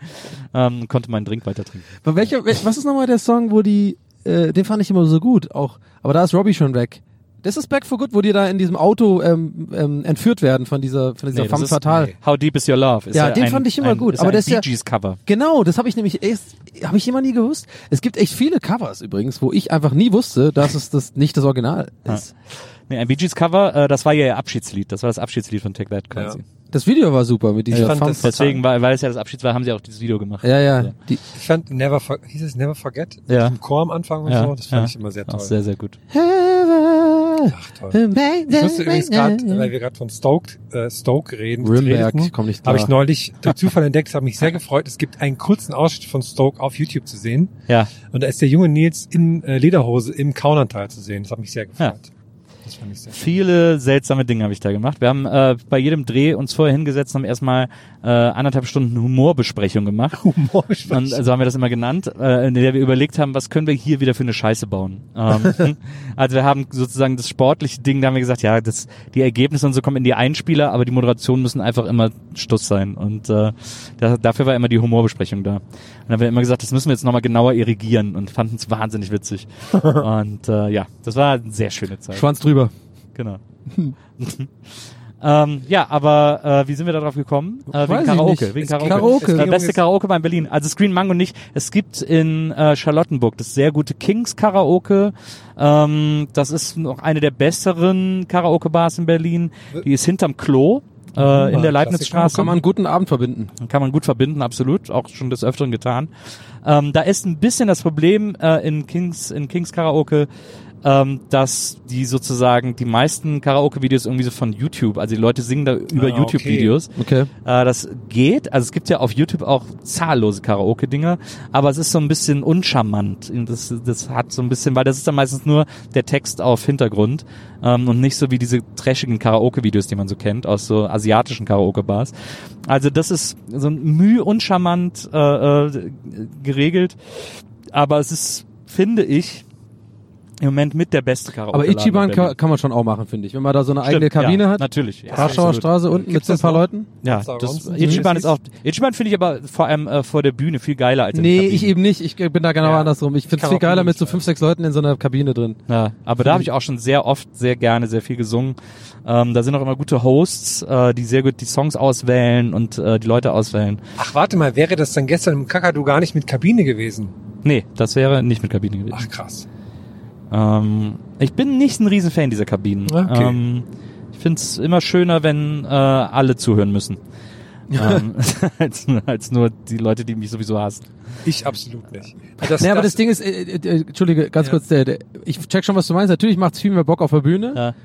[SPEAKER 3] ähm, konnte meinen Drink weiter trinken.
[SPEAKER 2] Aber welcher, wel- was ist nochmal der Song, wo die, äh, den fand ich immer so gut, auch, aber da ist Robbie schon weg. Das ist Back for Good, wo die da in diesem Auto ähm, ähm, entführt werden von dieser, von dieser
[SPEAKER 3] Nee, das
[SPEAKER 2] Femme
[SPEAKER 3] ist-
[SPEAKER 2] Fatale.
[SPEAKER 3] How deep is your love? Ist
[SPEAKER 2] Ja, den
[SPEAKER 3] ein,
[SPEAKER 2] fand ich immer
[SPEAKER 3] ein,
[SPEAKER 2] gut,
[SPEAKER 3] Ist
[SPEAKER 2] aber
[SPEAKER 3] ein
[SPEAKER 2] das ist ja-
[SPEAKER 3] Bee Gees Cover.
[SPEAKER 2] Genau, das habe ich nämlich erst, habe ich immer nie gewusst. Es gibt echt viele Covers übrigens, wo ich einfach nie wusste, dass es das nicht das Original ist.
[SPEAKER 3] Nee, ein Bee Gees Cover, äh, das war ja ihr Abschiedslied, das war das Abschiedslied von Take That quasi.
[SPEAKER 4] Ja.
[SPEAKER 2] Das Video war super mit dieser
[SPEAKER 4] fand
[SPEAKER 2] Femme
[SPEAKER 4] das-
[SPEAKER 2] Fatale.
[SPEAKER 3] Deswegen, weil, weil es ja das Abschied war, haben sie auch dieses Video gemacht.
[SPEAKER 2] Ja, ja. Die,
[SPEAKER 4] Ich fand Never For, hieß es Never Forget?
[SPEAKER 3] Ja.
[SPEAKER 4] Im Chor am Anfang und so. Das fand ich immer sehr
[SPEAKER 3] Auch
[SPEAKER 4] toll.
[SPEAKER 3] sehr, sehr gut.
[SPEAKER 2] Ah.
[SPEAKER 4] Ach, toll. Ich musste übrigens gerade, weil wir gerade von Stoke, äh, Stoke reden,
[SPEAKER 2] Rimberg,
[SPEAKER 4] redeten,
[SPEAKER 2] ich komm nicht
[SPEAKER 4] habe
[SPEAKER 2] klar.
[SPEAKER 4] ich neulich durch Zufall entdeckt, habe mich sehr gefreut. Es gibt einen kurzen Ausschnitt von Stoke auf YouTube zu sehen.
[SPEAKER 3] Ja.
[SPEAKER 4] Und da ist der junge Nils in äh, Lederhose im Kaunerntal zu sehen. Das hat mich sehr gefreut. Das fand ich sehr
[SPEAKER 3] Viele seltsame Dinge habe ich da gemacht. Wir haben äh, bei jedem Dreh uns vorher hingesetzt und haben erstmal äh, anderthalb Stunden Humorbesprechung gemacht. Und
[SPEAKER 4] humorisch.
[SPEAKER 3] so haben wir das immer genannt, äh, in der wir überlegt haben, was können wir hier wieder für eine Scheiße bauen. Ähm, also wir haben sozusagen das sportliche Ding, da haben wir gesagt, ja, das, die Ergebnisse und so kommen in die Einspieler, aber die Moderationen müssen einfach immer Stuss sein. Und äh, da, dafür war immer die Humorbesprechung da. Und dann haben wir immer gesagt, das müssen wir jetzt nochmal genauer irrigieren und fanden es wahnsinnig witzig. und äh, ja, das war eine sehr schöne Zeit.
[SPEAKER 2] Schwanz drüber.
[SPEAKER 3] Genau. Ähm, ja, aber äh, wie sind wir darauf gekommen? Äh,
[SPEAKER 2] Weiß
[SPEAKER 3] wegen
[SPEAKER 2] ich
[SPEAKER 3] Karaoke.
[SPEAKER 2] nicht.
[SPEAKER 3] Wegen
[SPEAKER 2] Es
[SPEAKER 3] Karaoke.
[SPEAKER 2] ging- Karaoke.
[SPEAKER 3] Äh,
[SPEAKER 2] Es ging
[SPEAKER 3] beste Karaoke bei Berlin. Also Screen Mango nicht. Es gibt in äh, Charlottenburg das sehr gute Kings Karaoke. Ähm, das ist noch eine der besseren Karaoke-Bars in Berlin. Die ist hinterm Klo. Äh, in der Leibnizstraße
[SPEAKER 2] Äh. Kann man einen guten Abend verbinden.
[SPEAKER 3] kann man gut verbinden, absolut, auch schon des Öfteren getan. Ähm, da ist ein bisschen das Problem äh, in Kings in Kings Karaoke, ähm, dass die sozusagen die meisten Karaoke-Videos irgendwie so von YouTube, also die Leute singen da über
[SPEAKER 4] Ah, okay.
[SPEAKER 3] YouTube-Videos.
[SPEAKER 2] Okay.
[SPEAKER 3] Äh, das geht, also es gibt ja auf YouTube auch zahllose Karaoke-Dinger, aber es ist so ein bisschen uncharmant. Und Das, das hat so ein bisschen, weil das ist dann meistens nur der Text auf Hintergrund ähm, und nicht so wie diese trashigen Karaoke-Videos, die man so kennt, aus so asiatischen Karaoke-Bars. Also das ist so ein müh uncharmant äh, äh, geregelt, aber es ist, finde ich, im Moment mit der beste Karaoke.
[SPEAKER 2] Aber Ichiban kann, kann man schon auch machen, finde ich. Wenn man da so eine eigene Kabine
[SPEAKER 3] ja,
[SPEAKER 2] hat.
[SPEAKER 3] Natürlich. Ja,
[SPEAKER 2] Warschauer
[SPEAKER 3] absolut.
[SPEAKER 2] Straße unten
[SPEAKER 4] Gibt's
[SPEAKER 2] mit
[SPEAKER 4] das
[SPEAKER 2] so ein paar
[SPEAKER 4] noch?
[SPEAKER 2] Leuten?
[SPEAKER 3] Ja,
[SPEAKER 4] Sag
[SPEAKER 3] das,
[SPEAKER 4] uns,
[SPEAKER 3] Ichiban
[SPEAKER 4] wie
[SPEAKER 3] ist auch, Ichiban finde ich aber vor allem äh, vor der Bühne viel geiler als in
[SPEAKER 2] Nee,
[SPEAKER 3] der Kabine.
[SPEAKER 2] ich eben nicht. Ich bin da genau
[SPEAKER 3] Ja.
[SPEAKER 2] andersrum. Ich find's
[SPEAKER 3] Kann
[SPEAKER 2] viel
[SPEAKER 3] auch
[SPEAKER 2] geiler
[SPEAKER 3] nicht
[SPEAKER 2] mit so fünf, sechs Leuten in so einer Kabine drin.
[SPEAKER 3] Ja, aber
[SPEAKER 2] Hm.
[SPEAKER 3] da habe ich auch schon sehr oft, sehr gerne, sehr viel gesungen. Ähm, da sind auch immer gute Hosts, äh, die sehr gut die Songs auswählen und äh, die Leute auswählen.
[SPEAKER 4] Ach, warte mal, wäre das dann gestern im Kakadu gar nicht mit Kabine gewesen?
[SPEAKER 3] Nee, das wäre nicht mit Kabine gewesen.
[SPEAKER 4] Ach, krass.
[SPEAKER 3] Ähm, ich bin nicht ein Riesenfan dieser Kabinen.
[SPEAKER 4] Okay.
[SPEAKER 3] Ähm, ich find's immer schöner, wenn äh, alle zuhören müssen. ähm, als, nur- als nur die Leute, die mich sowieso hassen.
[SPEAKER 4] Ich absolut nicht.
[SPEAKER 2] Nee, aber das Ding ist, äh, äh, äh, entschuldige, ganz
[SPEAKER 4] Ja.
[SPEAKER 2] kurz, der, der, ich check schon, was du meinst. Natürlich macht's viel mehr Bock auf der Bühne.
[SPEAKER 3] Ja.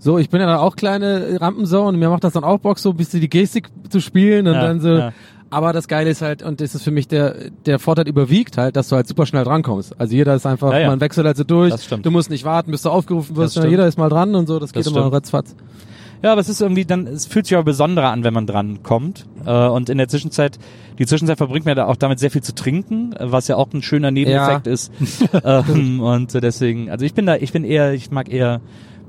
[SPEAKER 2] So, ich bin ja dann auch kleine Rampensau und mir macht das dann auch Bock, so ein bisschen die Gestik zu spielen und
[SPEAKER 3] Ja,
[SPEAKER 2] dann so.
[SPEAKER 3] ja.
[SPEAKER 2] Aber das Geile ist halt, und das ist für mich der, der Vorteil überwiegt halt, dass du halt super schnell drankommst. Also jeder ist einfach,
[SPEAKER 3] Ja, ja.
[SPEAKER 2] man wechselt halt so durch.
[SPEAKER 3] Das stimmt.
[SPEAKER 2] Du musst nicht warten, bis du aufgerufen wirst,
[SPEAKER 3] Das
[SPEAKER 2] sondern
[SPEAKER 3] stimmt.
[SPEAKER 2] jeder ist mal dran und so, das geht
[SPEAKER 3] Das
[SPEAKER 2] immer
[SPEAKER 3] stimmt.
[SPEAKER 2] ratzfatz.
[SPEAKER 3] Ja, aber es ist irgendwie dann, es fühlt sich aber besonderer an, wenn man dran kommt. Äh, und in der Zwischenzeit, die Zwischenzeit verbringt man da auch damit sehr viel zu trinken, äh, was ja auch ein schöner Nebeneffekt
[SPEAKER 2] Ja.
[SPEAKER 3] ist. ähm, und äh, deswegen, also ich bin da, ich bin eher, ich mag eher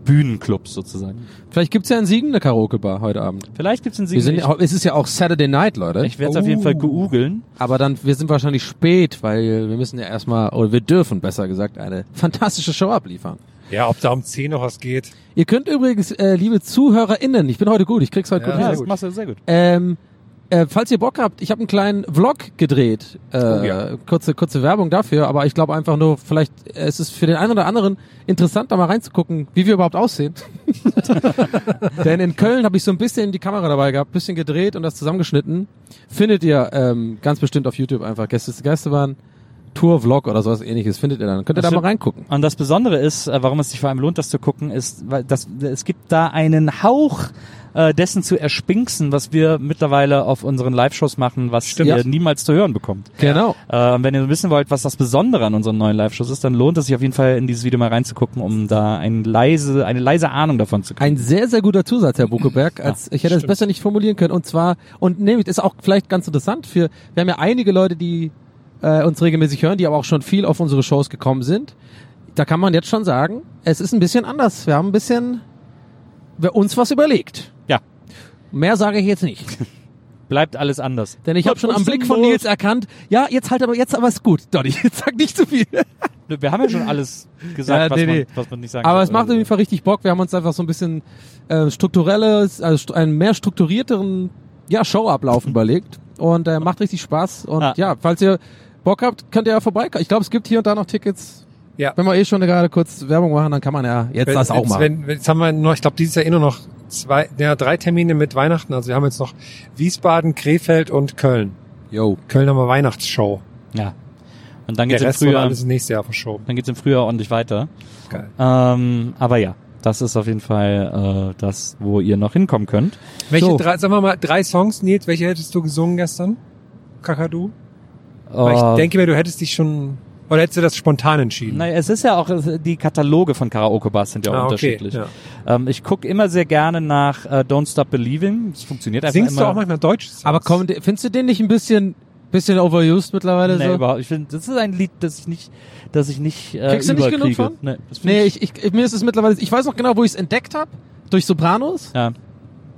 [SPEAKER 3] Bühnenclubs sozusagen.
[SPEAKER 2] Vielleicht gibt's ja in Siegen eine Karaoke-Bar heute Abend.
[SPEAKER 3] Vielleicht gibt's in Siegen.
[SPEAKER 2] Wir sind, ja- es ist ja auch Oh. Saturday Night, Leute.
[SPEAKER 3] ich ich werde es auf jeden Fall googeln.
[SPEAKER 2] Aber dann, wir sind wahrscheinlich spät, weil wir müssen ja erstmal, oder wir dürfen besser gesagt, eine fantastische Show abliefern.
[SPEAKER 4] ja, ob da um 10 noch was geht.
[SPEAKER 2] Ihr könnt übrigens, äh, liebe ZuhörerInnen, ich bin heute gut, ich krieg's heute
[SPEAKER 4] Ja,
[SPEAKER 2] gut hin.
[SPEAKER 4] gut.
[SPEAKER 3] machst du sehr gut.
[SPEAKER 2] Ähm, äh, falls ihr Bock habt, ich habe einen kleinen Vlog gedreht. Äh,
[SPEAKER 3] Oh
[SPEAKER 4] ja.
[SPEAKER 2] kurze, kurze Werbung dafür, aber ich glaube einfach nur, vielleicht äh, es ist für den einen oder anderen interessant, da mal reinzugucken, wie wir überhaupt aussehen. Denn in Köln habe ich so ein bisschen die Kamera dabei gehabt, bisschen gedreht und das zusammengeschnitten. Findet ihr ähm, ganz bestimmt auf YouTube einfach Gäste zu Gäste waren. Tour, Vlog oder sowas ähnliches findet ihr dann. Könnt ihr
[SPEAKER 3] Das
[SPEAKER 2] da mal
[SPEAKER 3] sind-
[SPEAKER 2] reingucken.
[SPEAKER 3] Und das Besondere ist, äh, warum es sich vor allem lohnt, das zu gucken, ist, weil das, es gibt da einen Hauch äh, dessen zu erspinksen, was wir mittlerweile auf unseren Live-Shows machen, was
[SPEAKER 2] Stimmt.
[SPEAKER 3] ihr niemals zu hören bekommt.
[SPEAKER 2] Genau.
[SPEAKER 3] Äh, und wenn ihr wissen wollt, was das Besondere an unseren neuen Live-Shows ist, dann lohnt es sich auf jeden Fall in dieses Video mal reinzugucken, um da ein leise, eine leise Ahnung davon zu kriegen.
[SPEAKER 2] Ein sehr, sehr guter Zusatz, Herr Buckeberg. Als, ich hätte es besser nicht formulieren können. Und zwar, und nämlich ist auch vielleicht ganz interessant für, wir haben ja einige Leute, die äh, uns regelmäßig hören, die aber auch schon viel auf unsere Shows gekommen sind. Da kann man jetzt schon sagen, es ist ein bisschen anders. Wir haben ein bisschen wir uns was überlegt.
[SPEAKER 3] Ja.
[SPEAKER 2] Mehr sage ich jetzt nicht.
[SPEAKER 3] Bleibt alles anders.
[SPEAKER 2] Denn ich habe schon am Blick von Nils erkannt, ja, jetzt halt aber, jetzt aber ist gut. Donny, jetzt sag nicht zu viel.
[SPEAKER 3] Wir haben ja schon alles gesagt,
[SPEAKER 2] Ja,
[SPEAKER 3] was,
[SPEAKER 2] nee,
[SPEAKER 3] man,
[SPEAKER 2] nee.
[SPEAKER 3] was man nicht sagen
[SPEAKER 2] Aber
[SPEAKER 3] soll.
[SPEAKER 2] es macht auf jeden Fall richtig Bock. Wir haben uns einfach so ein bisschen äh, strukturelles, also st einen mehr strukturierteren ja, Showablauf überlegt. Und äh, macht richtig Spaß. Und
[SPEAKER 3] Ah.
[SPEAKER 2] ja, falls ihr Bock habt, könnt ihr ja vorbeikommen. Ich glaube, es gibt hier und da noch Tickets.
[SPEAKER 4] Ja.
[SPEAKER 2] Wenn wir eh schon gerade kurz Werbung machen, dann kann man ja jetzt das auch
[SPEAKER 4] jetzt,
[SPEAKER 2] machen.
[SPEAKER 4] Wenn, jetzt haben wir noch, ich glaube, dieses Jahr eh nur noch zwei, ja, drei Termine mit Weihnachten. Also wir haben jetzt noch Wiesbaden, Krefeld und Köln.
[SPEAKER 2] Yo.
[SPEAKER 4] Köln haben wir Weihnachtsshow.
[SPEAKER 3] Ja. Und dann
[SPEAKER 4] Der
[SPEAKER 3] geht's im
[SPEAKER 4] Rest wird
[SPEAKER 3] Frühjahr,
[SPEAKER 4] alles nächstes Jahr verschoben.
[SPEAKER 3] dann geht's im Frühjahr ordentlich weiter.
[SPEAKER 4] Geil.
[SPEAKER 3] Ähm, aber ja, das ist auf jeden Fall äh, das, wo ihr noch hinkommen könnt.
[SPEAKER 4] Welche
[SPEAKER 2] So.
[SPEAKER 4] drei, sagen wir mal, drei Songs, Nils, welche hättest du gesungen gestern? Kakadu? Weil
[SPEAKER 3] Äh,
[SPEAKER 2] Ah.
[SPEAKER 4] ich denke mir, du hättest dich schon, oder hättest du das spontan entschieden?
[SPEAKER 3] Naja, es ist ja auch, es- die Kataloge von Karaoke-Bars sind ja auch
[SPEAKER 4] Ah, okay,
[SPEAKER 3] unterschiedlich.
[SPEAKER 4] ja.
[SPEAKER 3] Ähm, ich gucke immer sehr gerne nach äh, Don't Stop Believing. Das funktioniert einfach
[SPEAKER 4] Singst
[SPEAKER 3] immer.
[SPEAKER 4] du auch manchmal Deutsch?
[SPEAKER 2] Aber komm, de- findest du den nicht ein bisschen, bisschen overused mittlerweile
[SPEAKER 3] Nee,
[SPEAKER 2] so?
[SPEAKER 3] überhaupt. Ich finde, das ist ein Lied, das ich nicht, das ich nicht äh,
[SPEAKER 2] Kriegst du nicht genug
[SPEAKER 3] überkriege.
[SPEAKER 2] von?
[SPEAKER 3] Nee, das find
[SPEAKER 2] Nee, ich, ich, mir ist es mittlerweile, ich weiß noch genau, wo ich es entdeckt habe. Durch Sopranos.
[SPEAKER 3] Ja.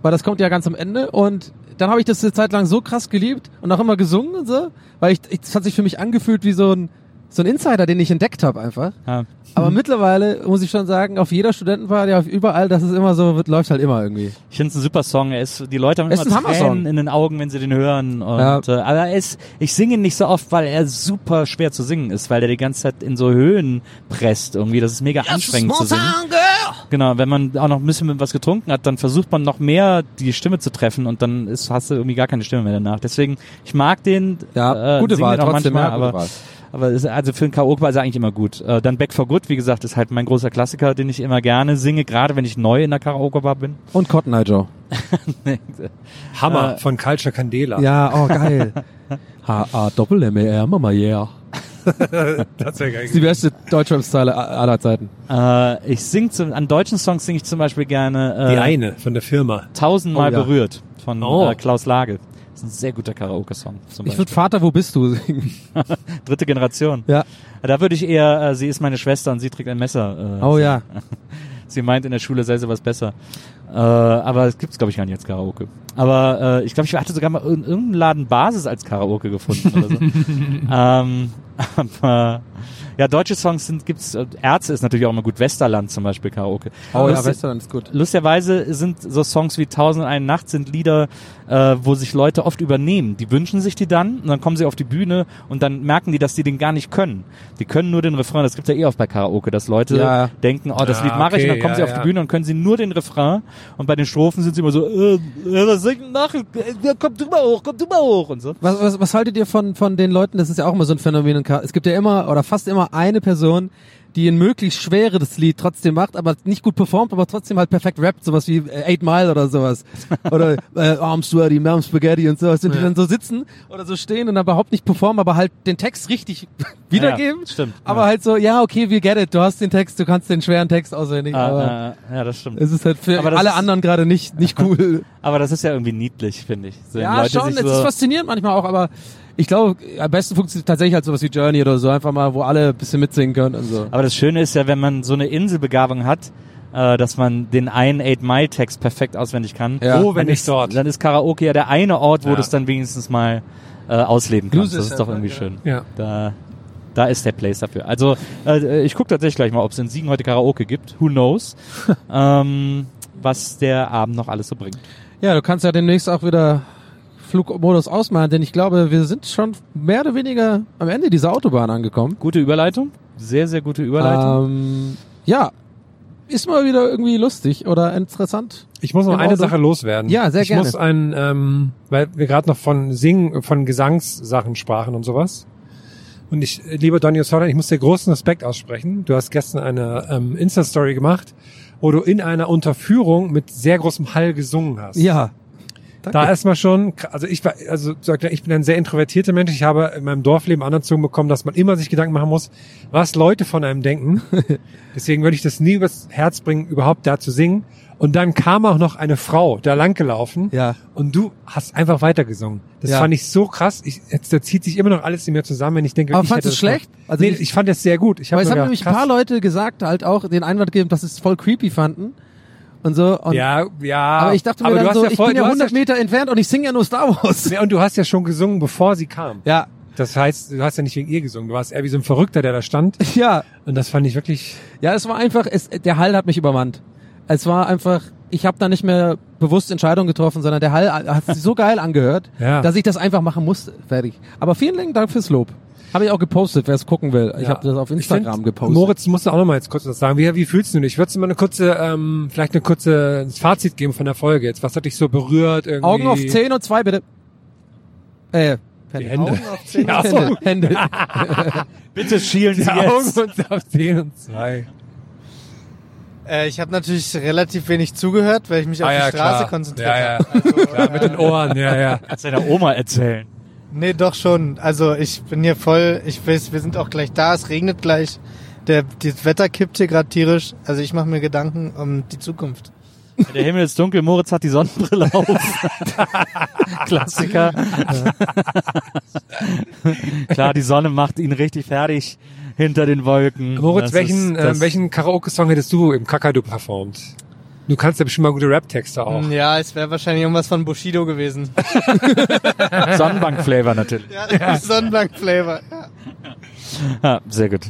[SPEAKER 2] weil das kommt ja ganz am Ende und dann habe ich das eine Zeit lang so krass geliebt und auch immer gesungen und so, weil ich, ich das hat sich für mich angefühlt wie so ein so ein Insider, den ich entdeckt habe einfach.
[SPEAKER 3] Ja.
[SPEAKER 2] Aber mittlerweile muss ich schon sagen, auf jeder Studentenparty, auf überall, das ist immer so, wird, läuft halt immer irgendwie.
[SPEAKER 3] Ich finde es ein super Song. Er ist, die Leute haben
[SPEAKER 2] Es
[SPEAKER 3] immer
[SPEAKER 2] ist ein Hammer-Song.
[SPEAKER 3] Tränen in den Augen, wenn sie den hören. Und,
[SPEAKER 2] Ja.
[SPEAKER 3] äh, aber er ist, ich singe ihn nicht so oft, weil er super schwer zu singen ist, weil er die ganze Zeit in so Höhen presst irgendwie. Das ist mega anstrengend zu singen. Genau, wenn man auch noch ein bisschen mit was getrunken hat, dann versucht man noch mehr die Stimme zu treffen und dann ist, hast du irgendwie gar keine Stimme mehr danach. Deswegen, ich mag den.
[SPEAKER 2] Ja,
[SPEAKER 3] äh,
[SPEAKER 2] gute
[SPEAKER 3] sing
[SPEAKER 2] Wahl,
[SPEAKER 3] den auch
[SPEAKER 2] trotzdem,
[SPEAKER 3] manchmal,
[SPEAKER 2] ja, gute
[SPEAKER 3] aber,
[SPEAKER 2] Wahl.
[SPEAKER 3] aber ist, also für ein Karaoke war es eigentlich immer gut. Äh, dann Back for Good, wie gesagt, ist halt mein großer Klassiker, den ich immer gerne singe, gerade wenn ich neu in der Karaoke-Bar bin.
[SPEAKER 2] Und Cotton Eye Joe.
[SPEAKER 4] Hammer von Culture Candela.
[SPEAKER 2] äh, Ja, oh geil. H-A-Doppel-M-E-R, Mama, yeah.
[SPEAKER 4] Das wäre geil.
[SPEAKER 2] Das ist die beste Deutschrap-Style aller Zeiten.
[SPEAKER 3] Äh, ich sing zum, an deutschen Songs singe ich zum Beispiel
[SPEAKER 4] Die
[SPEAKER 3] gerne äh,
[SPEAKER 4] eine von der Firma.
[SPEAKER 3] Tausendmal
[SPEAKER 2] Oh, ja.
[SPEAKER 3] berührt von
[SPEAKER 4] Oh.
[SPEAKER 3] äh, Klaus Lage. Das ist ein sehr guter Karaoke-Song. zum
[SPEAKER 2] Ich
[SPEAKER 3] Beispiel.
[SPEAKER 2] würde Vater, wo bist du? singen.
[SPEAKER 3] Dritte Generation.
[SPEAKER 2] ja.
[SPEAKER 3] Da würde ich eher, äh, sie ist meine Schwester und sie trägt ein Messer. Äh,
[SPEAKER 2] Oh
[SPEAKER 3] sie,
[SPEAKER 2] ja.
[SPEAKER 3] Sie meint, in der Schule sei sie was besser. Äh, aber es gibt's glaube ich, gar nicht als Karaoke. Aber äh, ich glaube, ich hatte sogar mal in irgendeinem Laden Basis als Karaoke gefunden oder so. ähm, aber ja, deutsche Songs sind, gibt's, äh, Ärzte ist natürlich auch immer gut, Westerland zum Beispiel Karaoke.
[SPEAKER 2] Oh ja,
[SPEAKER 3] Lustig-
[SPEAKER 2] Westerland ist gut.
[SPEAKER 3] Lustigerweise sind so Songs wie Tausend und eine Nacht sind Lieder, äh, wo sich Leute oft übernehmen. Die wünschen sich die dann und dann kommen sie auf die Bühne und dann merken die, dass die den gar nicht können. Die können nur den Refrain. Das gibt's ja eh oft bei Karaoke, dass Leute
[SPEAKER 2] Ja.
[SPEAKER 3] denken, oh, das
[SPEAKER 4] Ah,
[SPEAKER 3] Lied mache ich und dann
[SPEAKER 4] okay,
[SPEAKER 3] kommen
[SPEAKER 4] ja,
[SPEAKER 3] sie auf
[SPEAKER 4] ja.
[SPEAKER 3] die Bühne und können sie nur den Refrain und bei den Strophen sind sie immer so, äh, äh, was soll ich denn machen? Äh, ja, komm du mal hoch, komm du mal hoch und so.
[SPEAKER 2] Was, was, was haltet ihr von, von den Leuten? Das ist ja auch immer so ein Phänomen. in Ka- Es gibt ja immer oder fast immer eine Person, die ein möglichst schweres Lied trotzdem macht, aber nicht gut performt, aber trotzdem halt perfekt rappt, sowas wie äh, Eight Mile oder sowas. Oder äh, I'm sweaty, Mom Spaghetti und sowas. Und die dann so sitzen oder so stehen und dann überhaupt nicht performen, aber halt den Text richtig wiedergeben.
[SPEAKER 3] Ja, stimmt.
[SPEAKER 2] aber
[SPEAKER 3] Ja.
[SPEAKER 2] halt so, ja, okay, we get it. Du hast den Text, du kannst den schweren Text auswendig. aber
[SPEAKER 3] Ah, ah, ja, das stimmt.
[SPEAKER 2] es ist halt für
[SPEAKER 3] Aber das
[SPEAKER 2] alle
[SPEAKER 3] ist-
[SPEAKER 2] anderen gerade nicht, nicht cool.
[SPEAKER 3] Aber das ist ja irgendwie niedlich, finde ich. So, wenn
[SPEAKER 2] Ja,
[SPEAKER 3] Leute
[SPEAKER 2] schon,
[SPEAKER 3] sich
[SPEAKER 2] es
[SPEAKER 3] so
[SPEAKER 2] ist faszinierend manchmal auch, aber ich glaube, am besten funktioniert tatsächlich halt sowas wie Journey oder so, einfach mal, wo alle ein bisschen mitsingen können und so.
[SPEAKER 3] Aber das Schöne ist ja, wenn man so eine Inselbegabung hat, äh, dass man den einen Eight Mile Text perfekt auswendig kann.
[SPEAKER 2] Ja.
[SPEAKER 4] Oh, wenn
[SPEAKER 3] dann
[SPEAKER 4] ich
[SPEAKER 3] ist-
[SPEAKER 4] dort.
[SPEAKER 3] Dann ist Karaoke ja der eine Ort, wo
[SPEAKER 4] Ja.
[SPEAKER 3] du es dann wenigstens mal äh, ausleben
[SPEAKER 2] Blues
[SPEAKER 3] kannst. Das
[SPEAKER 2] ist
[SPEAKER 3] ist doch
[SPEAKER 2] ja,
[SPEAKER 3] irgendwie
[SPEAKER 2] ja.
[SPEAKER 3] schön.
[SPEAKER 4] Ja.
[SPEAKER 3] Da, da ist der Place dafür. Also äh, ich gucke tatsächlich gleich mal, ob es in Siegen heute Karaoke gibt. Who knows? ähm, was der Abend noch alles so bringt.
[SPEAKER 2] Ja, du kannst ja demnächst auch wieder Flugmodus ausmachen, denn ich glaube, wir sind schon mehr oder weniger am Ende dieser Autobahn angekommen.
[SPEAKER 3] Gute Überleitung. Sehr, sehr gute Überleitung.
[SPEAKER 2] Ähm, ja, ist mal wieder irgendwie lustig oder interessant.
[SPEAKER 4] Ich muss noch
[SPEAKER 2] Im
[SPEAKER 4] eine
[SPEAKER 2] Auto?
[SPEAKER 4] Sache loswerden.
[SPEAKER 2] Ja, sehr
[SPEAKER 4] ich
[SPEAKER 2] gerne.
[SPEAKER 4] Ich muss ein, ähm, weil wir gerade noch von Singen, von Gesangssachen sprachen und sowas. Und ich, äh, lieber Donny O'Sullivan, ich muss dir großen Respekt aussprechen. Du hast gestern eine ähm, Insta-Story gemacht, wo du in einer Unterführung mit sehr großem Hall gesungen hast.
[SPEAKER 2] Ja.
[SPEAKER 4] Da erstmal schon, also ich war, also zu erklären, ich bin ein sehr introvertierter Mensch. Ich habe in meinem Dorfleben anerzogen bekommen, dass man immer sich Gedanken machen muss, was Leute von einem denken. Deswegen würde ich das nie übers Herz bringen, überhaupt da zu singen. Und dann kam auch noch eine Frau da lang gelaufen
[SPEAKER 2] Ja.
[SPEAKER 4] und du hast einfach weitergesungen. Das
[SPEAKER 2] Ja.
[SPEAKER 4] fand ich so krass. Ich, jetzt, da zieht sich immer noch alles in mir zusammen, wenn ich denke,
[SPEAKER 2] Aber
[SPEAKER 4] ich
[SPEAKER 2] fandst
[SPEAKER 4] hätte
[SPEAKER 2] du
[SPEAKER 4] das
[SPEAKER 2] schlecht?
[SPEAKER 4] gemacht.
[SPEAKER 2] Also
[SPEAKER 4] nee,
[SPEAKER 2] nicht-
[SPEAKER 4] ich fand das sehr gut. Ich
[SPEAKER 2] Aber es
[SPEAKER 4] habe
[SPEAKER 2] haben nämlich ein paar
[SPEAKER 4] Leute.
[SPEAKER 2] Leute gesagt, halt auch den Einwand gegeben, dass es voll creepy fanden und so. Und
[SPEAKER 4] Ja, ja.
[SPEAKER 2] Aber ich dachte mir
[SPEAKER 4] du
[SPEAKER 2] dann
[SPEAKER 4] hast
[SPEAKER 2] so,
[SPEAKER 4] ja
[SPEAKER 2] ich
[SPEAKER 4] voll-
[SPEAKER 2] bin ja
[SPEAKER 4] du hast
[SPEAKER 2] 100 Meter entfernt und ich singe ja nur Star Wars.
[SPEAKER 4] Nee, und du hast ja schon gesungen, bevor sie kam.
[SPEAKER 2] Ja,
[SPEAKER 4] Das heißt, du hast ja nicht wegen ihr gesungen, du warst eher wie so ein Verrückter, der da stand.
[SPEAKER 2] ja.
[SPEAKER 4] Und das fand ich wirklich.
[SPEAKER 2] Ja, es war einfach, es, der Hall hat mich übermannt. Es war einfach, ich habe da nicht mehr bewusst Entscheidungen getroffen, sondern der Hall hat sich so geil angehört,
[SPEAKER 4] Ja.
[SPEAKER 2] dass ich das einfach machen musste. Fertig. Aber vielen lieben Dank fürs Lob. Habe ich auch gepostet, wer es gucken will. Ich
[SPEAKER 4] ja.
[SPEAKER 2] habe das auf
[SPEAKER 4] Ich
[SPEAKER 2] Instagram
[SPEAKER 4] find,
[SPEAKER 2] gepostet.
[SPEAKER 4] Moritz musste auch noch mal jetzt kurz was sagen. Wie, wie fühlst du dich? Würdest du mal eine kurze, ähm, vielleicht eine kurze Fazit geben von der Folge jetzt? Was hat dich so berührt? Irgendwie?
[SPEAKER 2] Augen auf 10 und 2 bitte. Äh,
[SPEAKER 4] Die Hände.
[SPEAKER 2] Augen auf 10
[SPEAKER 4] Ja,
[SPEAKER 2] und Hände. Hände.
[SPEAKER 3] Bitte schielen Sie
[SPEAKER 4] Die
[SPEAKER 3] jetzt.
[SPEAKER 4] Augen und auf 10 und 2.
[SPEAKER 5] Äh, ich habe natürlich relativ wenig zugehört, weil ich mich auf die Straße konzentriert
[SPEAKER 4] Ah ja, ja.
[SPEAKER 5] habe.
[SPEAKER 4] ja, mit den Ohren, ja, ja.
[SPEAKER 3] Kannst deiner Oma erzählen.
[SPEAKER 5] Nee, doch schon. Also ich bin hier voll, ich weiß, wir sind auch gleich da, es regnet gleich. Der, das Wetter kippt hier gerade tierisch. Also ich mache mir Gedanken um die Zukunft.
[SPEAKER 3] Der Himmel ist dunkel, Moritz hat die Sonnenbrille auf. Klassiker. Klar, die Sonne macht ihn richtig fertig hinter den Wolken.
[SPEAKER 4] Moritz,
[SPEAKER 3] Das
[SPEAKER 4] welchen,
[SPEAKER 3] ist-
[SPEAKER 4] ähm,
[SPEAKER 3] das-
[SPEAKER 4] welchen Karaoke-Song hättest du im Kakadu performt? Du kannst ja bestimmt mal gute Rap-Texte auch.
[SPEAKER 5] Hm, Ja, es wäre wahrscheinlich irgendwas von Bushido gewesen.
[SPEAKER 3] Sonnenbank-Flavor natürlich.
[SPEAKER 5] Ja, Sonnenblank Flavor. Ja.
[SPEAKER 3] Ja, sehr gut.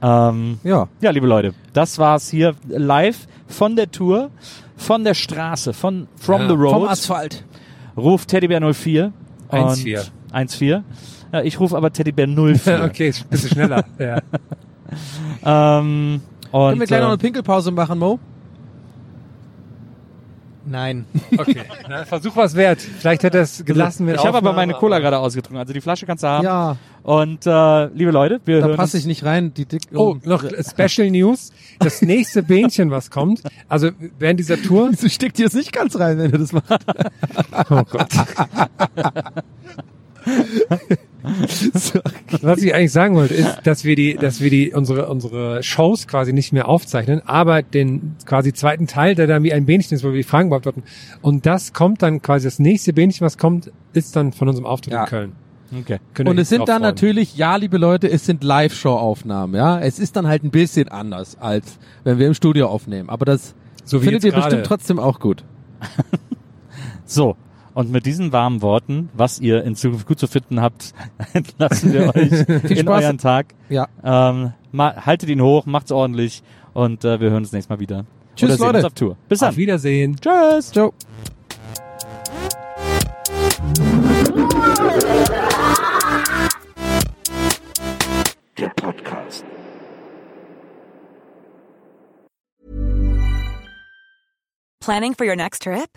[SPEAKER 3] Ähm,
[SPEAKER 2] Ja.
[SPEAKER 3] ja, liebe Leute, das war's hier live von der Tour, von der Straße, von From
[SPEAKER 4] Ja.
[SPEAKER 3] the Road.
[SPEAKER 2] Vom Asphalt.
[SPEAKER 3] Ruf Teddybär 04.
[SPEAKER 4] 1-4.
[SPEAKER 3] 1-4. Ja, ich rufe aber Teddybär
[SPEAKER 2] Hm.
[SPEAKER 3] 04.
[SPEAKER 4] okay, ist ein bisschen schneller. ja.
[SPEAKER 3] Ähm, und,
[SPEAKER 2] Können wir gleich
[SPEAKER 3] äh,
[SPEAKER 2] noch eine Pinkelpause machen, Mo?
[SPEAKER 6] Nein.
[SPEAKER 4] Okay. Na, Versuch was wert. Vielleicht hätte er es gelassen mit
[SPEAKER 3] Ich habe aber
[SPEAKER 4] Aufnahme,
[SPEAKER 3] meine Cola gerade ausgetrunken, also die Flasche kannst du haben.
[SPEAKER 2] Ja,
[SPEAKER 3] Und äh, liebe Leute, wir
[SPEAKER 2] da
[SPEAKER 3] hören
[SPEAKER 2] passe
[SPEAKER 3] uns.
[SPEAKER 2] ich nicht rein. Die dick
[SPEAKER 4] Oh, noch Special News. Das nächste Bähnchen, was kommt, also während dieser Tour,
[SPEAKER 2] Wieso steckt dir das nicht ganz rein, wenn du das machst?
[SPEAKER 4] oh Gott. Was ich eigentlich sagen wollte, ist, dass wir die, dass wir die, unsere, unsere Shows quasi nicht mehr aufzeichnen, aber den quasi zweiten Teil, der dann wie ein Bähnchen ist, wo wir die Fragen beantworten. Und das kommt dann quasi, das nächste Bähnchen, was kommt, ist dann von unserem Auftritt
[SPEAKER 2] Ja.
[SPEAKER 4] in Köln.
[SPEAKER 3] Okay.
[SPEAKER 4] Könnt ihr
[SPEAKER 2] Und
[SPEAKER 4] euch
[SPEAKER 2] es sind
[SPEAKER 4] drauf
[SPEAKER 2] dann
[SPEAKER 4] freuen.
[SPEAKER 2] natürlich, ja, liebe Leute, es sind Live-Show-Aufnahmen, ja. Es ist dann halt ein bisschen anders, als wenn wir im Studio aufnehmen. Aber das
[SPEAKER 4] So wie
[SPEAKER 2] findet ihr
[SPEAKER 4] jetzt gerade.
[SPEAKER 2] bestimmt trotzdem auch gut.
[SPEAKER 3] So. Und mit diesen warmen Worten, was ihr in Zukunft gut zu finden habt, entlassen wir euch in
[SPEAKER 2] Spaß.
[SPEAKER 3] euren Tag.
[SPEAKER 2] Ja.
[SPEAKER 3] Ähm, ma- haltet ihn hoch, macht's ordentlich und äh, wir hören uns nächstes Mal wieder.
[SPEAKER 2] Tschüss,
[SPEAKER 3] Oder sehen
[SPEAKER 2] Leute.
[SPEAKER 3] Uns auf Tour. Bis dann.
[SPEAKER 4] Auf Wiedersehen.
[SPEAKER 3] Tschüss.
[SPEAKER 2] Ciao.
[SPEAKER 7] Der Podcast.
[SPEAKER 8] Planning for your next trip?